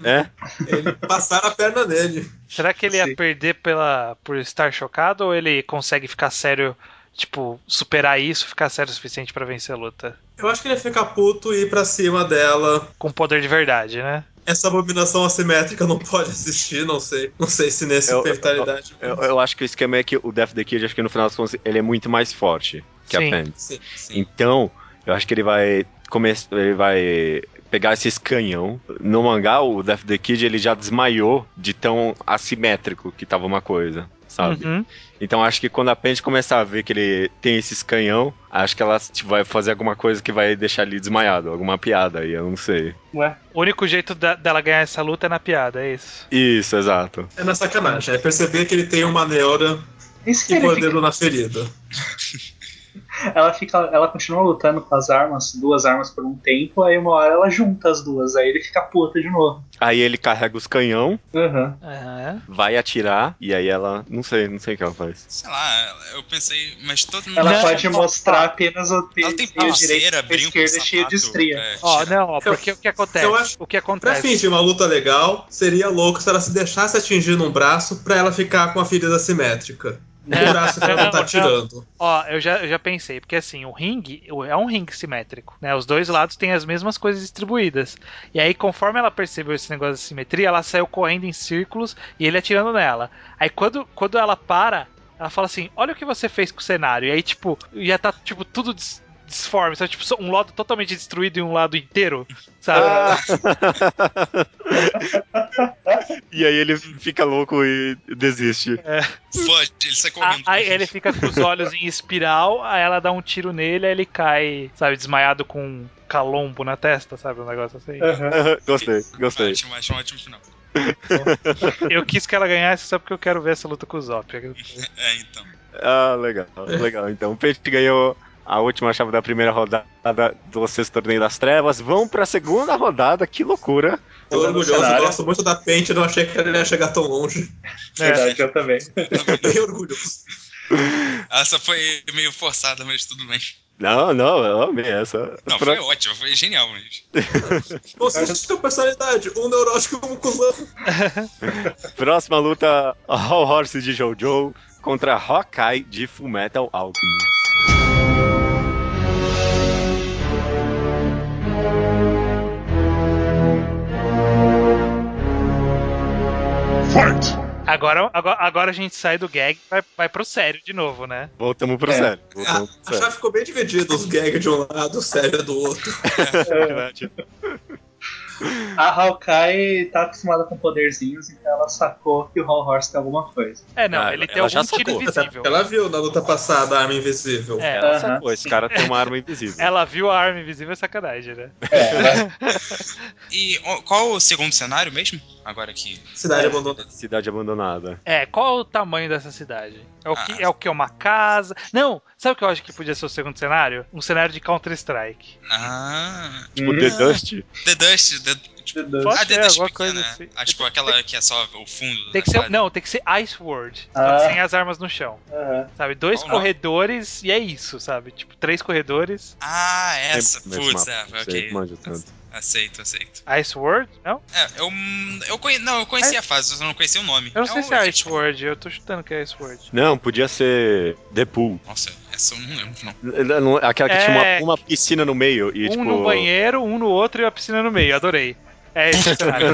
Speaker 5: É,
Speaker 1: É?
Speaker 4: Ele passar a perna nele.
Speaker 2: Será que ele ia
Speaker 3: Sim.
Speaker 2: perder pela, por estar chocado ou ele consegue ficar sério, tipo, superar isso, ficar sério o suficiente pra vencer a luta?
Speaker 4: Eu acho que ele ia ficar puto e ir pra cima dela.
Speaker 2: Com poder de verdade, né?
Speaker 4: Essa abominação assimétrica não pode existir, não sei. Não sei se nesse
Speaker 1: Eu-
Speaker 4: fatalidade.
Speaker 1: Eu, eu acho que o esquema é que o Death the Kid, acho que no final das contas, ele é muito mais forte que
Speaker 2: Sim.
Speaker 1: a Pen.
Speaker 4: Sim, sim.
Speaker 1: Então, eu acho que ele vai começar, ele vai pegar esses canhão. No mangá, o Death the Kid ele já desmaiou de tão assimétrico que tava uma coisa, sabe?
Speaker 2: Uhum.
Speaker 1: Então acho que quando a Pente começar a ver que ele tem esses canhão, acho que ela tipo, vai fazer alguma coisa que vai deixar ele desmaiado, alguma piada aí, eu não sei.
Speaker 3: Ué?
Speaker 2: O único jeito da- dela ganhar essa luta é na piada, é isso.
Speaker 1: Isso, exato.
Speaker 4: É na sacanagem. É perceber que ele tem uma neura
Speaker 3: Isso que
Speaker 4: e
Speaker 3: ele
Speaker 4: pôr o
Speaker 3: fica-
Speaker 4: dedo na ferida.
Speaker 3: ela, fica, ela continua lutando com as armas, duas armas por um tempo, aí uma hora ela junta as duas, aí ele fica puta de novo.
Speaker 1: Aí ele carrega os canhão,
Speaker 2: Uhum.
Speaker 3: Aham.
Speaker 2: Aham.
Speaker 1: vai atirar, e aí ela. Não sei, não sei o que ela faz.
Speaker 5: sei lá, eu pensei, mas todo mundo.
Speaker 3: Ela
Speaker 2: Não,
Speaker 3: pode mostrar apenas o
Speaker 5: Ela tem
Speaker 3: o
Speaker 5: pulseira,
Speaker 3: direito e o
Speaker 5: brinco,
Speaker 3: esquerdo cheio
Speaker 5: sapato,
Speaker 3: de estria.
Speaker 5: é,
Speaker 2: Ó,
Speaker 5: tira-
Speaker 2: não, ó, porque o que acontece?
Speaker 4: eu acho-
Speaker 2: O que
Speaker 4: Pra
Speaker 3: É.
Speaker 2: acontece?
Speaker 4: fingir uma luta legal, seria louco se ela se deixasse atingir num braço pra ela ficar com a ferida assimétrica. No
Speaker 3: É.
Speaker 2: Não,
Speaker 4: braço que ela
Speaker 2: não,
Speaker 4: tá
Speaker 2: não.
Speaker 4: tirando.
Speaker 2: Ó, eu já, eu já pensei, porque assim, o ringue é um ringue simétrico, né? Os dois lados têm as mesmas coisas distribuídas. E aí, conforme ela percebeu esse negócio de simetria, ela saiu correndo em círculos e ele atirando nela. Aí quando, quando ela para, ela fala assim: olha o que você fez com o cenário. E aí, tipo, já tá tipo tudo des- disforme, sabe? Tipo, só um lado totalmente destruído e um lado inteiro, sabe?
Speaker 4: Ah,
Speaker 1: e aí ele fica louco e desiste.
Speaker 5: Fode, ele sai correndo.
Speaker 2: A- Ah, aí ele fica com os olhos em espiral, aí ela dá um tiro nele, aí ele cai, sabe, desmaiado com um calombo na testa, sabe? Um negócio assim.
Speaker 3: Aham.
Speaker 1: gostei, gostei.
Speaker 5: Acho, acho um ótimo final.
Speaker 2: Eu quis que ela ganhasse só porque eu quero ver essa luta com o Zop.
Speaker 5: É, então.
Speaker 1: Ah, legal, legal. Então o Peixe ganhou a última chave da primeira rodada do sexto torneio das trevas. Vamos pra segunda rodada, que loucura.
Speaker 4: Tô orgulhoso,
Speaker 3: Cenário.
Speaker 4: gosto muito da pente, não achei que ela ia chegar tão longe.
Speaker 2: Né?
Speaker 3: Verdade, eu também.
Speaker 4: Bem orgulhoso.
Speaker 5: Essa foi meio forçada, mas tudo bem.
Speaker 1: Não, não, eu amei essa.
Speaker 5: Não,
Speaker 1: Pra-
Speaker 5: foi ótimo, foi genial, mas.
Speaker 4: Consiste com personalidade, um neurótico e um cuzão.
Speaker 1: Próxima luta, Hall Horse de Jojo contra Hawkeye de Fullmetal Alchemist.
Speaker 2: Agora, agora, agora a gente sai do gag e vai, vai pro sério de novo, né?
Speaker 1: Voltamos pro
Speaker 3: É.
Speaker 1: sério.
Speaker 4: A,
Speaker 1: Voltamos pro
Speaker 4: a
Speaker 1: sério.
Speaker 4: chave ficou bem dividida, os gags de um lado, o sério do outro.
Speaker 1: É verdade.
Speaker 3: A Hawkeye tá acostumada com poderzinhos, então ela sacou que o Hall Horse tem alguma coisa.
Speaker 2: É, não,
Speaker 1: Ah,
Speaker 2: ele
Speaker 1: ela
Speaker 2: tem
Speaker 1: já
Speaker 2: algum tiro
Speaker 1: sacou.
Speaker 2: invisível.
Speaker 4: Ela viu na luta passada a arma invisível.
Speaker 2: É,
Speaker 1: Ela
Speaker 3: Aham.
Speaker 1: sacou, esse cara tem uma arma invisível.
Speaker 2: ela viu a arma invisível, é sacanagem, né?
Speaker 5: E ó, qual o segundo cenário mesmo? Agora que.
Speaker 4: Cidade abandonada.
Speaker 1: Cidade abandonada.
Speaker 2: É, qual o tamanho dessa cidade? É o que?
Speaker 5: Ah.
Speaker 2: É o que? Uma casa? Não, sabe o que eu acho que podia ser o segundo cenário? Um cenário de Counter-Strike.
Speaker 5: Ah.
Speaker 1: Tipo, The Dust.
Speaker 5: The Dust. The,
Speaker 2: Pode
Speaker 5: ah, The
Speaker 2: ser,
Speaker 5: Dust
Speaker 2: alguma
Speaker 5: pequena.
Speaker 2: coisa assim.
Speaker 5: Ah, tipo aquela que é só o fundo.
Speaker 2: Tem
Speaker 5: da
Speaker 2: que ser, um-
Speaker 5: cidade.
Speaker 2: não, tem que ser Ice World,
Speaker 3: Ah.
Speaker 2: sem as armas no chão,
Speaker 3: Aham.
Speaker 2: sabe? Dois
Speaker 5: Qual o nome?
Speaker 2: corredores e é isso, sabe? Tipo, três corredores.
Speaker 5: Ah, essa.
Speaker 1: Sempre nesse
Speaker 5: Putz, é,
Speaker 1: mapa, não sei,
Speaker 5: ok.
Speaker 1: manjo tanto.
Speaker 5: Aceito, aceito.
Speaker 2: Ice World? Não?
Speaker 5: É, eu. hum, eu conhe... Não, eu conheci a fase, eu não conheci o nome.
Speaker 2: Eu não sei
Speaker 5: um-
Speaker 2: se é Ice World, eu tô chutando que é Ice World.
Speaker 1: Não, podia ser The Pool.
Speaker 5: Nossa, essa eu não lembro, não.
Speaker 1: L- não- Aquela que
Speaker 2: É.
Speaker 1: tinha uma, uma piscina no meio e
Speaker 2: um
Speaker 1: tipo.
Speaker 2: no banheiro, um no outro e a piscina no meio, adorei. É esse o cenário.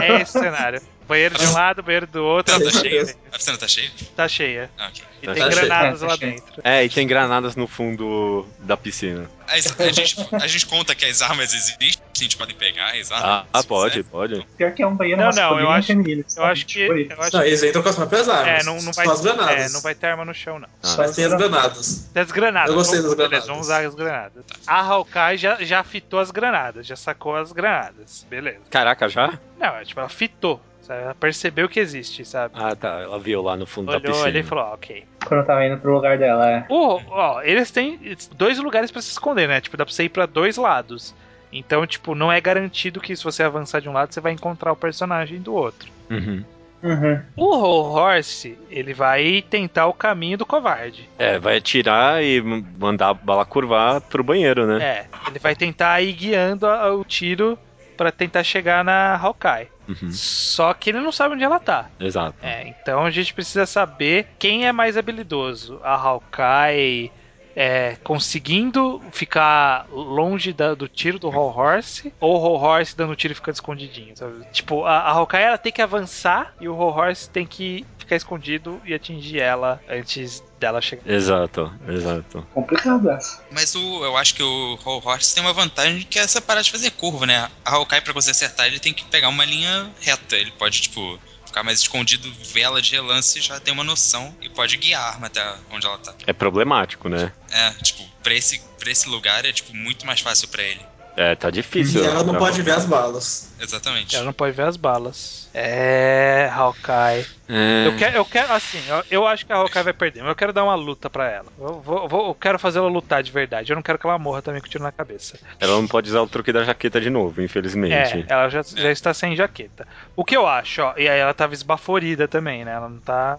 Speaker 2: é esse o cenário. Banheiro de um lado, banheiro do outro.
Speaker 5: Tá, tá
Speaker 2: a
Speaker 5: cheio?
Speaker 2: piscina
Speaker 5: A piscina tá cheia?
Speaker 2: Tá cheia.
Speaker 5: Ah, ok.
Speaker 2: E
Speaker 1: Tá
Speaker 2: tem
Speaker 4: cheia.
Speaker 2: granadas
Speaker 3: Tá
Speaker 2: lá
Speaker 3: cheia.
Speaker 2: dentro.
Speaker 1: É, e tem granadas no fundo da piscina.
Speaker 5: As- a, gente, a gente conta que as armas existem, a gente pode pegar as
Speaker 1: Ah,
Speaker 5: armas. se
Speaker 1: pode,
Speaker 5: quiser.
Speaker 1: pode.
Speaker 3: Pior que é um banheiro
Speaker 2: Não, não,
Speaker 3: masculino
Speaker 2: eu
Speaker 3: e
Speaker 2: acho-
Speaker 3: feminino.
Speaker 2: Eu
Speaker 3: sabe?
Speaker 2: acho que.
Speaker 3: Tipo,
Speaker 2: Eu acho
Speaker 4: Não,
Speaker 2: que
Speaker 4: eles entram com as próprias armas.
Speaker 2: é, não, não vai,
Speaker 4: Ah, só as granadas.
Speaker 2: é, não vai ter arma no chão, não.
Speaker 3: só
Speaker 4: Mas tem as
Speaker 3: essa-
Speaker 4: granadas.
Speaker 2: Tem as granadas.
Speaker 4: Eu gostei das
Speaker 2: Vamos-
Speaker 4: granadas.
Speaker 2: Beleza, vamos usar as granadas. A Hawkeye já, já fitou as granadas, já sacou as granadas. Beleza.
Speaker 1: Caraca, já?
Speaker 2: Não, é tipo, ela fitou. Sabe? Ela percebeu que existe, sabe?
Speaker 1: Ah, tá. Ela viu lá no fundo da
Speaker 2: Olhou
Speaker 1: piscina.
Speaker 2: ali e falou, ó, ok.
Speaker 3: Quando eu tava indo pro lugar dela, é.
Speaker 2: O, ó, eles têm dois lugares pra se esconder, né? Tipo, dá pra você ir pra dois lados. Então, tipo, não é garantido que se você avançar de um lado, você vai encontrar o personagem do outro.
Speaker 1: Uhum.
Speaker 3: Uhum.
Speaker 2: O Roll Horse, ele vai tentar o caminho do covarde.
Speaker 1: É, vai atirar e m- mandar a bala curvar pro banheiro, né?
Speaker 2: É, ele vai tentar ir guiando a- o tiro pra tentar chegar na Hawkeye.
Speaker 1: Uhum.
Speaker 2: Só que ele não sabe onde ela tá.
Speaker 1: Exato.
Speaker 2: É, então a gente precisa saber quem é mais habilidoso. A Hawkeye é, conseguindo ficar longe da- do tiro do Hall Horse, ou o Hall Horse dando tiro e ficando escondidinho. sabe? Tipo, a, a Hawkeye ela tem que avançar e o Hall Horse tem que ficar escondido e atingir ela antes dela chegar.
Speaker 1: Exato, exato.
Speaker 3: Complicado essa.
Speaker 5: Mas o, eu acho que o Roll Horse tem uma vantagem que é essa parada de fazer curva, né? A Hawkeye, pra você acertar, ele tem que pegar uma linha reta. Ele pode, tipo, ficar mais escondido, vela de relance, já tem uma noção e pode guiar a arma até onde ela tá.
Speaker 1: É problemático, né?
Speaker 5: É, tipo, pra esse, pra esse lugar é, tipo, muito mais fácil pra ele.
Speaker 1: É, tá
Speaker 4: E
Speaker 1: difícil.
Speaker 4: ela não
Speaker 1: Pra-
Speaker 4: pode ver as balas.
Speaker 5: Exatamente.
Speaker 2: Ela É, não pode ver as balas. É, Hawkeye.
Speaker 1: É.
Speaker 2: Eu quero, eu quero assim, eu, eu acho que a Hawkeye vai perder, mas eu quero dar uma luta pra ela. Eu, vou- vou- eu quero fazer ela lutar de verdade. Eu não quero que ela morra também com tiro na cabeça.
Speaker 1: Ela não pode usar o truque da jaqueta de novo, infelizmente.
Speaker 2: É, ela já, já está sem jaqueta. O que eu acho, ó, e aí ela tava esbaforida também, né? Ela não tá.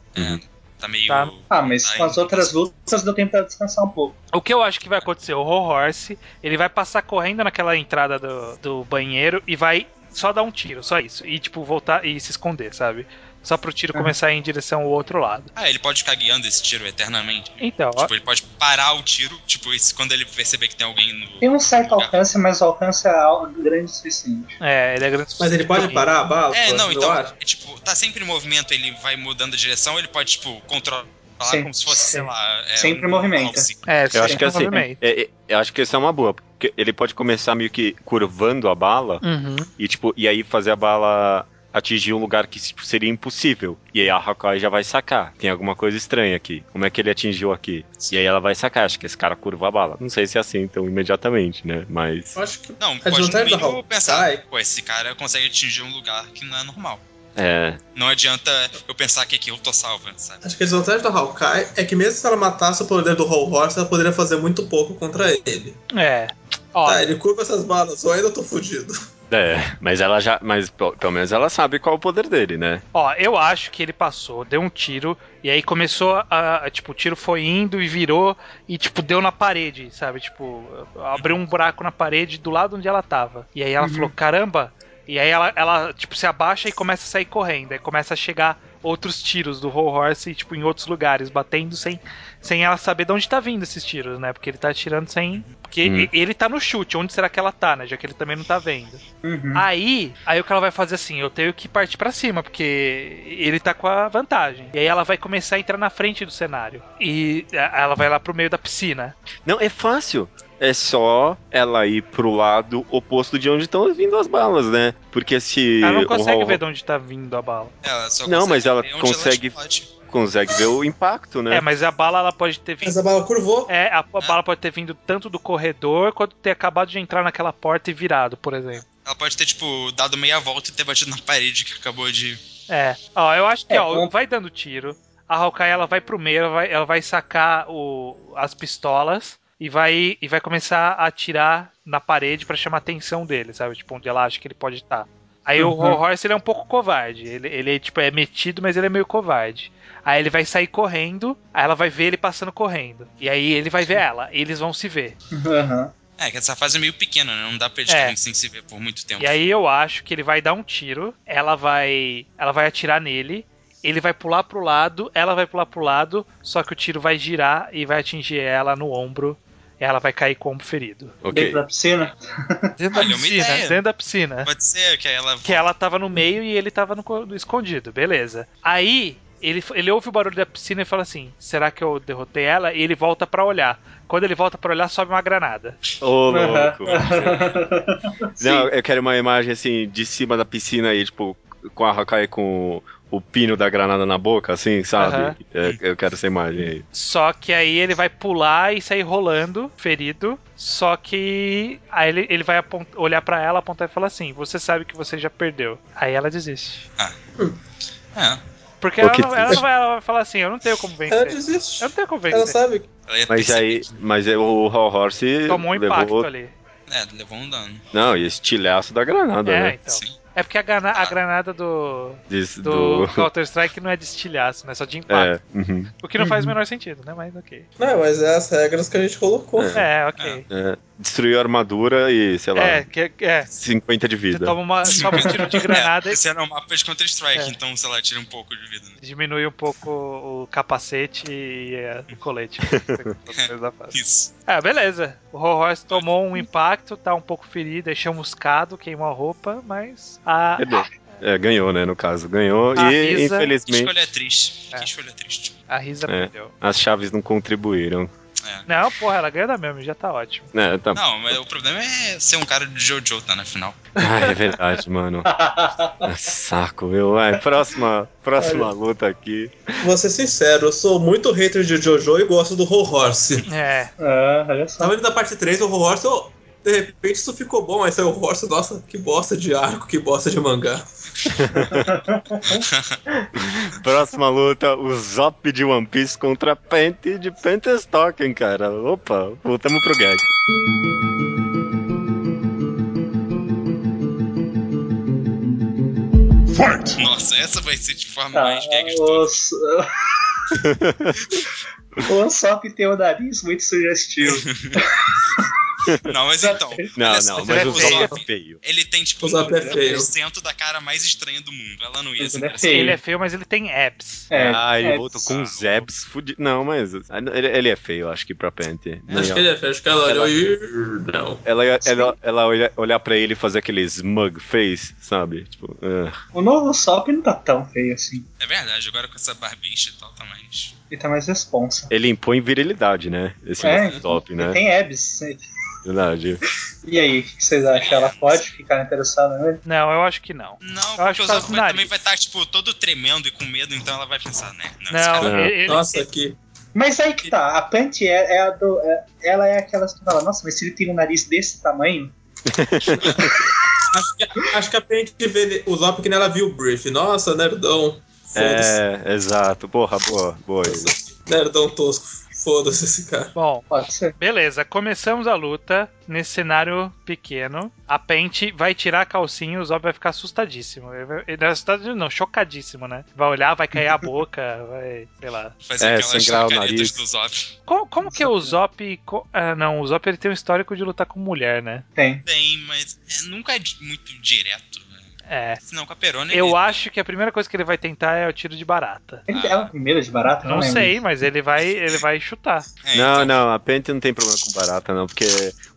Speaker 5: Tá meio.
Speaker 2: Tá.
Speaker 3: Ah, mas
Speaker 5: Ai,
Speaker 3: com as outras lutas deu tempo pra descansar um pouco.
Speaker 2: O que eu acho que vai acontecer? O Roll Horse, ele vai passar correndo naquela entrada do, do banheiro e vai só dar um tiro, só isso. E, tipo, voltar e se esconder, sabe? Só pro
Speaker 4: É.
Speaker 2: tiro começar a ir em direção ao outro lado.
Speaker 5: Ah, ele pode ficar guiando esse tiro eternamente.
Speaker 2: Então, ó,
Speaker 5: Tipo, ele pode parar o tiro, tipo, esse- quando ele perceber que tem alguém no.
Speaker 3: Tem um certo alcance, mas o alcance é algo grande o suficiente.
Speaker 2: é, ele é grande
Speaker 4: Mas ele pode parar a
Speaker 3: um
Speaker 4: bala?
Speaker 5: É, não,
Speaker 4: no
Speaker 5: então,
Speaker 4: ar?
Speaker 5: é, tipo, tá sempre em movimento, ele vai mudando a direção, ele pode, tipo, controlar
Speaker 3: Sim,
Speaker 5: como se fosse,
Speaker 3: sim.
Speaker 5: sei lá. é,
Speaker 3: Sempre movimenta.
Speaker 5: alce.
Speaker 2: É,
Speaker 1: Eu acho
Speaker 2: sim,
Speaker 1: que assim,
Speaker 2: movimento.
Speaker 1: é, é, eu acho que isso é uma boa, porque ele pode começar meio que curvando a bala
Speaker 2: Uhum.
Speaker 1: e tipo, e aí fazer a bala atingir um lugar que tipo, seria impossível. E aí a Hawkeye já vai sacar. Tem alguma coisa estranha aqui. Como é que ele atingiu aqui? E aí ela vai sacar, acho que esse cara curva a bala. Não sei se é assim, então, imediatamente, né? Mas.
Speaker 4: Eu acho que.
Speaker 5: Não,
Speaker 3: Tá
Speaker 4: A
Speaker 5: pode
Speaker 4: desvantagem
Speaker 5: no
Speaker 4: da
Speaker 5: mínimo
Speaker 4: Hulk.
Speaker 5: pensar,
Speaker 4: Sai.
Speaker 5: pô, esse cara consegue atingir um lugar que não é normal.
Speaker 1: É.
Speaker 5: Não adianta eu pensar que aqui eu tô salva, sabe?
Speaker 4: Acho que a desvantagem do Hawkeye é que mesmo se ela matasse o poder do Hall Horse, ela poderia fazer muito pouco contra ele.
Speaker 2: É. Ó,
Speaker 4: Tá, ele curva essas balas, ou ainda eu tô fudido.
Speaker 1: É. Mas ela já. Mas pelo pelo menos ela sabe qual é o poder dele, né?
Speaker 2: ó, eu acho que ele passou, deu um tiro, e aí começou a, a, Tipo, o tiro foi indo e virou, e, tipo, deu na parede, sabe? Tipo, abriu um buraco na parede do lado onde ela tava. E aí
Speaker 4: Uhum.
Speaker 2: ela falou, caramba! E aí ela, ela, tipo, se abaixa e começa a sair correndo, aí começa a chegar outros tiros do Whole Horse, tipo, em outros lugares, batendo sem, sem ela saber de onde tá vindo esses tiros, né? Porque ele tá atirando sem. Porque
Speaker 4: Uhum.
Speaker 1: Hum.
Speaker 2: e- ele tá no chute, onde será que ela tá, né? Já que ele também não tá vendo.
Speaker 3: Uhum.
Speaker 2: Aí, aí o que ela vai fazer assim, eu tenho que partir pra cima, porque ele tá com a vantagem. E aí ela vai começar a entrar na frente do cenário. E a- ela vai lá pro meio da piscina.
Speaker 1: Não, é fácil. É só ela ir pro lado oposto de onde estão vindo as balas, né? Porque se.
Speaker 2: Ela não
Speaker 1: o
Speaker 2: consegue
Speaker 1: Hall-
Speaker 2: ver de onde tá vindo a bala.
Speaker 5: Ela só
Speaker 1: Não,
Speaker 5: consegue
Speaker 1: mas ela
Speaker 5: ver onde
Speaker 1: consegue-
Speaker 5: Ela explode.
Speaker 1: consegue ver o impacto, né?
Speaker 2: É, mas a bala ela pode ter vindo.
Speaker 4: Mas a bala curvou.
Speaker 2: É, a, a bala pode ter vindo tanto do corredor quanto ter acabado de entrar naquela porta e virado, por exemplo.
Speaker 5: ela pode ter, tipo, dado meia volta e ter batido na parede que acabou de.
Speaker 2: É. Ó, eu acho que,
Speaker 3: É,
Speaker 2: ó,
Speaker 3: bom.
Speaker 2: vai dando tiro. A Hawkeye ela vai pro meio, ela vai, ela vai sacar o, as pistolas e vai, e vai começar a atirar na parede pra chamar a atenção dele, sabe? Tipo, onde ela acha que ele pode estar. Aí o
Speaker 3: Uhum.
Speaker 2: Hall Horse ele é um pouco covarde. Ele, ele tipo, é metido, mas ele é meio covarde. Aí ele vai sair correndo, aí ela vai ver ele passando correndo. E aí ele vai ver ela, e eles vão se ver.
Speaker 3: Aham.
Speaker 5: É, que essa fase é meio pequena, né? Não dá pra eles ficarem sem se ver por muito tempo.
Speaker 2: É. E aí eu acho que ele vai dar um tiro, ela vai, ela vai atirar nele, ele vai pular pro lado, ela vai pular pro lado, só que o tiro vai girar e vai atingir ela no ombro. e Ela vai cair com o ombro ferido.
Speaker 1: Ok.
Speaker 3: Dentro da piscina.
Speaker 2: Dentro da
Speaker 5: Olha, uma
Speaker 2: piscina,
Speaker 5: ideia.
Speaker 2: dentro da piscina.
Speaker 5: Pode ser que ela.
Speaker 2: Que é ela tava no meio e ele tava no, co- no escondido, beleza. Aí ele, ele ouve o barulho da piscina e fala assim: será que eu derrotei ela? E ele volta pra olhar. Quando ele volta pra olhar, sobe uma granada.
Speaker 1: Ô, louco.
Speaker 3: Sim.
Speaker 1: Não, eu quero uma imagem assim, de cima da piscina aí, tipo, com a Hawkeye com o pino da granada na boca, assim,
Speaker 2: Aham.
Speaker 1: sabe? Eu, eu quero essa imagem aí.
Speaker 2: Só que aí ele vai pular e sair rolando, ferido. Só que aí ele, ele vai apont- olhar pra ela, apontar e falar assim: Você sabe que você já perdeu. Aí ela desiste.
Speaker 5: É,
Speaker 2: Porque
Speaker 1: Pô,
Speaker 2: ela,
Speaker 1: que
Speaker 2: não, ela,
Speaker 1: triste.
Speaker 2: não vai, ela vai falar assim: Eu não tenho como
Speaker 4: Ela
Speaker 2: vencer.
Speaker 4: desiste.
Speaker 2: Eu não tenho como
Speaker 4: Ela
Speaker 2: vencer.
Speaker 4: sabe.
Speaker 5: ela ia
Speaker 1: Mas
Speaker 5: ter
Speaker 1: aí, mas aí o Hall Horse
Speaker 2: Tomou um
Speaker 1: levou,
Speaker 2: impacto ali.
Speaker 5: É, levou um dano.
Speaker 1: não, e estilhaço da granada,
Speaker 2: É,
Speaker 1: né?
Speaker 2: então.
Speaker 5: Sim.
Speaker 2: É porque a, gana- a granada do,
Speaker 1: Diz-
Speaker 2: do,
Speaker 1: do-
Speaker 2: Counter-Strike não é de estilhaço, né? Só de impacto.
Speaker 1: É, uhum,
Speaker 2: O que não faz o menor sentido, né? Mas ok.
Speaker 4: Não, mas é as regras que a gente colocou.
Speaker 2: É, ok.
Speaker 1: é. Destruiu a armadura e, sei lá,
Speaker 2: É, que, é.
Speaker 1: 50 de
Speaker 2: Você
Speaker 1: vida.
Speaker 2: toma, uma, toma um tiro de granada
Speaker 5: É,
Speaker 2: e
Speaker 5: esse era o mapa de Counter-Strike,
Speaker 2: É.
Speaker 5: então, sei lá, tira um pouco de vida. Né?
Speaker 2: diminui um pouco o capacete e é, o colete.
Speaker 5: Isso.
Speaker 2: ah, beleza. O Horse tomou um impacto, tá um pouco ferido, é chamuscado, queimou a roupa, mas a,
Speaker 1: Quer dizer, é, ganhou, né, no caso. Ganhou
Speaker 2: A
Speaker 1: e,
Speaker 2: Isa-
Speaker 5: Que
Speaker 1: infelizmente,
Speaker 5: escolha triste.
Speaker 2: É.
Speaker 5: Que escolha triste.
Speaker 2: a Risa
Speaker 1: É.
Speaker 2: perdeu.
Speaker 1: as chaves não contribuíram.
Speaker 5: É.
Speaker 2: Não, porra, ela ganha da mesmo, já tá ótimo.
Speaker 1: É, tá...
Speaker 5: Não, mas o problema é ser um cara de Jojo, tá, na final.
Speaker 1: Ai, é verdade, mano. Ah, Saco, meu. Vai, próxima, próxima luta aqui.
Speaker 4: Vou ser sincero, eu sou muito hater de Jojo e gosto do Whole Horse.
Speaker 2: É,
Speaker 3: ah, olha só.
Speaker 4: Tava indo da parte 3, o Whole Horse, eu- de repente isso ficou bom, mas aí o Whole Horse, nossa, que bosta de arco, que bosta de mangá.
Speaker 1: Próxima luta, o Zop de One Piece contra Pente de Pentestocken, cara. Opa, voltamos pro gag.
Speaker 5: Nossa, essa vai ser de forma
Speaker 3: Tá,
Speaker 5: mais gags do
Speaker 3: o S- Ah, o Usopp tem um nariz muito sugestivo.
Speaker 5: Não, mas então.
Speaker 1: Não,
Speaker 5: olha só,
Speaker 1: não,
Speaker 2: ele é
Speaker 1: mas o Zop é
Speaker 5: feio.
Speaker 1: feio.
Speaker 5: Ele tem, tipo,
Speaker 4: O Zap é feio.
Speaker 5: 1% da cara mais estranha do mundo. Ela não ia ser
Speaker 3: Ele é
Speaker 5: engraçada.
Speaker 3: feio.
Speaker 2: ele é feio, mas ele tem abs.
Speaker 3: É,
Speaker 1: ah, ele
Speaker 3: é,
Speaker 1: voltou com uns Zebs fudido. Não, mas ele, ele é feio, acho que, pra Pente.
Speaker 4: É, Acho que, ele, é acho que ela olhou e... Não.
Speaker 1: Ela, ela, ela olha, olhar pra ele e fazer aquele smug face, sabe? Tipo, ah.
Speaker 3: O novo Usopp não tá tão feio assim.
Speaker 5: É verdade, agora com essa barbicha e tal, tá mais.
Speaker 3: Ele tá mais responsa.
Speaker 1: ele impõe virilidade, né? Esse
Speaker 3: É,
Speaker 1: Zop,
Speaker 3: Ele
Speaker 1: né?
Speaker 3: tem abs.
Speaker 1: Verdade.
Speaker 3: E aí, o que vocês acham? Ela pode ficar interessada nele?
Speaker 2: Não, eu acho que não.
Speaker 5: Não,
Speaker 2: acho
Speaker 5: porque
Speaker 2: que
Speaker 5: o
Speaker 2: tá
Speaker 5: Zap
Speaker 2: no
Speaker 5: vai-
Speaker 2: nariz.
Speaker 5: também vai estar, tipo, todo tremendo e com medo, então ela vai pensar, né? esse cara-
Speaker 2: Não,
Speaker 1: É.
Speaker 2: ele,
Speaker 4: Nossa, que...
Speaker 3: Mas aí que tá, a Panty é, é a do- é- ela é aquelas que fala, nossa, mas se ele tem um nariz desse tamanho,
Speaker 4: Acho que, acho que a gente vê o Zop que nela viu o brief. Nossa, nerdão. Foda-se.
Speaker 1: É, exato. Porra, boa, boa. É.
Speaker 4: Nerdão tosco. Foda-se esse cara.
Speaker 2: bom,
Speaker 3: pode ser.
Speaker 2: Beleza, começamos a luta nesse cenário pequeno. A Pente vai tirar a calcinha, o Zop vai ficar assustadíssimo. Ele vai- ele Não é assustadíssimo, não, chocadíssimo, né? Vai olhar, vai cair a boca, vai. sei lá.
Speaker 5: Fazer
Speaker 1: É,
Speaker 5: aquelas
Speaker 1: sangrar o
Speaker 5: caretas
Speaker 1: nariz.
Speaker 5: do Zop.
Speaker 2: Como, como que o Zop. co- Ah, não, o Zop ele tem um histórico de lutar com mulher, né?
Speaker 3: Tem.
Speaker 5: Tem, mas é, nunca é di- muito direto. né?
Speaker 2: É.
Speaker 5: Senão com a Perona
Speaker 2: Eu
Speaker 5: ele...
Speaker 2: acho que a primeira coisa que ele vai tentar é o tiro de barata.
Speaker 3: Ele era o primeiro de barata?
Speaker 2: Não
Speaker 3: lembro.
Speaker 2: sei, mas ele vai, ele vai chutar.
Speaker 5: É,
Speaker 1: não,
Speaker 5: então,
Speaker 1: não, a Pente não tem problema com barata, não, porque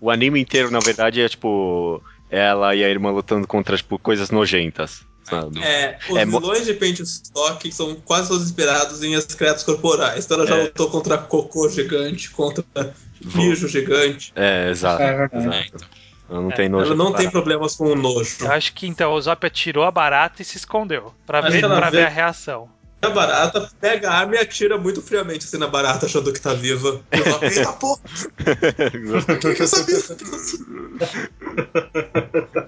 Speaker 1: o anime inteiro, na verdade, é tipo ela e a irmã lutando contra tipo, coisas nojentas, sabe?
Speaker 4: É, os
Speaker 1: É mo-
Speaker 4: vilões de Paint Stock são quase todos inspirados em secretos corporais. Então ela já
Speaker 1: É.
Speaker 4: lutou contra cocô gigante, contra
Speaker 1: Vou-
Speaker 4: mijo gigante.
Speaker 1: É, exato.
Speaker 3: É verdade.
Speaker 5: é,
Speaker 1: exato.
Speaker 5: então.
Speaker 1: Ela não
Speaker 2: É,
Speaker 1: tem nojo.
Speaker 4: ela não
Speaker 1: de
Speaker 4: tem
Speaker 1: barata.
Speaker 4: problemas com o nojo.
Speaker 2: Eu acho que então o Zop atirou a barata e se escondeu. Pra,
Speaker 4: Acho
Speaker 2: ver,
Speaker 4: que ela
Speaker 2: pra
Speaker 4: vê-
Speaker 2: ver a reação.
Speaker 4: A barata pega a arma e atira muito friamente assim na barata, achando que tá viva. E ela, Eita porra, por que, que eu sabia?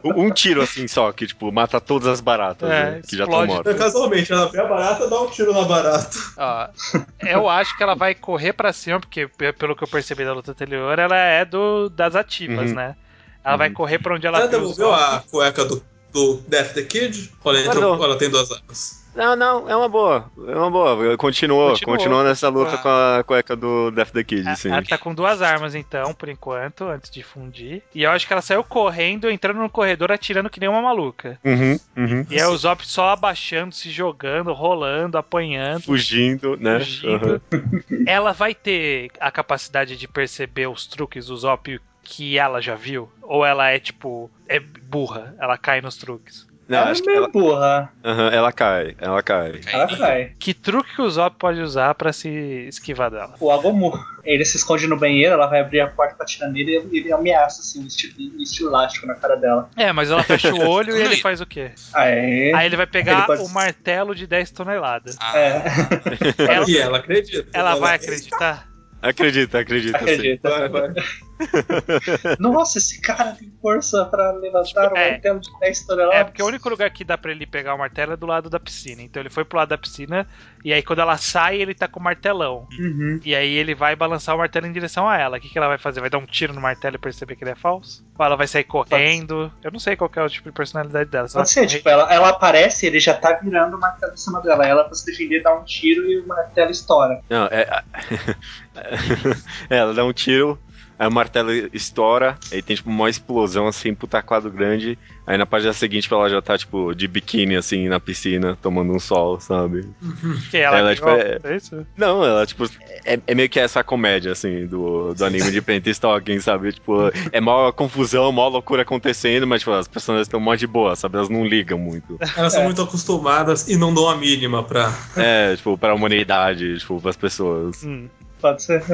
Speaker 1: um tiro assim só, que tipo, mata todas as baratas
Speaker 2: É,
Speaker 1: né, que já estão
Speaker 2: explode.
Speaker 1: mortas.
Speaker 4: Casualmente, ela vê a barata, dá um tiro na barata.
Speaker 2: Ó, eu acho que ela vai correr pra cima, porque pe- pelo que eu percebi da luta anterior, ela é do das ativas,
Speaker 1: Uhum.
Speaker 2: né? Ela vai correr pra onde ela
Speaker 4: Ela
Speaker 2: viu os
Speaker 4: devolveu
Speaker 2: golpes.
Speaker 4: a cueca do, do Death the Kid? Olha, então,
Speaker 1: Guardou.
Speaker 4: ela tem duas armas.
Speaker 1: Não, não, é uma boa. É uma boa. Continuou,
Speaker 2: Continuou.
Speaker 1: continuou, nessa luta
Speaker 5: Ah.
Speaker 1: com a cueca do Death the Kid, sim.
Speaker 2: A- Ela tá com duas armas, então, por enquanto, antes de fundir. E eu acho que ela saiu correndo, entrando no corredor, atirando que nem uma maluca.
Speaker 1: Uhum, uhum.
Speaker 2: E aí o Zop só abaixando, se jogando, rolando, apanhando.
Speaker 1: Fugindo, né?
Speaker 2: fugindo. Ela vai ter a capacidade de perceber os truques do Zop que ela já viu? Ou ela é tipo. É burra, ela cai nos truques.
Speaker 1: Não,
Speaker 3: Ela é
Speaker 1: acho que ela,
Speaker 3: meio burra.
Speaker 1: aham, ela cai, ela cai.
Speaker 2: É,
Speaker 3: Ela cai.
Speaker 2: Que truque que o Zop pode usar pra se esquivar dela?
Speaker 3: O Agomu. Ele se esconde no banheiro, ela vai abrir a porta pra tirar nele e ele ameaça, assim, um estilo, estilo elástico na cara dela.
Speaker 2: É, mas ela fecha o olho e ele
Speaker 5: Aí.
Speaker 2: faz o quê?
Speaker 3: Aí.
Speaker 2: Aí ele vai pegar
Speaker 3: Ele pode-
Speaker 2: o martelo de 10 toneladas.
Speaker 5: Ah,
Speaker 1: Tipo
Speaker 3: É,
Speaker 2: Ela,
Speaker 4: E ela acredita.
Speaker 2: ela vai acreditar?
Speaker 1: Acredita, acredita. Sim.
Speaker 3: acredita.
Speaker 4: Vai, vai.
Speaker 3: Nossa, esse cara tem força pra levantar um
Speaker 2: é.
Speaker 3: martelo de 10 toneladas.
Speaker 2: É, porque o único lugar que dá pra ele pegar o martelo é do lado da piscina. Então ele foi pro lado da piscina e aí quando ela sai, ele tá com o martelão.
Speaker 3: Uhum.
Speaker 2: E aí ele vai balançar o martelo em direção a ela. O que, que ela vai fazer? Vai dar um tiro no martelo e perceber que ele é falso? Ou ela vai sair correndo? Eu não sei qual que é o tipo de personalidade dela. Se ela
Speaker 3: Pode ser,
Speaker 2: correr-
Speaker 3: tipo, ela, ela aparece, ele já tá virando o martelo em cima dela. Ela pra se defender dá um tiro e o martelo estoura.
Speaker 1: Não, é, a- ela dá um tiro, aí o martelo estoura, aí tem tipo uma explosão assim, putaquado grande. Aí na página seguinte ela já tá tipo de biquíni assim na piscina, tomando um sol, sabe?
Speaker 2: que ela,
Speaker 1: ela,
Speaker 2: pegou-
Speaker 1: tipo,
Speaker 2: é isso?
Speaker 1: Não, ela, tipo, é, é meio que essa comédia, assim, do, do anime de Paint Stalking, sabe? Tipo, é mó confusão, mó loucura acontecendo, mas, tipo, as personagens estão mó de boa, sabe? Elas não ligam muito.
Speaker 4: Elas são
Speaker 3: É.
Speaker 4: muito acostumadas e não dão a mínima pra.
Speaker 1: É, tipo, pra humanidade, tipo, pras pessoas.
Speaker 2: Hum.
Speaker 3: Pode ser.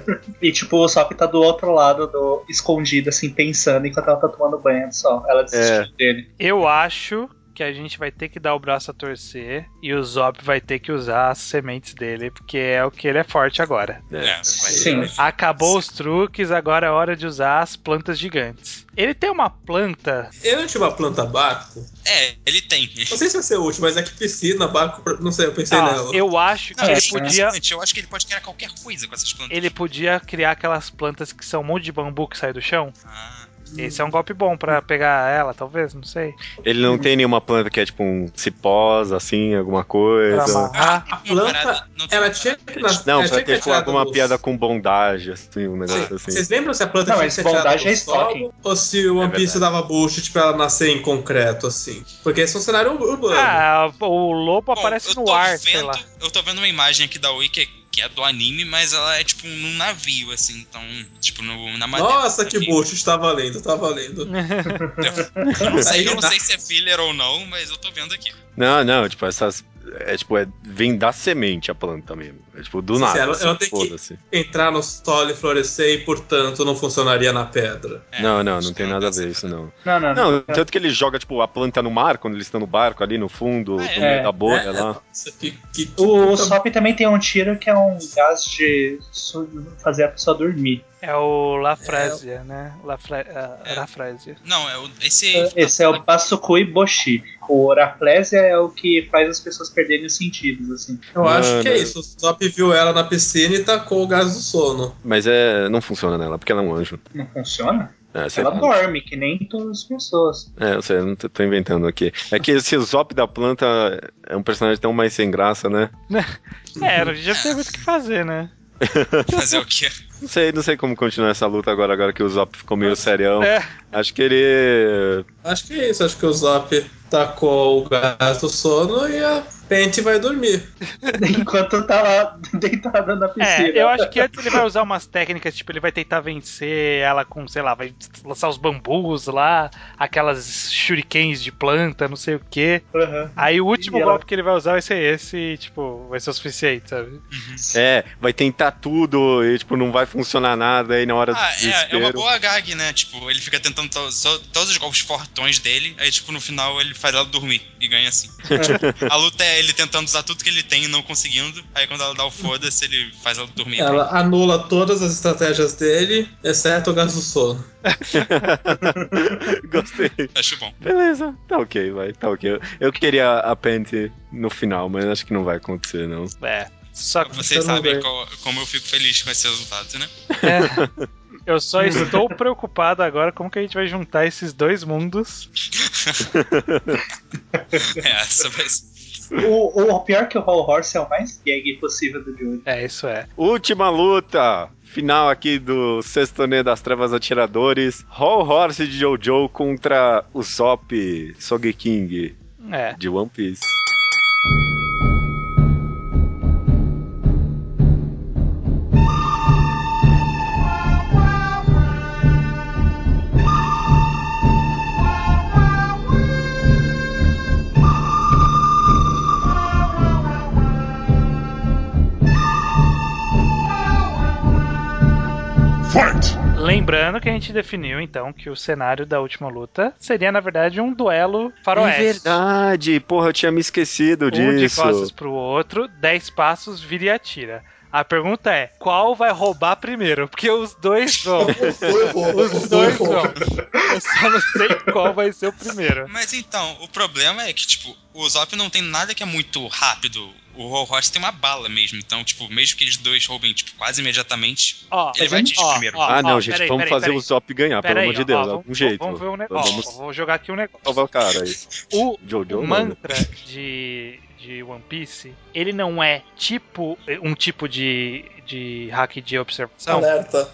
Speaker 3: e tipo, o Sop tá do outro lado, do, escondido, assim, pensando enquanto ela tá tomando banho do sol. Ela desistiu
Speaker 1: É.
Speaker 3: dele.
Speaker 2: Eu acho que a gente vai ter que dar o braço a torcer e o Zop vai ter que usar as sementes dele, porque é o que ele é forte agora.
Speaker 5: é,
Speaker 1: É.
Speaker 5: vai-
Speaker 3: Sim.
Speaker 2: Acabou os truques, agora é hora de usar as plantas gigantes. Ele tem uma planta.
Speaker 4: Eu não tinha uma planta barco.
Speaker 5: É, ele tem.
Speaker 4: Não sei se vai ser útil, mas é que piscina, barco. Não sei, eu pensei
Speaker 2: Ah,
Speaker 4: nela.
Speaker 2: eu acho que
Speaker 5: Não,
Speaker 3: É,
Speaker 2: ele
Speaker 5: isso é
Speaker 2: podia
Speaker 5: interessante, Eu acho que ele pode criar qualquer coisa com essas plantas.
Speaker 2: ele podia criar aquelas plantas que são um monte de bambu que sai do chão.
Speaker 5: Ah,
Speaker 2: Esse é um golpe bom pra pegar ela, talvez, não sei.
Speaker 1: Ele não tem nenhuma planta que é, tipo, um cipós, assim, alguma
Speaker 2: Pra
Speaker 1: coisa.
Speaker 2: amarrar.
Speaker 4: A
Speaker 5: uma
Speaker 4: planta,
Speaker 5: parada- não tem
Speaker 4: ela
Speaker 5: uma
Speaker 4: tinha
Speaker 5: parada-
Speaker 4: que nas-
Speaker 1: Não,
Speaker 4: ela
Speaker 1: pra
Speaker 4: tinha que
Speaker 1: ter, tipo,
Speaker 4: tirado
Speaker 1: alguma
Speaker 4: É, dos-
Speaker 1: piada com bondagem, assim, um negócio assim.
Speaker 4: Vocês lembram se a planta
Speaker 3: Não,
Speaker 4: tinha
Speaker 3: mas
Speaker 4: que ser tirada
Speaker 3: bondagem
Speaker 4: do
Speaker 3: é stalking.
Speaker 4: solo ou se o One Piece
Speaker 1: É verdade.
Speaker 4: dava bullshit pra ela nascer em concreto, assim? Porque esse é um cenário urbano.
Speaker 2: Ah, o lobo
Speaker 5: Bom,
Speaker 2: aparece
Speaker 5: eu
Speaker 2: no
Speaker 5: tô
Speaker 2: ar,
Speaker 5: vendo,
Speaker 2: sei lá.
Speaker 5: Eu tô vendo uma imagem aqui da Wiki que é do anime, mas ela é tipo num navio, assim, então, tipo, no, na
Speaker 3: é
Speaker 5: madeira.
Speaker 4: Nossa, que
Speaker 5: Aqui.
Speaker 4: bullshit, tá valendo, tá valendo.
Speaker 5: Eu não sei, eu não sei se é filler ou não, mas eu tô vendo aqui.
Speaker 1: Não, não, tipo, essas... É, tipo, é, vem da semente a planta mesmo. É, tipo, do
Speaker 4: Sim,
Speaker 1: nada,
Speaker 4: ela-
Speaker 1: assim,
Speaker 4: ela tem que-
Speaker 1: foda-se.
Speaker 4: Entrar no solo e florescer e, portanto, não funcionaria na pedra.
Speaker 5: É,
Speaker 1: não, não,
Speaker 5: acho
Speaker 1: não
Speaker 5: que
Speaker 1: tem nada a
Speaker 5: deve
Speaker 1: ver
Speaker 5: ser
Speaker 1: isso, não.
Speaker 3: Não, não, não.
Speaker 1: Não, tanto que ele joga, tipo, a planta no mar, quando eles estão no barco ali no fundo,
Speaker 5: Ah, é?
Speaker 1: no meio
Speaker 3: É,
Speaker 1: da bolha
Speaker 4: é.
Speaker 1: lá.
Speaker 4: Nossa, que, que, tipo, que
Speaker 3: O, o
Speaker 4: puta-
Speaker 3: Sop também tem um tiro que é um gás de su- fazer a pessoa dormir.
Speaker 2: É o Lafrésia,
Speaker 5: É
Speaker 2: né? Lafra... ah, Lafrésia.
Speaker 5: Não, é o- esse.
Speaker 3: Esse é o Basukui Boshi. O Oraplésia é o que faz as pessoas perderem os sentidos, assim.
Speaker 4: Eu acho que é
Speaker 1: Mano.
Speaker 4: isso. O Zop viu ela na piscina e tacou o gás do sono.
Speaker 1: Mas é, não funciona nela, porque ela é um anjo.
Speaker 3: Não funciona?
Speaker 1: É, sei
Speaker 3: Ela
Speaker 1: lá.
Speaker 3: dorme, que nem todas as pessoas.
Speaker 1: É, eu sei, eu não tô, tô inventando aqui. É que esse Zop da planta é um personagem tão mais sem graça, né?
Speaker 2: É, a gente já tem muito o que fazer, né?
Speaker 5: Fazer o quê?
Speaker 1: Não sei, não sei como continuar essa luta agora, agora que o Zop ficou meio serião.
Speaker 2: É.
Speaker 1: Acho que ele.
Speaker 4: Acho que é isso, acho que o Zop tacou o gás do sono e a Pente vai dormir.
Speaker 3: Enquanto tá lá deitada na piscina.
Speaker 2: É, eu acho que antes ele vai usar umas técnicas, tipo, ele vai tentar vencer ela com, sei lá, vai lançar os bambus lá, aquelas shurikens de planta, não sei o quê.
Speaker 3: Aham.
Speaker 2: Aí o último
Speaker 3: E ela-
Speaker 2: golpe que ele vai usar vai ser esse e, tipo, vai ser o suficiente, sabe?
Speaker 1: É, vai tentar tudo e, tipo, não vai funcionar nada aí na hora do
Speaker 5: Ah, é, é
Speaker 1: desespero.
Speaker 5: uma boa gag, né? Tipo, ele fica tentando to- só- todos os golpes fortões dele, aí, tipo, no final ele faz ela dormir e ganha assim. a luta é ele tentando usar tudo que ele tem e não conseguindo, aí quando ela dá o foda-se, ele faz ela dormir. e pronto.
Speaker 4: Ela anula todas as estratégias dele, exceto o gás do sono.
Speaker 1: Gostei.
Speaker 5: Acho bom.
Speaker 1: Beleza, tá ok, vai, tá ok. Eu- Eu queria a Pente no final, mas acho que não vai acontecer, não.
Speaker 2: É. Só
Speaker 3: tá
Speaker 2: que
Speaker 5: Vocês
Speaker 4: Eu não
Speaker 5: sabem
Speaker 4: dei.
Speaker 5: qual- como eu fico feliz com esse resultado, né?
Speaker 2: é, eu só estou preocupado agora como que a gente vai juntar esses dois mundos.
Speaker 5: É, essa vai ser.
Speaker 3: O, o- o pior que o Hall Horse é o mais gag possível do Johnny.
Speaker 2: É, isso é.
Speaker 1: Última luta! Final aqui do sexto torneio das Trevas Atiradores. Hall Horse de Jojo contra o Sop Sogeking
Speaker 2: É.
Speaker 1: de One Piece.
Speaker 2: Lembrando que a gente definiu, então, que o cenário da última luta seria, na verdade, um duelo faroeste.
Speaker 1: É verdade, porra, eu tinha me esquecido
Speaker 2: Um de
Speaker 1: disso.
Speaker 2: costas pro outro, 10 passos, vira e atira. A pergunta é, qual vai roubar primeiro? Porque os dois vão. Os dois vão. Eu só não sei qual vai ser o primeiro.
Speaker 5: Mas então, o problema é que, tipo, o Zop não tem nada que é muito rápido. O Roll Horse tem uma bala mesmo. Então, tipo, mesmo que eles dois roubem, tipo, quase imediatamente.
Speaker 2: Ó,
Speaker 5: Ele vai atingir primeiro.
Speaker 1: ah, não,
Speaker 2: ó,
Speaker 1: gente,
Speaker 2: peraí,
Speaker 1: vamos
Speaker 2: peraí,
Speaker 1: fazer
Speaker 2: peraí.
Speaker 1: o Zop ganhar, pelo
Speaker 2: Peraí,
Speaker 1: amor de
Speaker 2: ó,
Speaker 1: Deus,
Speaker 2: vamos-
Speaker 1: algum jeito.
Speaker 2: Vamos ver um negócio.
Speaker 1: Vamos Então
Speaker 2: Vou jogar aqui um negócio.
Speaker 1: salvar o cara aí.
Speaker 2: O,
Speaker 1: Jojo,
Speaker 2: o
Speaker 1: mano.
Speaker 2: mantra de, de One Piece, ele não é tipo um tipo de, de hack de
Speaker 5: Então,
Speaker 2: observação.
Speaker 4: Alerta.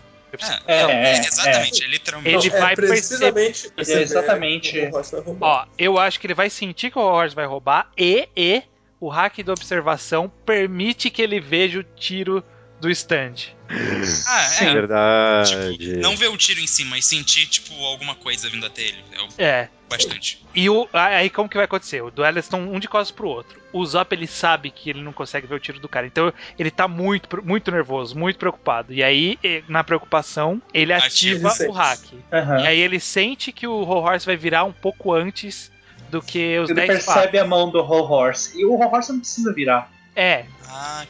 Speaker 5: É,
Speaker 3: É,
Speaker 5: não,
Speaker 3: é,
Speaker 5: exatamente, é literalmente.
Speaker 2: Ele
Speaker 4: Não,
Speaker 2: vai
Speaker 4: é precisamente perceber
Speaker 3: exatamente-
Speaker 4: que o Ross vai roubar.
Speaker 2: Ó, eu acho que ele vai sentir que o Horse vai roubar e, e o hack de observação permite que ele veja o tiro do stand.
Speaker 5: Ah, é.
Speaker 1: É verdade.
Speaker 5: Tipo, não ver o tiro em cima e sentir, tipo, alguma coisa vindo até ele. É o
Speaker 2: É.
Speaker 5: bastante.
Speaker 2: E o, aí como que vai acontecer? O duelo eles estão um de costas pro outro. O Zop ele sabe que ele não consegue ver o tiro do cara. Então ele tá muito, pre- muito nervoso, muito preocupado. E aí, eh, na preocupação, ele
Speaker 5: Ativa
Speaker 2: ativa
Speaker 4: seis.
Speaker 2: o hack.
Speaker 3: Aham.
Speaker 2: E aí ele sente que o Roll Horse vai virar um pouco antes do que É, os
Speaker 3: Ele
Speaker 2: 10 passos.
Speaker 3: percebe a mão do Hall Horse. E o Hall Horse não precisa virar.
Speaker 2: É,
Speaker 5: Ah,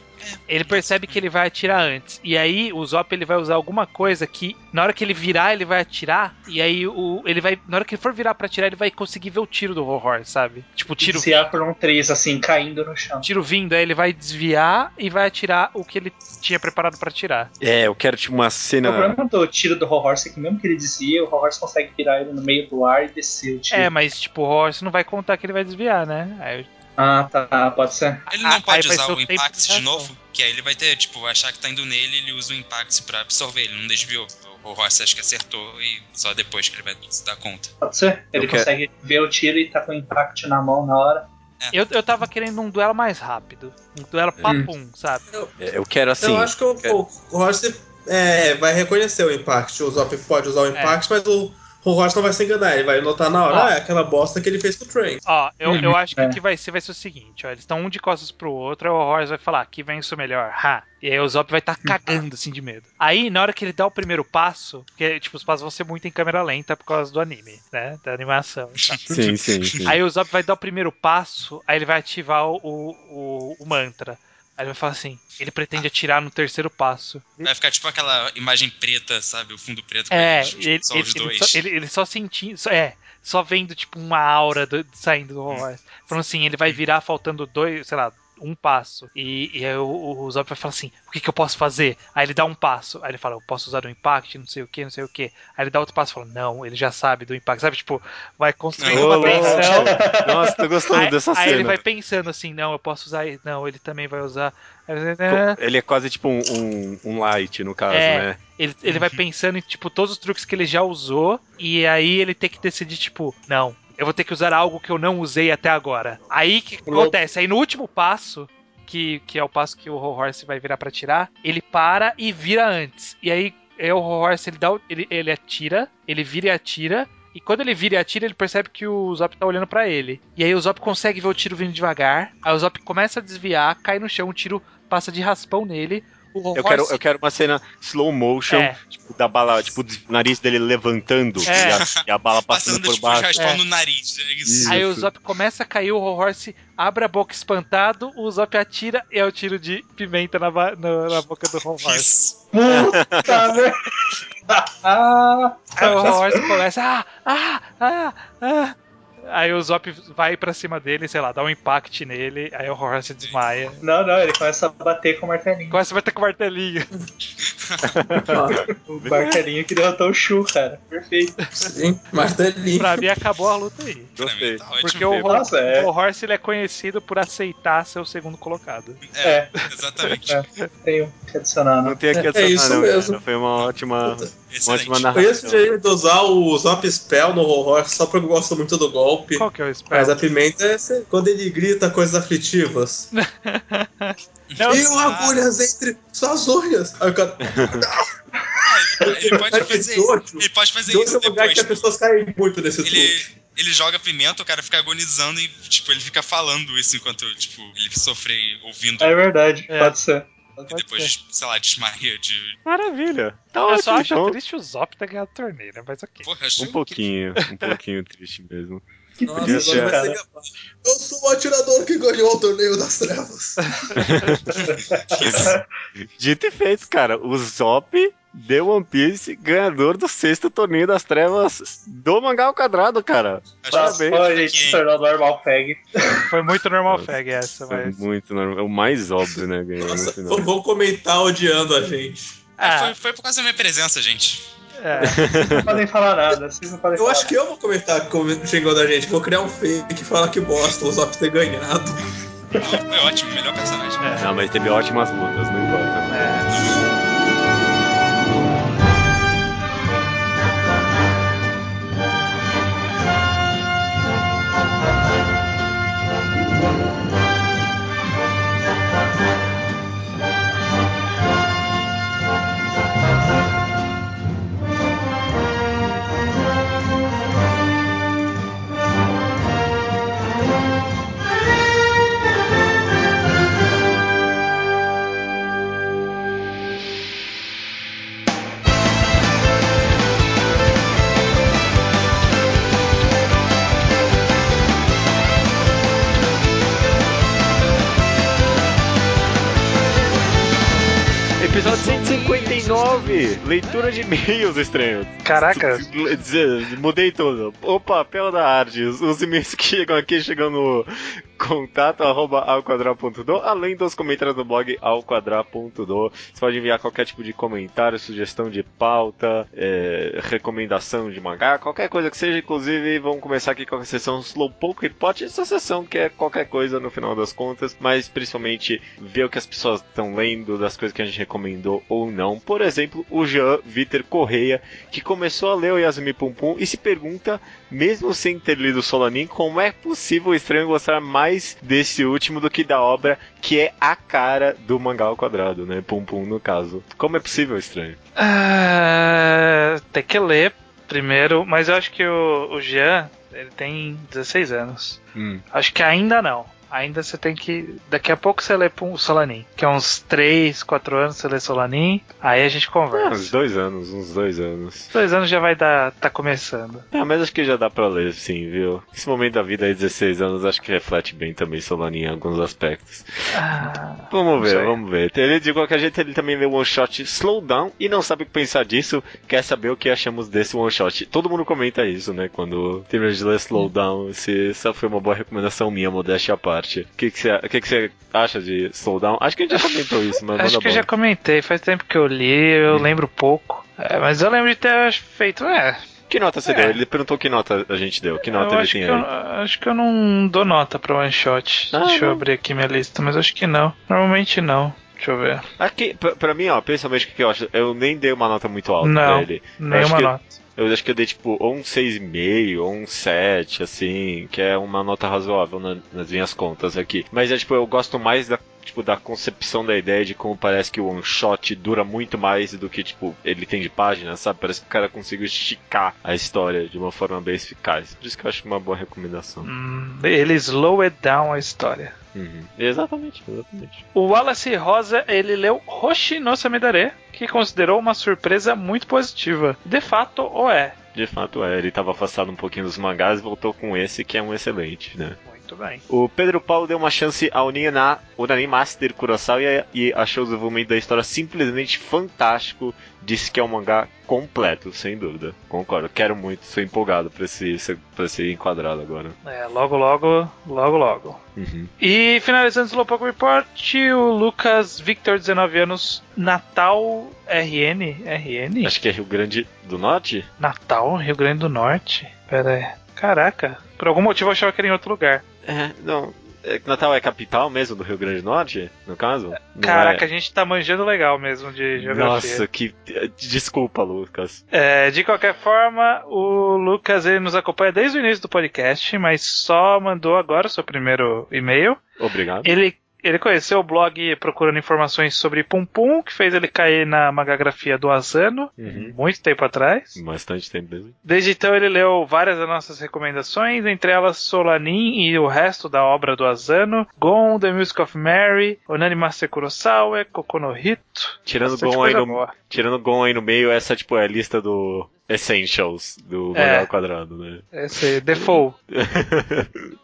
Speaker 2: Ele percebe que ele vai atirar antes. E aí o Zop ele vai usar alguma coisa que na hora que ele virar, ele vai atirar. E aí o ele vai, na hora que ele for virar pra atirar, ele vai conseguir ver o tiro do horror, sabe? Tipo, tiro
Speaker 3: Se há por um 3, assim, caindo no chão.
Speaker 2: tiro vindo, aí ele vai desviar e vai atirar o que ele tinha preparado pra atirar.
Speaker 1: É, eu quero tipo uma
Speaker 3: O
Speaker 1: cena.
Speaker 3: problema do tiro do Hall Horse é que mesmo que ele desvia, o Hall Horse consegue virar ele no meio do ar e descer o tiro.
Speaker 2: É, mas tipo, o Horse não vai contar que ele vai desviar, né? Aí-
Speaker 3: Ah, tá, pode ser.
Speaker 5: ele
Speaker 2: Ah,
Speaker 5: não
Speaker 2: aí
Speaker 5: pode
Speaker 2: vai
Speaker 5: usar
Speaker 2: ser o
Speaker 5: o
Speaker 2: tempo de
Speaker 5: Impact de
Speaker 2: reação.
Speaker 5: novo, que aí ele vai ter, tipo, vai achar que tá indo nele, ele usa o Impact pra absorver, ele não desviou. O Ross acha que acertou e só depois que ele vai se dar conta.
Speaker 3: Pode ser. Ele
Speaker 1: Eu quero-
Speaker 3: consegue ver o tiro e tá com o impact na mão na hora.
Speaker 2: eu, eu tava querendo um duelo mais rápido. Um duelo papum, sabe?
Speaker 1: É, Eu quero assim.
Speaker 4: Então, Eu acho que o, o Horse é, vai reconhecer o impact. O Zop pode
Speaker 2: É.
Speaker 4: usar o impact, mas o, o Horse não vai se enganar. Ele vai notar na hora,
Speaker 2: Ó.
Speaker 4: ah, é aquela bosta que ele fez com o Train.
Speaker 2: Ó, eu,
Speaker 3: Uhum,
Speaker 2: eu acho que
Speaker 3: é.
Speaker 2: o que vai ser vai ser o seguinte, ó. Eles estão um de costas pro outro, aí o Horus vai falar, que vem isso melhor, ha. E aí o Zop vai estar
Speaker 3: Uhum.
Speaker 2: cagando, assim, de medo. Aí, na hora que ele dá o primeiro passo, porque, tipo, os passos vão ser muito em câmera lenta por causa do anime, né? Da animação. e tal.
Speaker 1: Sim, sim, sim.
Speaker 2: aí o Zop vai dar o primeiro passo, aí ele vai ativar o, o, o mantra. Aí ele vai falar assim, ele pretende atirar no terceiro passo.
Speaker 5: Vai ficar tipo aquela imagem preta, sabe? O fundo preto com
Speaker 2: É,
Speaker 5: eles,
Speaker 2: ele,
Speaker 5: tipo, só
Speaker 2: ele,
Speaker 5: os
Speaker 2: ele
Speaker 5: dois.
Speaker 2: só, ele- ele só sentindo. só- é, só vendo, tipo, uma aura do- saindo do Rolls Falando assim, ele vai virar faltando dois, sei lá, um passo. E, e aí o, o Zop vai falar assim: o que, que eu posso fazer? Aí ele dá um passo. Aí ele fala: eu posso usar o impact, não sei o que, não sei o que. Aí ele dá outro passo e fala: não, ele já sabe do impact. Sabe, tipo, vai construindo
Speaker 1: Ô,
Speaker 2: uma
Speaker 1: louco.
Speaker 2: tensão.
Speaker 1: Nossa, tô gostando
Speaker 2: Aí,
Speaker 1: dessa
Speaker 2: aí
Speaker 1: cena.
Speaker 2: ele vai pensando assim: não, eu posso usar. isso. Não, ele também vai usar.
Speaker 1: Pô, Ele é quase tipo um, um, um light, no caso,
Speaker 2: É.
Speaker 1: né?
Speaker 2: Ele, ele vai pensando em, tipo, todos os truques que ele já usou, e aí ele tem que decidir, tipo, não, eu vou ter que usar algo que eu não usei até agora. Aí que
Speaker 3: Louco.
Speaker 2: acontece? Aí no último passo, que, que é o passo que o Horse vai virar pra tirar, ele para e vira antes. E aí é o Horse, ele dá o- ele, ele atira, ele vira e atira. E quando ele vira e atira, ele percebe que o Zop tá olhando pra ele. E aí o Zop consegue ver o tiro vindo devagar. Aí o Zop começa a desviar, cai no chão, o tiro passa de raspão nele. O
Speaker 1: Eu
Speaker 2: Horse-
Speaker 1: quero, um eu quero uma cena slow motion,
Speaker 2: É.
Speaker 1: tipo, da bala, tipo, o nariz dele levantando
Speaker 2: É.
Speaker 1: e, a, e a bala passando,
Speaker 5: Passando,
Speaker 1: por
Speaker 5: tipo, o
Speaker 1: baixo.
Speaker 5: raspão
Speaker 2: É.
Speaker 5: no nariz. É
Speaker 1: Isso.
Speaker 5: isso.
Speaker 2: Aí o Zop começa a cair, o Horse abre a boca espantado, o Zop atira e é o tiro de pimenta na, ba- na- na boca do Horse.
Speaker 5: Isso.
Speaker 3: Puta merda. Ah,
Speaker 2: Aí o Horse começa, ah, ah, ah, ah. Aí o Zop vai pra cima dele, sei lá, dá um impact nele, aí o Horse desmaia.
Speaker 3: não, não, ele começa a bater com o martelinho.
Speaker 2: Começa a bater com o martelinho.
Speaker 3: O martelinho que derrotou o Shu, cara. Perfeito.
Speaker 4: Sim, martelinho.
Speaker 2: Pra mim acabou a luta aí.
Speaker 5: Pra mim,
Speaker 1: Gostei.
Speaker 5: tá ótimo.
Speaker 2: Porque o,
Speaker 3: Nossa,
Speaker 2: Hor-
Speaker 3: é.
Speaker 2: o Horse ele é conhecido por aceitar ser o segundo colocado.
Speaker 5: É, exatamente.
Speaker 3: É. Tenho que adicionar,
Speaker 1: Não
Speaker 3: né?
Speaker 1: tem aqui
Speaker 4: É
Speaker 1: adicionar,
Speaker 4: isso
Speaker 1: não,
Speaker 4: mesmo.
Speaker 1: cara. Foi uma ótima, uma
Speaker 5: Excelente.
Speaker 1: ótima
Speaker 4: Eu ia
Speaker 1: narração.
Speaker 4: sugerir de usar o Zop Spell no horror só porque eu gosto muito do golpe.
Speaker 2: Qual que é o spell?
Speaker 4: Mas a pimenta é se- quando ele grita coisas aflitivas.
Speaker 2: Não,
Speaker 4: Eu agulhas entre suas unhas. Aí o cara,
Speaker 5: Ah, ele, ele pode fazer
Speaker 4: Doce
Speaker 5: isso. Ele pode fazer
Speaker 4: Doce é
Speaker 5: isso
Speaker 4: um lugar
Speaker 5: depois.
Speaker 4: que as pessoas caem muito nesse truque.
Speaker 5: Ele, ele joga pimenta, o cara fica agonizando e, tipo, ele fica falando isso enquanto, tipo, ele sofre ouvindo
Speaker 3: É verdade,
Speaker 2: É.
Speaker 3: pode ser.
Speaker 5: e depois, sei lá, desmaia de.
Speaker 1: Maravilha. Tá
Speaker 2: eu é só
Speaker 1: ótimo,
Speaker 2: acho
Speaker 1: então.
Speaker 2: triste o Zop ter ganhado a torneira, mas ok.
Speaker 5: Porra, achei
Speaker 1: Um pouquinho, um pouquinho triste mesmo.
Speaker 4: Nossa,
Speaker 1: Podia ser.
Speaker 4: agora vai ser capaz. Eu sou o atirador que ganhou o torneio das trevas.
Speaker 1: Dito e feito, cara. O Zop The One Piece, ganhador do sexto torneio das trevas do mangá ao quadrado, cara.
Speaker 5: Acho
Speaker 3: Tá,
Speaker 1: Parabéns.
Speaker 3: pô, a gente se tornou normal fag.
Speaker 2: Foi muito normal fag essa,
Speaker 1: É
Speaker 2: mas.
Speaker 1: muito normal. É o mais óbvio, né? Ganhar no
Speaker 4: Nossa,
Speaker 1: final.
Speaker 4: vão vão comentar odiando a gente.
Speaker 5: Ah,
Speaker 2: Ah,
Speaker 5: foi, foi por causa da minha presença, gente.
Speaker 2: é.
Speaker 3: Não podem falar nada, vocês não podem
Speaker 4: Eu
Speaker 3: falar
Speaker 4: acho que eu vou comentar como chegou da gente. Vou criar um fake que fala que bosta o Zop ter ganhado.
Speaker 5: Foi ótimo, melhor personagem.
Speaker 3: É.
Speaker 1: Ah, mas teve ótimas lutas, não importa.
Speaker 2: É.
Speaker 1: É. Episódio 159, leitura de e-mails estranhos.
Speaker 2: Caraca,
Speaker 1: Dizer, Mudei tudo. O papel da arte. Os, os e-mails que chegam aqui chegam no contato arroba alquadra.do, além dos comentários do blog alquadra.do. Você pode enviar qualquer tipo de comentário, sugestão de pauta, é, recomendação de mangá, qualquer coisa que seja. Inclusive, vamos começar aqui com a sessão Slowpoke Report. Essa sessão que é qualquer coisa no final das contas, mas principalmente ver o que as pessoas estão lendo, das coisas que a gente recomendou ou não. Por exemplo, o Jean Vitor Correia que começou a ler o Yasumi Pum Pum e se pergunta, mesmo sem ter lido o Solanin, como é possível o estranho gostar mais desse último do que da obra que é a cara do mangá ao quadrado, né? Pum Pum no caso. Como é possível, estranho?
Speaker 2: Ah, tem que ler primeiro, mas eu acho que o, o Jean ele tem 16 anos. Acho que ainda não. Ainda você tem que. Daqui a pouco você lê Pum- Solanin. Que é uns 3, 4 anos você lê Solanin. Aí a
Speaker 1: Ah,
Speaker 2: gente
Speaker 1: uns
Speaker 2: conversa.
Speaker 1: dois anos, uns dois anos.
Speaker 2: Dois anos já vai dar. tá começando.
Speaker 1: Ah, mas acho que já dá pra ler, sim, viu? Esse momento da vida aí, 16 anos, acho que reflete bem também Solanin em alguns aspectos.
Speaker 2: Ah,
Speaker 1: Vamos ver,
Speaker 2: Sei.
Speaker 1: vamos ver. Ele, de qualquer jeito, ele também leu o one shot Slowdown e não sabe o que pensar disso. Quer saber o que achamos desse one shot? Todo mundo comenta isso, né? Quando termina de ler Slowdown, se essa foi uma boa recomendação minha, modéstia à parte. parte. O que que você o que que você acha de Slowdown? Acho que a gente já comentou isso, mas
Speaker 2: Acho
Speaker 1: manda
Speaker 2: que eu
Speaker 1: bala.
Speaker 2: já comentei, faz tempo que eu li, eu lembro pouco. É, mas eu lembro de ter feito. É,
Speaker 1: Que nota você
Speaker 2: É.
Speaker 1: deu? Ele perguntou que nota a gente deu. Que nota
Speaker 2: eu
Speaker 1: ele
Speaker 2: acho,
Speaker 1: tem
Speaker 2: que eu,
Speaker 1: aí?
Speaker 2: acho que eu não dou nota pra one shot.
Speaker 1: Ah,
Speaker 2: Deixa eu
Speaker 1: não.
Speaker 2: abrir aqui minha lista, mas acho que não. Normalmente não. Deixa eu ver.
Speaker 1: Aqui, pra, pra mim, ó, pessoalmente, o que que eu acho? Eu nem dei uma nota muito alta
Speaker 2: Não,
Speaker 1: pra ele. acho
Speaker 2: Nenhuma
Speaker 1: que-
Speaker 2: nota.
Speaker 1: Eu acho que eu dei tipo ou um 6,5 ou um 7, assim, que é uma nota razoável na- nas minhas contas aqui. Mas é tipo, eu gosto mais da. Tipo, da concepção da ideia de como parece que o one shot dura muito mais do que, tipo, ele tem de página, sabe? Parece que o cara conseguiu esticar a história de uma forma bem eficaz. Por isso que eu acho uma boa recomendação.
Speaker 2: Hum, ele slow it down a história.
Speaker 1: Uhum. Exatamente, exatamente.
Speaker 2: O Wallace Rosa, ele leu Hoshi no Samidare, que considerou uma surpresa muito positiva. De fato, ou é?
Speaker 1: De fato, é, ele tava afastado um pouquinho dos mangás e voltou com esse, que é um excelente, né?
Speaker 2: Muito bem.
Speaker 1: O Pedro Paulo deu uma chance ao Nina, Unani Master Kurosawa e, e achou o desenvolvimento da história simplesmente fantástico. Disse que é um mangá completo, sem dúvida. Concordo, quero muito, sou empolgado pra esse, ser- pra ser enquadrado agora.
Speaker 2: É, logo, logo, logo, logo.
Speaker 1: Uhum.
Speaker 2: E finalizando o Slowpoke Report, o Lucas Victor, 19 anos, Natal RN? RN?
Speaker 1: Acho que é Rio Grande do Norte?
Speaker 2: Natal, Rio Grande do Norte? Pera aí. Caraca, por algum motivo eu achava que era em outro lugar.
Speaker 1: É, não. é, Natal é capital mesmo do Rio Grande do Norte, no caso? Não
Speaker 2: Caraca, a
Speaker 1: é?
Speaker 2: gente tá manjando legal mesmo de geografia.
Speaker 1: Nossa, que. Desculpa, Lucas.
Speaker 2: É, de qualquer forma, o Lucas ele nos acompanha desde o início do podcast, mas só mandou agora o seu primeiro e-mail.
Speaker 1: Obrigado.
Speaker 2: Ele, ele conheceu o blog procurando informações sobre Pum Pum, que fez ele cair na magagrafia do Asano,
Speaker 1: Uhum.
Speaker 2: muito tempo atrás.
Speaker 1: Bastante tempo mesmo.
Speaker 2: Desde então ele leu várias das nossas recomendações, entre elas Solanin e o resto da obra do Asano, Gon, The Music of Mary, Onani Master Kurosawa, Kokonohito.
Speaker 1: Tirando
Speaker 2: bastante
Speaker 1: Gon aí
Speaker 2: coisa
Speaker 1: no,
Speaker 2: boa.
Speaker 1: Tirando o Gon aí no meio, essa tipo é a lista do Essentials do
Speaker 2: É.
Speaker 1: Mangá ao Quadrado, né?
Speaker 2: Esse Defoe.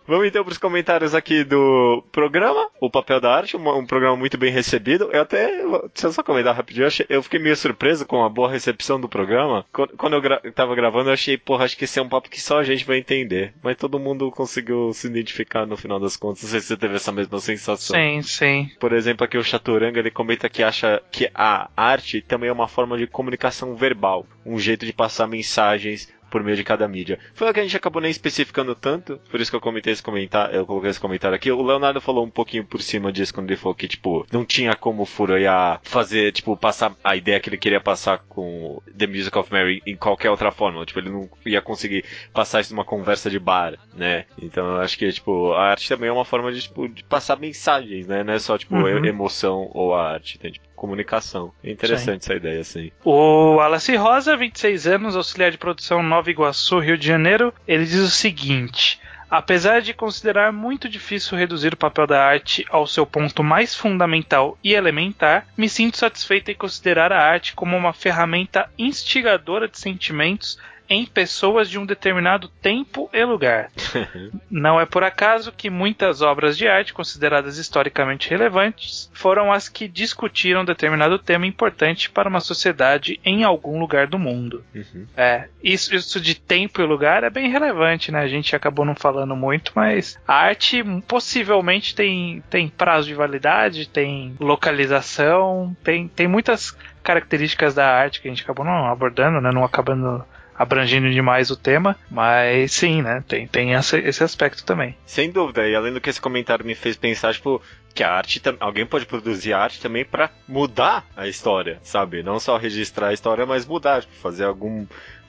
Speaker 1: Vamos então pros comentários aqui do programa, o papel da arte, um, um programa muito bem recebido. Eu até, deixa eu só comentar rapidinho, eu, achei- eu fiquei meio surpreso com a boa recepção do programa. Quando, quando eu gra tava gravando, eu achei, porra, acho que esse é um papo que só a gente vai entender. Mas todo mundo conseguiu se identificar no final das contas. Não sei se você teve essa mesma sensação.
Speaker 2: Sim, sim.
Speaker 1: Por exemplo, aqui o Chaturanga ele comenta que acha que a arte também é uma forma de comunicação verbal, um jeito de passar mensagens por meio de cada mídia. Foi o que a gente acabou nem especificando tanto, por isso que eu comentei esse comentário, eu coloquei esse comentário aqui. O Leonardo falou um pouquinho por cima disso quando ele falou que, tipo, não tinha como o Furuya fazer, tipo, passar a ideia que ele queria passar com The Music of Mary em qualquer outra forma. Tipo, ele não ia conseguir passar isso numa conversa de bar, né? Então eu acho que, tipo, a arte também é uma forma de, tipo, de passar mensagens, né? Não é só, tipo,
Speaker 2: Uhum.
Speaker 1: e- emoção ou a arte, tem, tipo, comunicação. É interessante essa ideia, assim.
Speaker 2: O Wallace Rosa, 26 anos, auxiliar de produção Nova Iguaçu, Rio de Janeiro, ele diz o seguinte. Apesar de considerar muito difícil reduzir o papel da arte ao seu ponto mais fundamental e elementar, me sinto satisfeito em considerar a arte como uma ferramenta instigadora de sentimentos em pessoas de um determinado tempo e lugar. Não é por acaso que muitas obras de arte consideradas historicamente relevantes foram as que discutiram um determinado tema importante para uma sociedade em algum lugar do mundo.
Speaker 1: Uhum.
Speaker 2: É, isso, isso de tempo e lugar é bem relevante, né? A gente acabou não falando muito, mas a arte possivelmente tem, tem prazo de validade, tem localização, tem, tem muitas características da arte que a gente acabou não abordando, né? Não acabando abrangendo demais o tema, mas sim, né? Tem, tem essa- esse aspecto também.
Speaker 1: Sem dúvida, e além do que esse comentário me fez pensar, tipo, que a arte, tam- alguém pode produzir arte também pra mudar a história, sabe? Não só registrar a história, mas mudar, tipo, fazer algum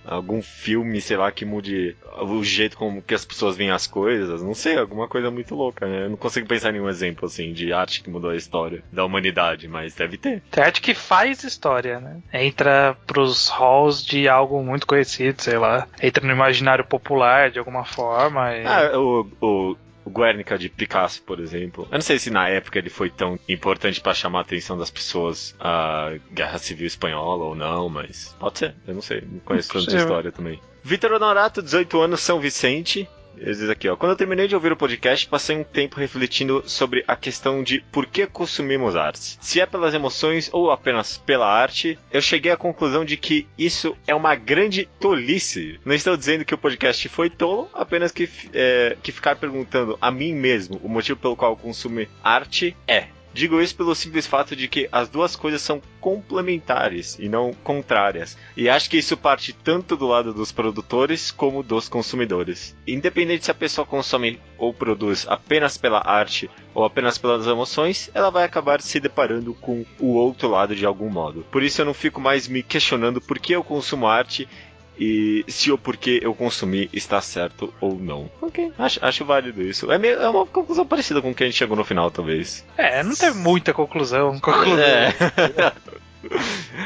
Speaker 1: algum filme, sei lá, que mude o jeito como que as pessoas veem as coisas, não sei, alguma coisa muito louca, né? Eu não consigo pensar em nenhum exemplo assim de arte que mudou a história da humanidade, mas deve ter.
Speaker 2: Tem arte que faz história, né? Entra pros halls de algo muito conhecido, sei lá. Entra no imaginário popular de alguma forma. e-
Speaker 1: Ah, o, o, o Guernica de Picasso, por exemplo. Eu não sei se na época ele foi tão importante pra chamar a atenção das pessoas a Guerra Civil Espanhola ou não, mas pode ser, eu não sei, não conheço tanto de
Speaker 2: Possível.
Speaker 1: história também. Vitor Honorato, 18 anos, São Vicente. Ele diz aqui, ó. Quando eu terminei de ouvir o podcast, passei um tempo refletindo sobre a questão de por que consumimos artes. Se é pelas emoções ou apenas pela arte, eu cheguei à conclusão de que isso é uma grande tolice. Não estou dizendo que o podcast foi tolo, apenas que, é, que ficar perguntando a mim mesmo o motivo pelo qual eu consumo arte é. Digo isso pelo simples fato de que as duas coisas são complementares e não contrárias. E acho que isso parte tanto do lado dos produtores como dos consumidores. Independente se a pessoa consome ou produz apenas pela arte ou apenas pelas emoções, ela vai acabar se deparando com o outro lado de algum modo. Por isso eu não fico mais me questionando por que eu consumo arte e se o porquê eu consumi está certo ou não. Ok, acho, acho válido isso. É, meio, é uma conclusão parecida com o que a gente chegou no final, talvez.
Speaker 2: É, não tem muita conclusão. conclusão.
Speaker 1: É.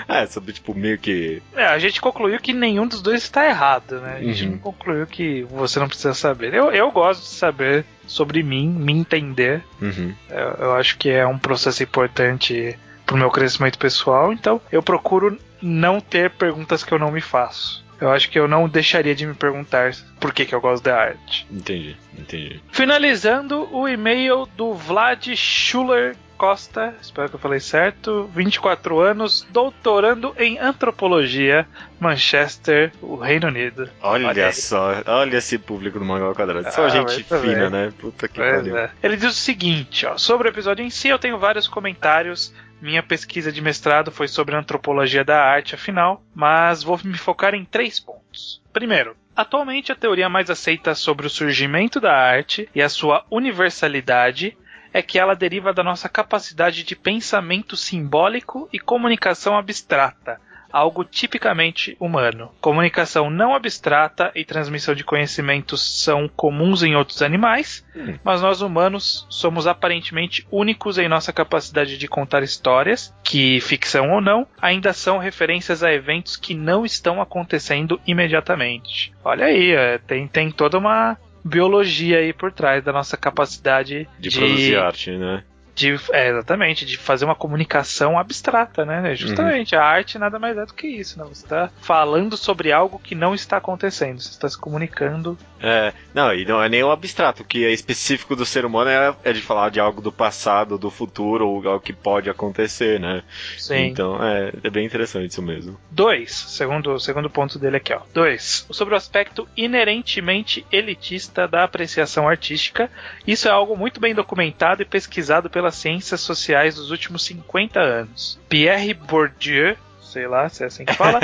Speaker 1: é, sobre, tipo, meio que.
Speaker 2: É, a gente concluiu que nenhum dos dois está errado, né? A gente
Speaker 1: Uhum.
Speaker 2: não concluiu que você não precisa saber. Eu, eu gosto de saber sobre mim, me entender.
Speaker 1: Uhum.
Speaker 2: Eu, eu acho que é um processo importante pro meu crescimento pessoal, então eu procuro não ter perguntas que eu não me faço. Eu acho que eu não deixaria de me perguntar por que, que eu gosto da arte.
Speaker 1: Entendi, entendi.
Speaker 2: Finalizando o e-mail do Vlad Schuller Costa, espero que eu falei certo, 24 anos, doutorando em antropologia, Manchester, o Reino Unido.
Speaker 1: Olha,
Speaker 2: Olha aí.
Speaker 1: só, olha esse público do Mangal Quadrado. Só
Speaker 2: Ah,
Speaker 1: gente
Speaker 2: mas tá
Speaker 1: fina,
Speaker 2: bem.
Speaker 1: né? Puta que
Speaker 2: Pois
Speaker 1: pariu.
Speaker 2: é. Ele diz o seguinte, ó, sobre o episódio em si, eu tenho vários comentários. Minha pesquisa de mestrado foi sobre antropologia da arte, afinal, mas vou me focar em três pontos. Primeiro, atualmente a teoria mais aceita sobre o surgimento da arte e a sua universalidade é que ela deriva da nossa capacidade de pensamento simbólico e comunicação abstrata, algo tipicamente humano. Comunicação não abstrata e transmissão de conhecimentos são comuns em outros animais,
Speaker 1: Hum.
Speaker 2: mas nós humanos somos aparentemente únicos em nossa capacidade de contar histórias, que, ficção ou não, ainda são referências a eventos que não estão acontecendo imediatamente. Olha aí, é, tem, tem toda uma biologia aí por trás da nossa capacidade
Speaker 1: De, produzir arte, né?
Speaker 2: de- é, exatamente, de fazer uma comunicação abstrata, né? Justamente, a arte nada mais é do que isso, né? Você está falando sobre algo que não está acontecendo, você está se comunicando.
Speaker 1: É, não, e não é nem o abstrato. O que é específico do ser humano é, é de falar de algo do passado, do futuro, ou algo que pode acontecer, né?
Speaker 2: Sim.
Speaker 1: Então, é, é bem interessante isso mesmo.
Speaker 2: Dois, segundo, segundo ponto dele aqui, ó. Dois, sobre o aspecto inerentemente elitista da apreciação artística. Isso é algo muito bem documentado e pesquisado pelas ciências sociais dos últimos 50 anos. Pierre Bourdieu, sei lá se é assim que fala,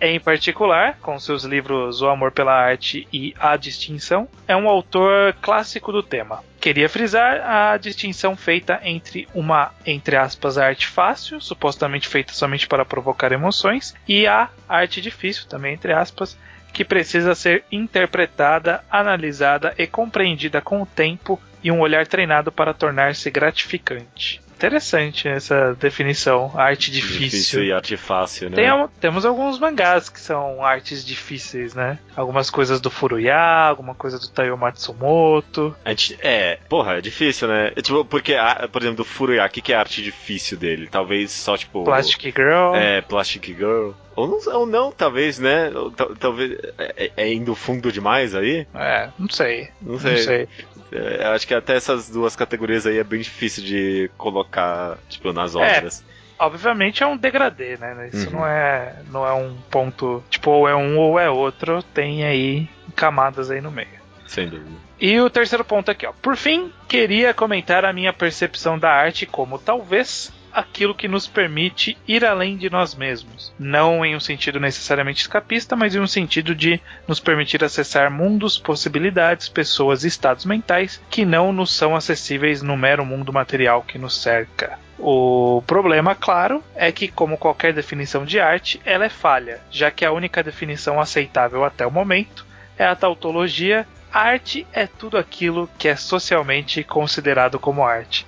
Speaker 2: Em particular, com seus livros O Amor pela Arte e A Distinção, é um autor clássico do tema. Queria frisar a distinção feita entre uma, entre aspas, arte fácil, supostamente feita somente para provocar emoções, e a arte difícil, também entre aspas, que precisa ser interpretada, analisada e compreendida com o tempo e um olhar treinado para tornar-se gratificante. Interessante essa definição, arte difícil.
Speaker 1: e arte fácil, né?
Speaker 2: Tem al- temos alguns mangás que são artes difíceis, né? Algumas coisas do Furuya, alguma coisa do Taiyo Matsumoto.
Speaker 1: A gente- é, porra, é difícil, né? É, Tipo, porque, a- por exemplo, do Furuya, o que, que é a arte difícil dele? Talvez só, tipo.
Speaker 2: Plastic Girl.
Speaker 1: É, Plastic Girl. Ou não, ou não talvez, né? Ou tal- Talvez. É, é- é indo fundo demais aí?
Speaker 2: É, não sei,
Speaker 1: Não
Speaker 2: não
Speaker 1: sei.
Speaker 2: sei.
Speaker 1: É, eu acho que até essas duas categorias aí é bem difícil de colocar, tipo, nas obras.
Speaker 2: Obviamente é um degradê, né? Isso
Speaker 1: Uhum.
Speaker 2: não é não é um ponto, tipo, ou é um ou é outro, tem aí camadas aí no meio.
Speaker 1: Sem dúvida.
Speaker 2: E o terceiro ponto aqui, ó. Por fim, queria comentar a minha percepção da arte como talvez aquilo que nos permite ir além de nós mesmos. Não em um sentido necessariamente escapista, mas em um sentido de nos permitir acessar mundos, possibilidades, pessoas e estados mentais que não nos são acessíveis no mero mundo material que nos cerca. O problema, claro, é que, como qualquer definição de arte, ela é falha, já que a única definição aceitável até o momento é a tautologia Arte é tudo aquilo que é socialmente considerado como arte.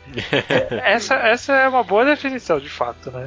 Speaker 2: essa, essa é uma boa definição, de fato, né?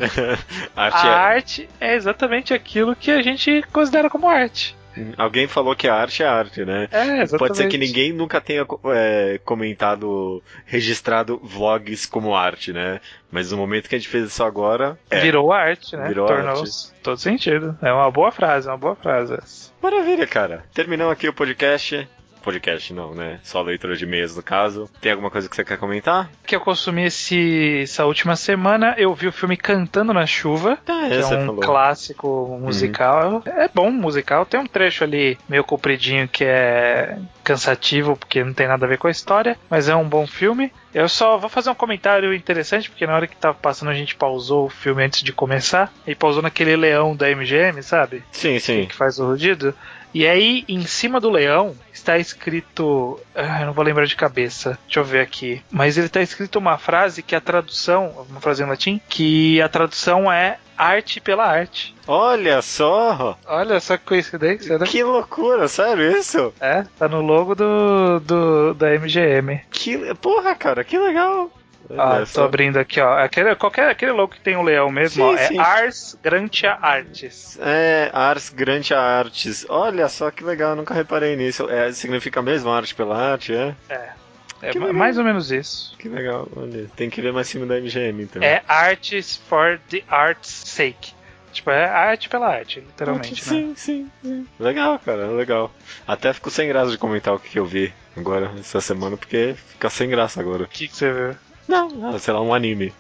Speaker 1: Arte
Speaker 2: A
Speaker 1: é-
Speaker 2: arte é exatamente aquilo que a gente considera como arte.
Speaker 1: Alguém falou que a arte é arte, né?
Speaker 2: É, exatamente.
Speaker 1: Pode ser que ninguém nunca tenha co- é, comentado, registrado vlogs como arte, né? Mas no momento que a gente fez isso agora. É.
Speaker 2: Virou arte, né?
Speaker 1: Virou
Speaker 2: Tornou-se todo sentido. É uma é boa frase, uma boa frase. essa.
Speaker 1: Maravilha, cara. Terminamos aqui o podcast. podcast não, né? Só leitura de e-mails no caso. Tem alguma coisa que você quer comentar?
Speaker 2: que eu consumi esse- essa última semana, eu vi o filme Cantando na Chuva,
Speaker 1: Ah,
Speaker 2: que é
Speaker 1: você
Speaker 2: um
Speaker 1: falou. Uhum.
Speaker 2: clássico musical. É bom musical, tem um trecho ali meio compridinho que é cansativo porque não tem nada a ver com a história, mas é um bom filme. Eu só vou fazer um comentário interessante, porque na hora que tava passando a gente pausou o filme antes de começar, e pausou naquele leão da MGM, sabe?
Speaker 1: Sim, sim.
Speaker 2: Que faz o rugido. E aí, em cima do leão, está escrito. Ah, eu não vou lembrar de cabeça. Deixa eu ver aqui. Mas ele está escrito uma frase que a tradução. Uma frase em latim. Que a tradução é arte pela arte.
Speaker 1: Olha só!
Speaker 2: Olha só que coincidência, né?
Speaker 1: Que loucura, sério isso?
Speaker 2: É, tá no logo do, do da MGM.
Speaker 1: Que porra, cara, que legal.
Speaker 2: Ah,
Speaker 1: Olha
Speaker 2: tô
Speaker 1: só.
Speaker 2: abrindo aqui, ó. Aquele, qualquer, aquele logo que tem o leão mesmo,
Speaker 1: Sim,
Speaker 2: ó.
Speaker 1: sim.
Speaker 2: É Ars Grantia Artes.
Speaker 1: É, Ars Grande Artes. Olha só que legal, nunca reparei nisso. É, significa mesmo arte pela arte, é?
Speaker 2: É
Speaker 1: Que
Speaker 2: ma-
Speaker 1: legal.
Speaker 2: mais ou menos isso.
Speaker 1: Que legal, olha. Tem que ver mais cima da MGM, então.
Speaker 2: É Arts for the Art's sake. Tipo, é arte pela arte, literalmente, né?
Speaker 1: sim, sim, sim. Legal, cara, legal. Até fico sem graça de comentar o que que eu vi agora, essa semana, porque fica sem graça agora.
Speaker 2: O que, que você viu?
Speaker 1: Não, ah, sei lá, um anime.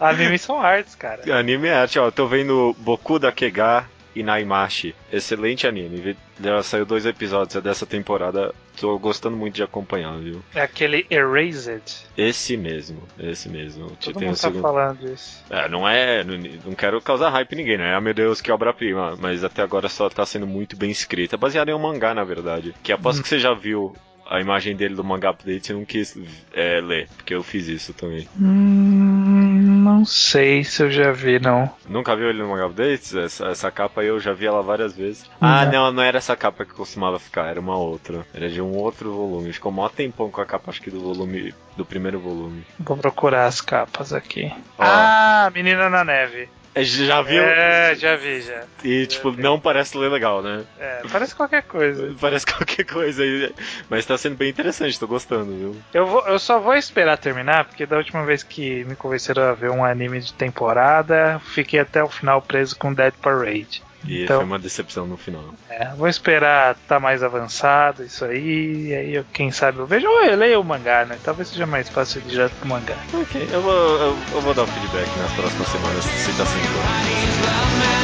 Speaker 2: Animes são artes, cara.
Speaker 1: Anime é arte, ó. eu Tô vendo Boku da Kega e Naimashi. Excelente anime. Já saiu dois episódios é dessa temporada. Tô gostando muito de acompanhar, viu?
Speaker 2: É aquele Erased.
Speaker 1: Esse mesmo, esse mesmo. Te
Speaker 2: Todo
Speaker 1: tem
Speaker 2: mundo
Speaker 1: o
Speaker 2: tá
Speaker 1: um segundo-
Speaker 2: falando isso.
Speaker 1: É, não é. Não, não quero causar hype em ninguém, né? Ah, meu Deus, que obra-prima. Mas até agora só tá sendo muito bem escrita. Baseada em um mangá, na verdade. Que
Speaker 2: Uhum.
Speaker 1: aposto que você já viu a imagem dele do mangá update e não quis é, ler. Porque eu fiz isso também.
Speaker 2: Hum, não sei se eu já vi, não.
Speaker 1: Nunca viu ele no mangá update? Essa, essa capa aí eu já vi ela várias vezes. Ah, não, não era essa capa que costumava ficar. Era uma outra. Era de um outro volume. Ficou mó tempão com a capa, acho que do volume. Do primeiro volume.
Speaker 2: Vou procurar as capas aqui.
Speaker 1: Ó.
Speaker 2: Ah, Menina na Neve.
Speaker 1: É, Já viu?
Speaker 2: É, já vi, já.
Speaker 1: E, tipo, não parece ler legal, né?
Speaker 2: É, parece qualquer coisa.
Speaker 1: Parece qualquer coisa aí. Mas tá sendo bem interessante, tô gostando, viu?
Speaker 2: Eu, vou- eu só vou esperar terminar, porque da última vez que me convenceram a ver um anime de temporada, fiquei até o final preso com Dead Parade.
Speaker 1: E
Speaker 2: Então-
Speaker 1: foi uma decepção no final.
Speaker 2: É, vou esperar tá mais avançado isso aí, e aí eu, quem sabe eu vejo, ou eu leio o mangá, né? Talvez seja mais fácil ir direto pro mangá.
Speaker 1: Ok, eu vou, eu, eu vou dar um feedback nas próximas semanas se tá sendo bom.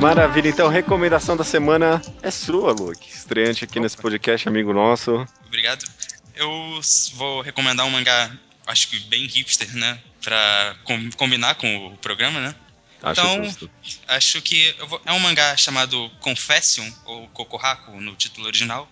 Speaker 1: Maravilha, então recomendação da semana é sua, Luke. Estreante aqui nesse podcast, amigo nosso.
Speaker 5: Obrigado. Eu s- vou recomendar um mangá, acho que bem hipster, né? Pra com- combinar com o programa, né?
Speaker 1: Acho
Speaker 5: Então-
Speaker 1: justo.
Speaker 5: Acho que eu vou- é um mangá chamado Confession, ou Kokoraku no título original.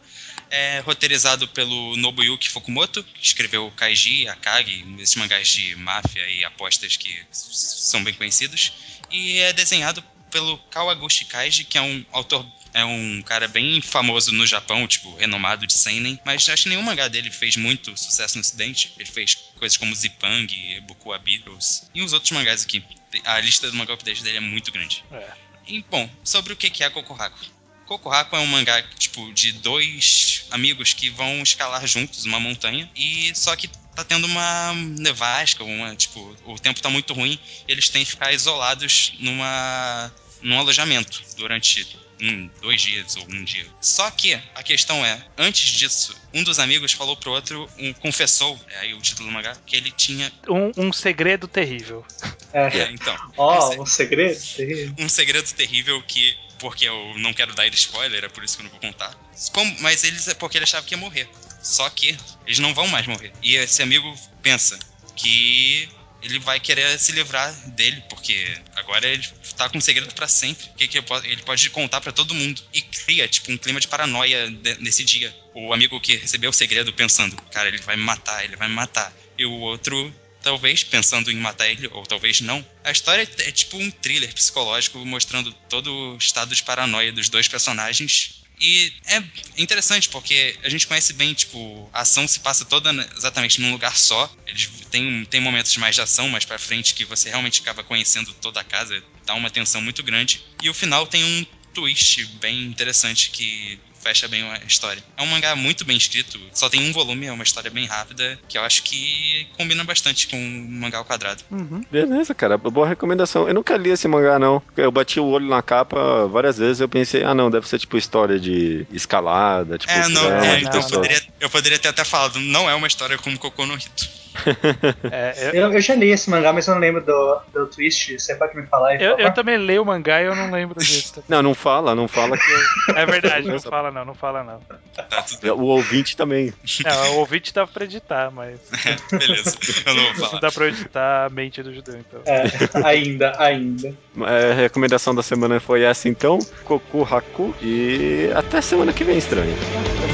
Speaker 5: É roteirizado pelo Nobuyuki Fukumoto, que escreveu Kaiji, Akagi, esses mangás de máfia e apostas que s- são bem conhecidos. E é desenhado pelo Kawaguchi Kaiji, que é um autor, é um cara bem famoso no Japão, tipo, renomado de seinen, mas acho que nenhum mangá dele fez muito sucesso no ocidente. Ele fez coisas como Zipang, Boku wa Beatles e uns outros mangás aqui. A lista do mangá update dele é muito grande.
Speaker 2: É.
Speaker 5: E, bom, sobre o que que é Kokoraku. Kokoraku é um mangá, tipo, de dois amigos que vão escalar juntos uma montanha e só que tá tendo uma nevasca, uma, tipo, o tempo tá muito ruim e eles têm que ficar isolados numa num alojamento durante um, dois dias ou um dia. Só que a questão é, antes disso, um dos amigos falou pro outro, um confessou, é aí o título do mangá, que ele tinha,
Speaker 2: Um, um segredo terrível.
Speaker 3: É.
Speaker 5: é, então,
Speaker 3: Ó,
Speaker 5: Esse-
Speaker 3: um segredo? Sim.
Speaker 5: um segredo terrível que. Porque eu não quero dar ele spoiler, é por isso que eu não vou contar. Como- mas eles é porque ele achava que ia morrer. Só que eles não vão mais morrer. E esse amigo pensa que ele vai querer se livrar dele, porque agora ele tá com um segredo pra sempre. Que, que eu po- ele pode contar pra todo mundo. E cria, tipo, um clima de paranoia de- nesse dia. O amigo que recebeu o segredo pensando, cara, ele vai me matar, ele vai me matar. E o outro talvez pensando em matar ele, ou talvez não. A história é tipo um thriller psicológico mostrando todo o estado de paranoia dos dois personagens. E é interessante, porque a gente conhece bem, tipo, a ação se passa toda na- exatamente num lugar só. Eles tem, um- tem momentos mais de ação, mais pra frente, que você realmente acaba conhecendo toda a casa, dá uma tensão muito grande. E o final tem um twist bem interessante que fecha bem a história. É um mangá muito bem escrito, só tem um volume, é uma história bem rápida, que eu acho que combina bastante com o mangá ao quadrado.
Speaker 1: Uhum. Beleza, cara, boa recomendação. Eu nunca li esse mangá, não. Eu bati o olho na capa várias vezes eu pensei, ah, não, deve ser tipo história de escalada, tipo...
Speaker 5: É, não,
Speaker 1: drama,
Speaker 5: é,
Speaker 1: de
Speaker 5: então
Speaker 1: pessoas.
Speaker 5: eu poderia, eu poderia ter até falado, não é uma história como Cocô no Rito.
Speaker 2: É, eu,
Speaker 3: Eu, eu já li esse mangá, mas eu não lembro do, do twist. Você pode me falar? aí, por
Speaker 2: eu, eu
Speaker 3: favor?
Speaker 2: também leio o mangá e eu não lembro disso.
Speaker 1: Não, não fala, não fala que
Speaker 2: É verdade, não fala não, não fala não.
Speaker 5: Tá tudo
Speaker 1: o ouvinte também.
Speaker 2: Não, o ouvinte dava pra editar, mas
Speaker 5: bem, beleza. Eu não vou
Speaker 2: não
Speaker 5: falar.
Speaker 2: dá pra editar a mente do judeu, então.
Speaker 3: É, ainda, ainda.
Speaker 1: É, a recomendação da semana foi essa, então. Koku Haku. E até semana que vem, estranho.
Speaker 2: Então,